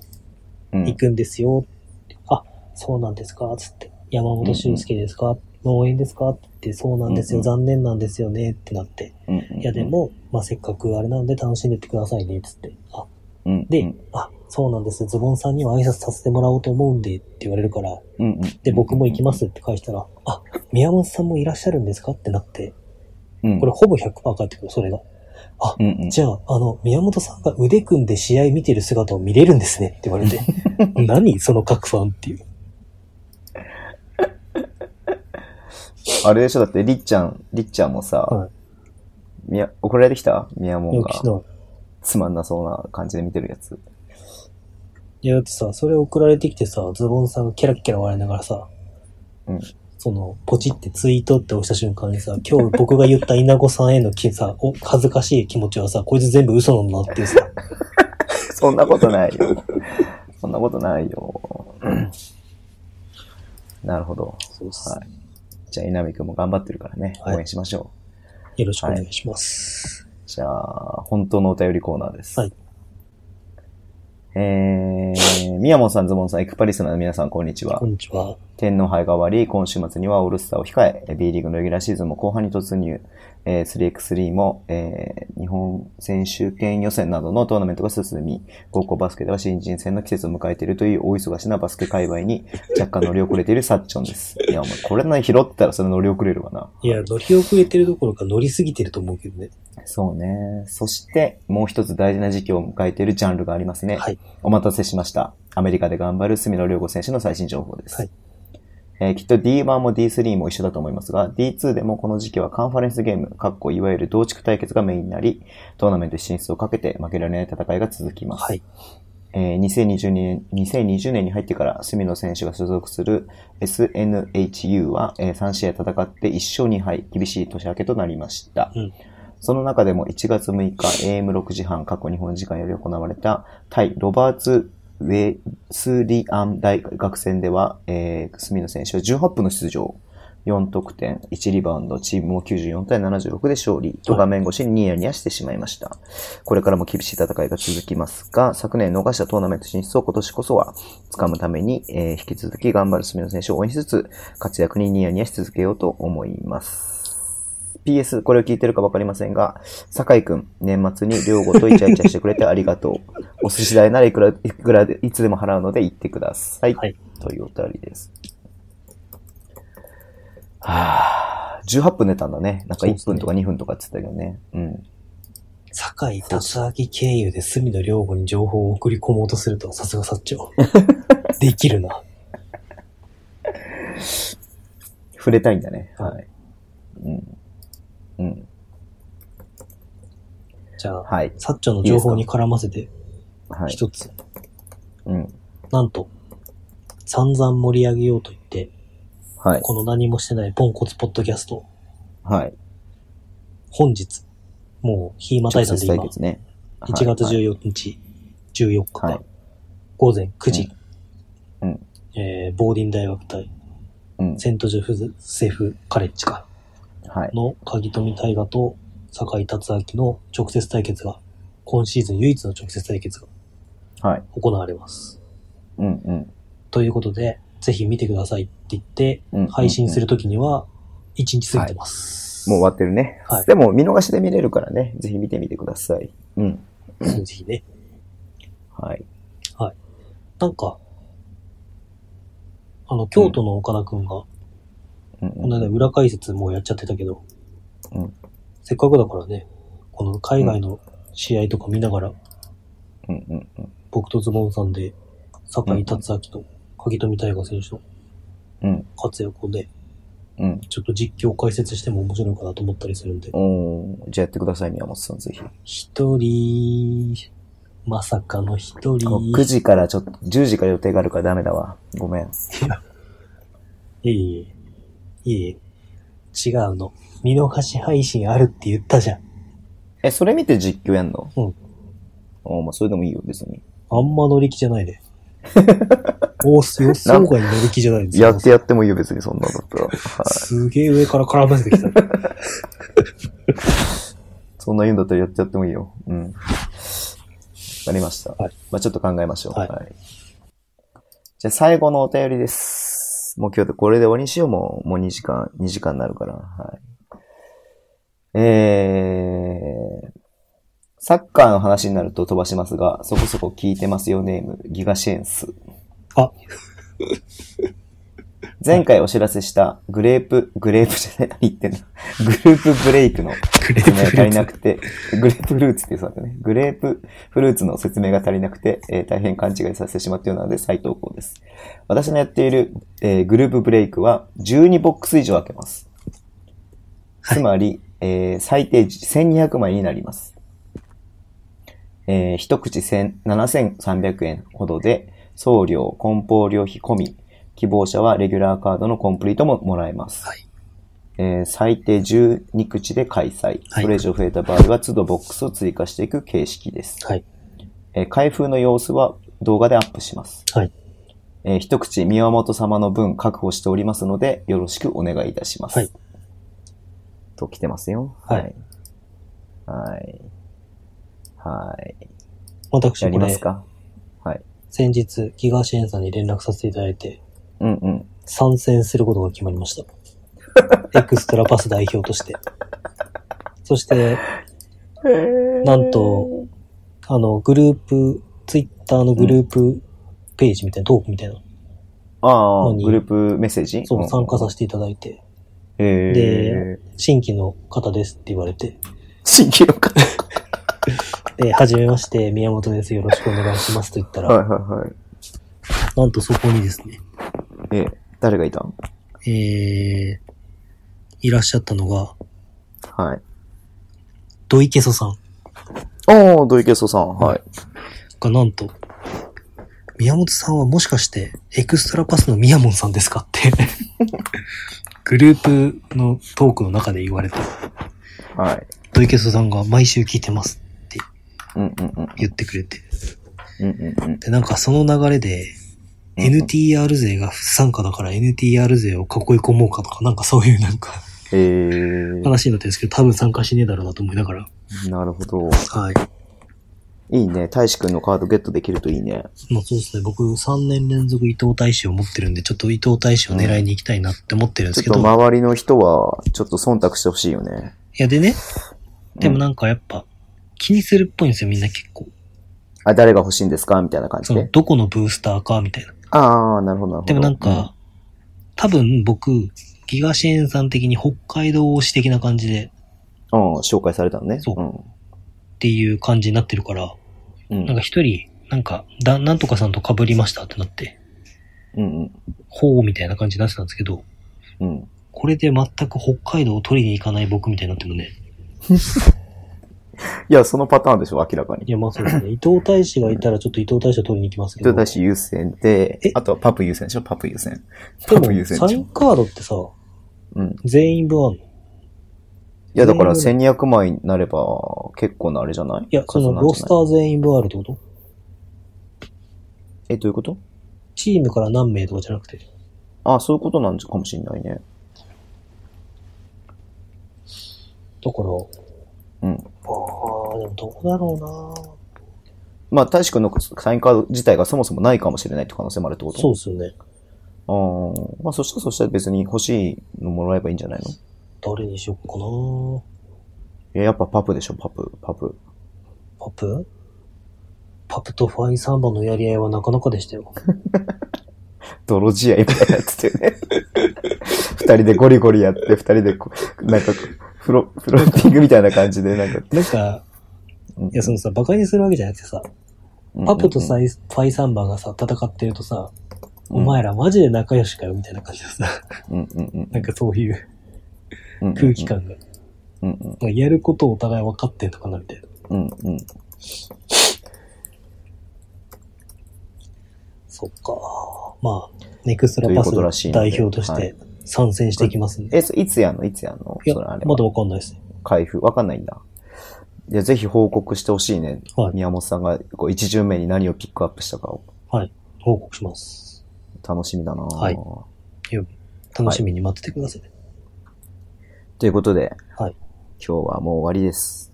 C: うん。
B: 行くんですよ。あ、そうなんですかつって。山本修介ですか、農園ですかって、そうなんですよ、
C: うんうん
B: 残念なんですよね。ってなって。
C: うん。
B: いや、でも、まあ、せっかくあれなんで楽しんでってくださいね。つって。あ、
C: うん、うん。
B: で、あ、そうなんです。ズボンさんには挨拶させてもらおうと思うんで、って言われるから、
C: うんうん。
B: で、僕も行きますって返したら、あ、宮本さんもいらっしゃるんですかってなって、
C: うん。
B: これほぼ100%返ってくる、それが。
C: うんうん。
B: じゃあ、あの、宮本さんが腕組んで試合見てる姿を見れるんですねって言われ て、何その格ファンっていう。
C: あれでしょ、だって、りっちゃん、りっちゃんもさ、
B: はい
C: みや、送られてきたみやもん
B: よく
C: が
B: し、の。
C: つまんなそうな感じで見てるやつ。
B: いや、だってさ、それ送られてきてさ、ズボンさんがキャラキャラ笑いながらさ、
C: うん
B: その、ポチってツイートって押した瞬間にさ、今日僕が言った稲子さんへのきさ、お、恥ずかしい気持ちはさ、こいつ全部嘘なんだっていうさ、
C: そんなことないよ。そんなことないよ。なるほど。
B: そうっす
C: はい。じゃあ、稲見くんも頑張ってるからね。
B: はい
C: 応援しましょう。
B: よろしくお願いします。
C: じゃあ、本当のお便りコーナーです。
B: はい。
C: えー、宮本さん、ズボンさん、エクパリスナーの皆さん、こんにちは
B: こ。んにちは。
C: 天皇杯が終わり、今週末にはオールスターを控え、B リーグのレギュラーシーズンも後半に突入、えー 3x3 も、えー日本選手権予選などのトーナメントが進み、高校バスケでは新人戦の季節を迎えているという大忙しなバスケ界隈に若干乗り遅れているサッチョンです。いや、お前、これな拾ってたらそれ乗り遅れるわな。
B: いや、乗り遅れてるどころか乗りすぎてると思うけどね。
C: そうね。そして、もう一つ大事な時期を迎えているジャンルがありますね。
B: はい。
C: お待たせしました。アメリカで頑張る隅野良子選手の最新情報です。
B: はい
C: えーきっと D1 も D3 も一緒だと思いますが、D2 でもこの時期はカンファレンスゲーム、かっこいわゆる同地区対決がメインになり、トーナメント進出をかけて負けられない戦いが続きます。
B: はい。
C: えー2020年、2020年に入ってから、隅野選手が所属する SNHU は、えー3試合戦って1勝2敗、厳しい年明けとなりました。
B: うん
C: その中でも1月6日 AM6 時半、過去日本時間より行われた、対ロバーツ・ウェスリアン大学戦では、えー、隅野選手は18分の出場。4得点、1リバウンド、チームも94対76で勝利、と画面越しにニヤニヤしてしまいました。これからも厳しい戦いが続きますが、昨年逃したトーナメント進出を今年こそは掴むために、えー引き続き頑張る隅野選手を応援しつつ、活躍にニヤニヤし続けようと思います。PS、これを聞いてるかわかりませんが、酒井くん、年末に両ごとイチャイチャしてくれてありがとう。お寿司代ならいくら、いくらで、いつでも払うので行ってください。
B: はい
C: というお便りです。はぁ、18分寝たんだね。なんか1分とか2分とかって言ってたけどね。うん。
B: 酒井達明経由で隅野良吾に情報を送り込もうとするとはさすが薩 長。できるな。
C: 触れたいんだね。
B: はい
C: はい。うん。うん。
B: じゃあ、
C: はい。
B: 薩長の情報に絡ませて、
C: はい。
B: 一つ、
C: うん。
B: なんと、散々盛り上げようと言って、
C: はい。
B: この何もしてないポンコツポッドキャスト、
C: はい。
B: 本日、もう、ひまた
C: 直
B: いたんで
C: 接対
B: 今、
C: 決ね。
B: 1月
C: はい
B: 14日、14日
C: はい
B: か、午前9時、
C: うんうん
B: えー、ボーディン大学対、
C: うん。
B: セントジョフセフカレッジか、
C: はい。
B: の鍵富大河と酒井達明の直接対決が、今シーズン唯一の直接対決が
C: はい。
B: 行われます。
C: うんうん。
B: ということで、ぜひ見てくださいって言って
C: うん、
B: 配信するときには1日過ぎてます。
C: もう終わってるね。
B: はい
C: でも、見逃しで見れるからね。ぜひ見てみてください。うん。
B: ぜひね。
C: はい。
B: なんか、あの、京都の岡田くんが、
C: うん
B: この間裏解説もうやっちゃってたけど、
C: うん
B: せっかくだからね、この海外の試合とか見ながら、
C: うんうんうん
B: 僕とズボンさんで、酒井達明と鍵富大河選手の
C: うん
B: 活躍をね、
C: うん。
B: ちょっと実況解説しても面白いかなと思ったりするんで、
C: おーじゃあやってくださいね、山本さん、ぜひ。
B: 一人、まさかの一人、
C: 9時からちょっと、10時から予定があるからダメだわ。ごめん。
B: いえいえ、いえいえ、違うの。見逃し配信あるって言ったじゃん。
C: え、それ見て実況やんの
B: うん。
C: おーまあ、それでもいいよ、別に。
B: あんま乗り気じゃない ね。おーす予想外乗り気じゃないです
C: やってやってもいいよ、別に、そんなんだったら。はい。
B: すげえ上から絡ませてきた。
C: そんな言うんだったらやってやってもいいよ。うん。わかりました。
B: はい
C: まあちょっと考えましょう。
B: はい
C: じゃあ最後のお便りです。もう今日でこれで終わりにしようもう。もう2時間、2時間になるから。はい。えー、サッカーの話になると飛ばしますが、そこそこ聞いてますよネーム、ギガシェンス。
B: あ、
C: 前回お知らせしたグレープ、グレープじゃない、何言ってんのグループブレイクの
B: クレー
C: 説
B: プ
C: 明が
B: フ
C: 足
B: ル
C: りな
B: ーツ。
C: くて、グレープフルーツって言うそうだね。グレープフルーツの説明が足りなくて、えー大変勘違いさせてしまったようなので再投稿です。私のやっている、えーグループブレイクは12ボックス以上開けます。つまり、えー最低1200枚になります。えー一口1000 7300円ほどで、送料、梱包料費込み、希望者はレギュラーカードのコンプリートももらえます。
B: はい
C: えー最低12口で開催。
B: はい
C: それ以上増えた場合は、都度ボックスを追加していく形式です。
B: はい。
C: えー開封の様子は動画でアップします。
B: はい。
C: えー一口宮本様の分確保しておりますので、よろしくお願いいたします。
B: はい。
C: と来てますよ。
B: はい。
C: はい。はい。
B: 私
C: やり
B: も
C: ます
B: ね、
C: かはい。
B: 先日、ギガシエンさんに連絡させていただいて、
C: うんうん。
B: 参戦することが決まりま した。エクストラパス代表として。そして、なんと、あの、グループ、ツイッターのグループページみたいな、トークみたいな、
C: ああ、
B: のに
C: グループメッセージ
B: そう、参加さ
C: せ
B: せていただいて、
C: て。へえ。
B: 新規の方ですって言われて、
C: 新規 の方。
B: で、はじめまして、宮本です。よろしくお願いしますと言ったら、
C: はいはいはい。
B: なんとそこにですね、
C: えー、誰がいたん
B: えー、いらっしゃったのが、
C: はい。
B: 土井ケソさん
C: ああ、土井健さん。はい。
B: がなんと、宮本さんはもしかして、エクストラパスの宮本さんですかって、 グループのトークの中で言われて、
C: はい。
B: 土井ケソさんが毎週聞いてますって
C: うんうんうん。
B: 言ってくれて、
C: うんうんうん。
B: で、なんかその流れで、
C: うんうん
B: NTR 勢が不参加だから NTR 勢を囲い込もうかとか、なんかそういうなんか、
C: えー、
B: 話になってるんですけど、多分参加しねえだろうなと思いながら。
C: なるほど。
B: はい。
C: いいね。大志くんのカードゲットできるといいね。
B: まあそうですね、僕3年連続伊藤大使を持ってるんで、ちょっと伊藤大使を狙いに行きたいなって思ってるんで
C: ちょ
B: すけ
C: っ
B: ど、
C: と周りの人は、ちょっと忖度してほしいよね。
B: いやでね、でも
C: うん
B: なんかやっぱ気にするっぽいんですよ、みんな結構。
C: あ、誰が欲しいんですかみたいな感
B: そ
C: じ
B: の
C: で。
B: どこのブースターかみたいな。
C: ああ、なるほど、なるほど。
B: でもなんか、多分僕、ギガシェーンさん的に北海道推し的な感じで
C: うん、うん、紹介されたのね。
B: そう
C: う
B: っていう感じになってるから、
C: ん。うん。
B: なんか一人、なんか、だ、なんとかさんと被りましたってなって、
C: うんうん。
B: ほうみたいな感じになってたんですけど、
C: うん。
B: これで全く北海道を取りに行かない僕みたいになってるね。
C: いや、そのパターンでしょ、明らかに
B: い。や、まあそう ですね。伊藤大使がいたらちょっと伊藤大使を取りに行きますけ
C: 伊
B: ど。
C: 藤大使優先で
B: え、
C: あとはパプ優先でしょ、パプ優先。パプ
B: で
C: 優
B: も、
C: 先で
B: サ
C: し
B: イン
C: ょ。
B: カードってさ、
C: うん。
B: 全員分あんのい
C: いや、だから1200枚になれば、結構なあれじゃない
B: や、そのロスタ
C: ー。
B: ー全員分あるってこと
C: え、どういうこと
B: チームから何名とかじゃなくて。
C: あ、そういうことなんかもしんないね。
B: だから、
C: うん。
B: あー、でもどこだろ
C: まあ、大志くんのサインカード自体がそもそもないかもしれないって可能性もあるって
B: う
C: こ
B: な
C: と
B: そうですよね。
C: ああ。まあ、そしたらそしたら別に欲しいのもらえばいいんじゃないの
B: 誰にしよっかな
C: えやっぱパプでしょ、パプ、パプ。
B: パプパプとファイサンバのやり合いはなかなかでしたよ。
C: 泥仕合みたいなやつでね。 二人でゴリゴリやって、二人でこう、なんか、フロ、フロッティングみたいな感じで、なんか。
B: なんか、いや、そのさ、馬鹿にするわけじゃなくてさ、パプとサイファイサンバがさ、戦ってるとさ、
C: うん
B: お前らマジで仲良しかよみたいな感じでさ、
C: うんうんうん
B: なんかそういう
C: うん
B: 空気。感が、
C: うんうん
B: まあやることをお互い分かってんのかなみたいな。
C: うんうん。
B: そっか。まあ、ネクストラパス
C: ということらしい
B: の
C: ので
B: 代表とし
C: は
B: て参戦していきますんで。
C: え、そいつやんのいつやんの
B: いや、
C: それあれは
B: まだ分かんないです。
C: 開封わかんないんだ。いや、ぜひ報告してほしいね。
B: はい
C: 宮本さんがこう一巡目に何をピックアップしたかを
B: はい。報告します。
C: 楽しみだな、
B: はい楽しみに待っててください。
C: ということで、
B: はい
C: 今日はもう終わりです。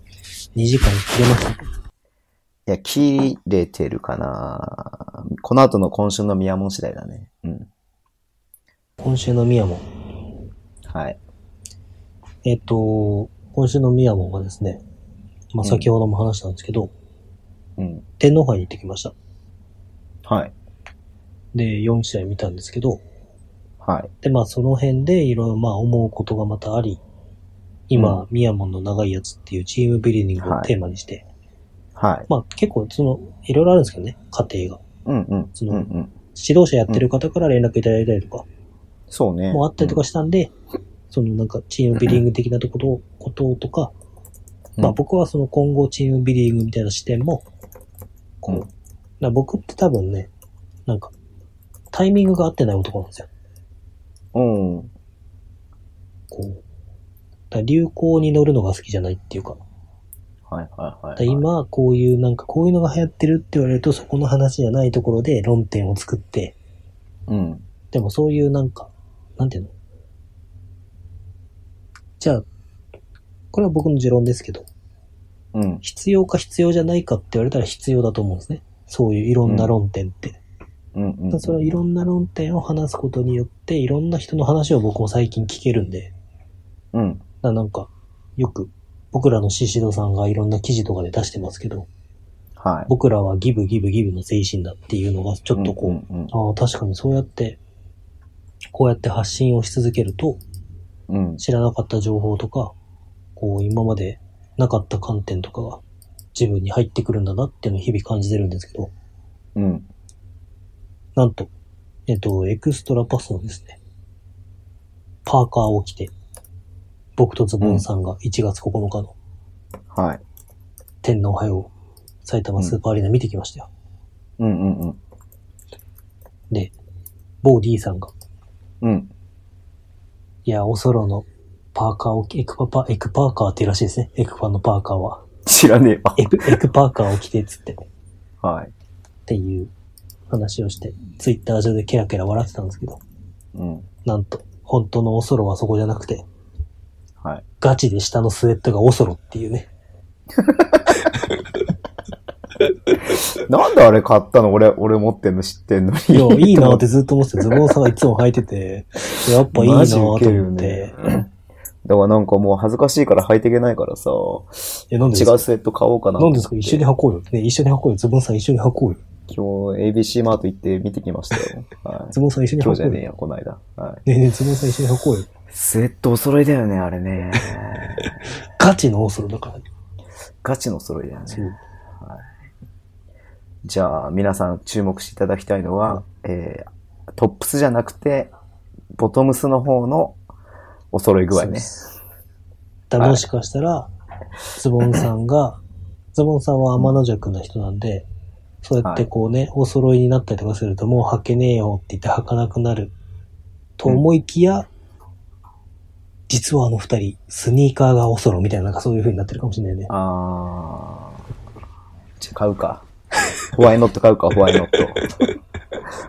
B: 2時間切れました。
C: いや、切れてるかなこの後の今週の宮本次第だね。うん。
B: 今週のミヤモン。
C: はい。
B: えっ、と、今週のミヤモンはですね、まあ、
C: うん
B: 先ほども話したんですけど、
C: うん。
B: 天皇杯に行ってきました。
C: はい。
B: で、4試合見たんですけど、
C: はい。
B: で、まあその辺でいろいろまあ思うことがまたあり、今、ミヤモンの長いやつっていうチームビルディングをテーマにして、
C: はい。
B: まあ結構その、いろいろあるんですけどね、家庭が。
C: うんうん。
B: その
C: うんうん。
B: 指導者やってる方から連絡いただいたりとか、
C: そうね。
B: もうあったりとかしたんで、そのなんかチームビルディング的なところ、こととか、
C: うん
B: まあ僕はその今後チームビルディングみたいな視点も、こう、
C: うん
B: な僕って多分ね、なんか、タイミングが合ってない男なんですよ。
C: うん。うん。
B: こう、だから流行に乗るのが好きじゃないっていうか、
C: はいはいは
B: だ
C: い。
B: 今こういうなんかこういうのが流行ってるって言われるとそこの話じゃないところで論点を作って、
C: うん。
B: でもそういうなんか、なんていうのじゃあ、これは僕の持論ですけど、
C: うん。
B: 必要か必要じゃないかって言われたら必要だと思うんですね。そういういろんな論点って。
C: うんうん
B: ただそれはいろんな論点を話すことによって、いろんな人の話を僕も最近聞けるんで、
C: うん。
B: ななんか、よく、僕らのシシドさんがいろんな記事とかで出してますけど、
C: はい。
B: 僕らはギブギブギブの精神だっていうのが、ちょっとこう、
C: うんうん
B: ああ、確かにそうやって、こうやって発信をし続けると、
C: うん。うん
B: 知らなかった情報とか、こう、今までなかった観点とかが自分に入ってくるんだなっていうのを日々感じてるんですけど、
C: うん。
B: なんと、えっと、エクストラパスのですね、パーカーを着て、僕とズボンさんが1月9日の
C: はい。
B: 天皇杯を埼玉スーパーアリーナ見てきましたよ。
C: うんうんうん。
B: で、ボーディーさんが、
C: うん。
B: いや、おそろのパーカーを、エクパパ、エクパーカーっていうらしいですね。エクパのパーカーは。
C: 知らねえわ。
B: エク、エクパーカーを着てっつって、っ
C: はい。
B: ていう話をして、ツイッター上でケラケラ笑ってたんですけど、
C: うん。
B: なんと、本当のおそろはそこじゃなくて、
C: はい。
B: ガチで下のスウェットがおそろっていうね。
C: なんであれ買ったの俺、俺持ってんの知ってんの
B: い
C: に。
B: や、いいなーってずっと思ってて、ズボンさんがいつも履いてて、やっぱいいな
C: マ
B: ー
C: ジ
B: と思
C: ウ
B: っ
C: ケるよ
B: て
C: ね。。だからなんかもう恥ずかしいから履いていけないからさ、
B: え、なんでで
C: 違
B: すか
C: うスウェット買おうかな。
B: なんですか一緒に履こうよ。ね、一緒に履こうよ。ズボンさん一緒に履こうよ。
C: 今日 ABC マート行って見てきましたよ。はい
B: ズ。ボンさん一緒に
C: 今
B: 履
C: 日じ
B: こうよ。
C: ゃねえや、この間。はい。
B: ねえねえ、ズボンさん一緒に履こうよ。
C: スウェットお揃いだよね、あれ ね。
B: ガチのオーソロだから。
C: ガチのお揃いだよね
B: そ。う。
C: じゃあ、皆さん注目していただきたいのは、えー、トップスじゃなくて、ボトムスの方のお揃い具合
B: そうで
C: ね。
B: す。だもしかしたら、ズボンさんが、ズボンさんは天の弱な人なんで、そうやってこうね、お揃いになったりとかすると、もう履けねえよって言って履かなくなる。と思いきや、実はあの二人、スニーカーがおそろみたいな、なんかそういう風になってるかもしれないね。
C: あー。じゃあ買うか。ホワイノット買うか、ホワイノット。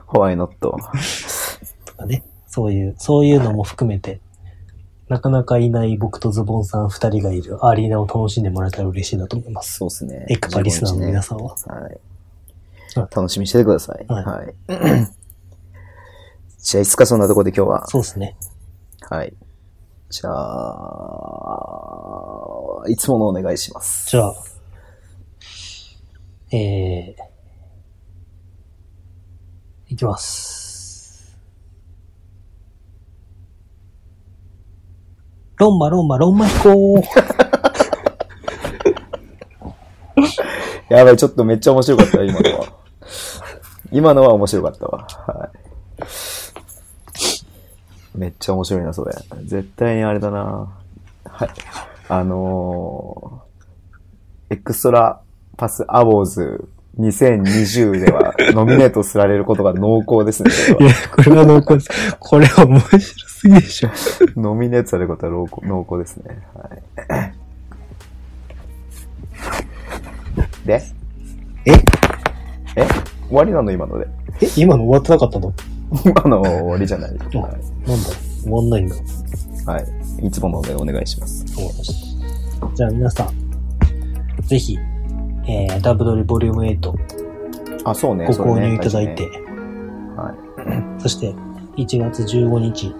C: ホワイノット。
B: とかね。そういう、そういうのも含めて、なかなかいない僕とズボンさん二人がいるアリーナを楽しんでもらえたら嬉しいなと思います。
C: そうですね。
B: エクパリスナーの皆
C: さ
B: さんは。
C: ん。はい。
B: はい
C: 楽しみにしててください。
B: は
C: はいい。 じゃあ、いつかそんなとこで今日は。
B: そうですね。
C: はい。じゃあ、いつものお願いします。
B: じゃあ、えー、いきます。ロンマ、ロンマ、ロンマ飛行。
C: やばい、ちょっとめっちゃ面白かった、今のは。今のは面白かったわ。はい。めっちゃ面白いな、それ。絶対にあれだな。はい。あのー、エクストラパスアウォーズ2020ではノミネートすられることが濃厚ですね。こ
B: い
C: れ
B: や、これ
C: は
B: は濃厚です。これ面白すぎでしょ。
C: ノミネートされることは濃厚濃厚ですね。はい。で
B: え
C: え終わりなの今ので。
B: え、今の終わってなかったの
C: 今の終わりじゃないですか。
B: あ
C: はい
B: なんだ終わんないんだ。わか
C: はい。いつものでお願いします。
B: りました。じゃあ皆さん、ぜひ、えー、ダブドリボリューム8
C: あ、そうね。
B: ご
C: それ
B: 購
C: ね
B: 入いただいて、
C: 大事ねは
B: そして1月15日、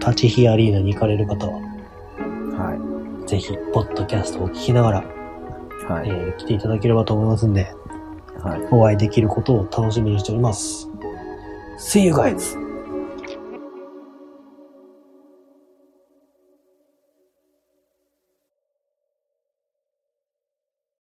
B: 立ち日アリーナに行かれる方は、
C: い。は
B: ぜひ、ポッドキャストを聞きながら、
C: い。は
B: え
C: い。
B: ー来ていただければと思いますんで、
C: はい。
B: お会いできることを楽しみにしております。See you guys!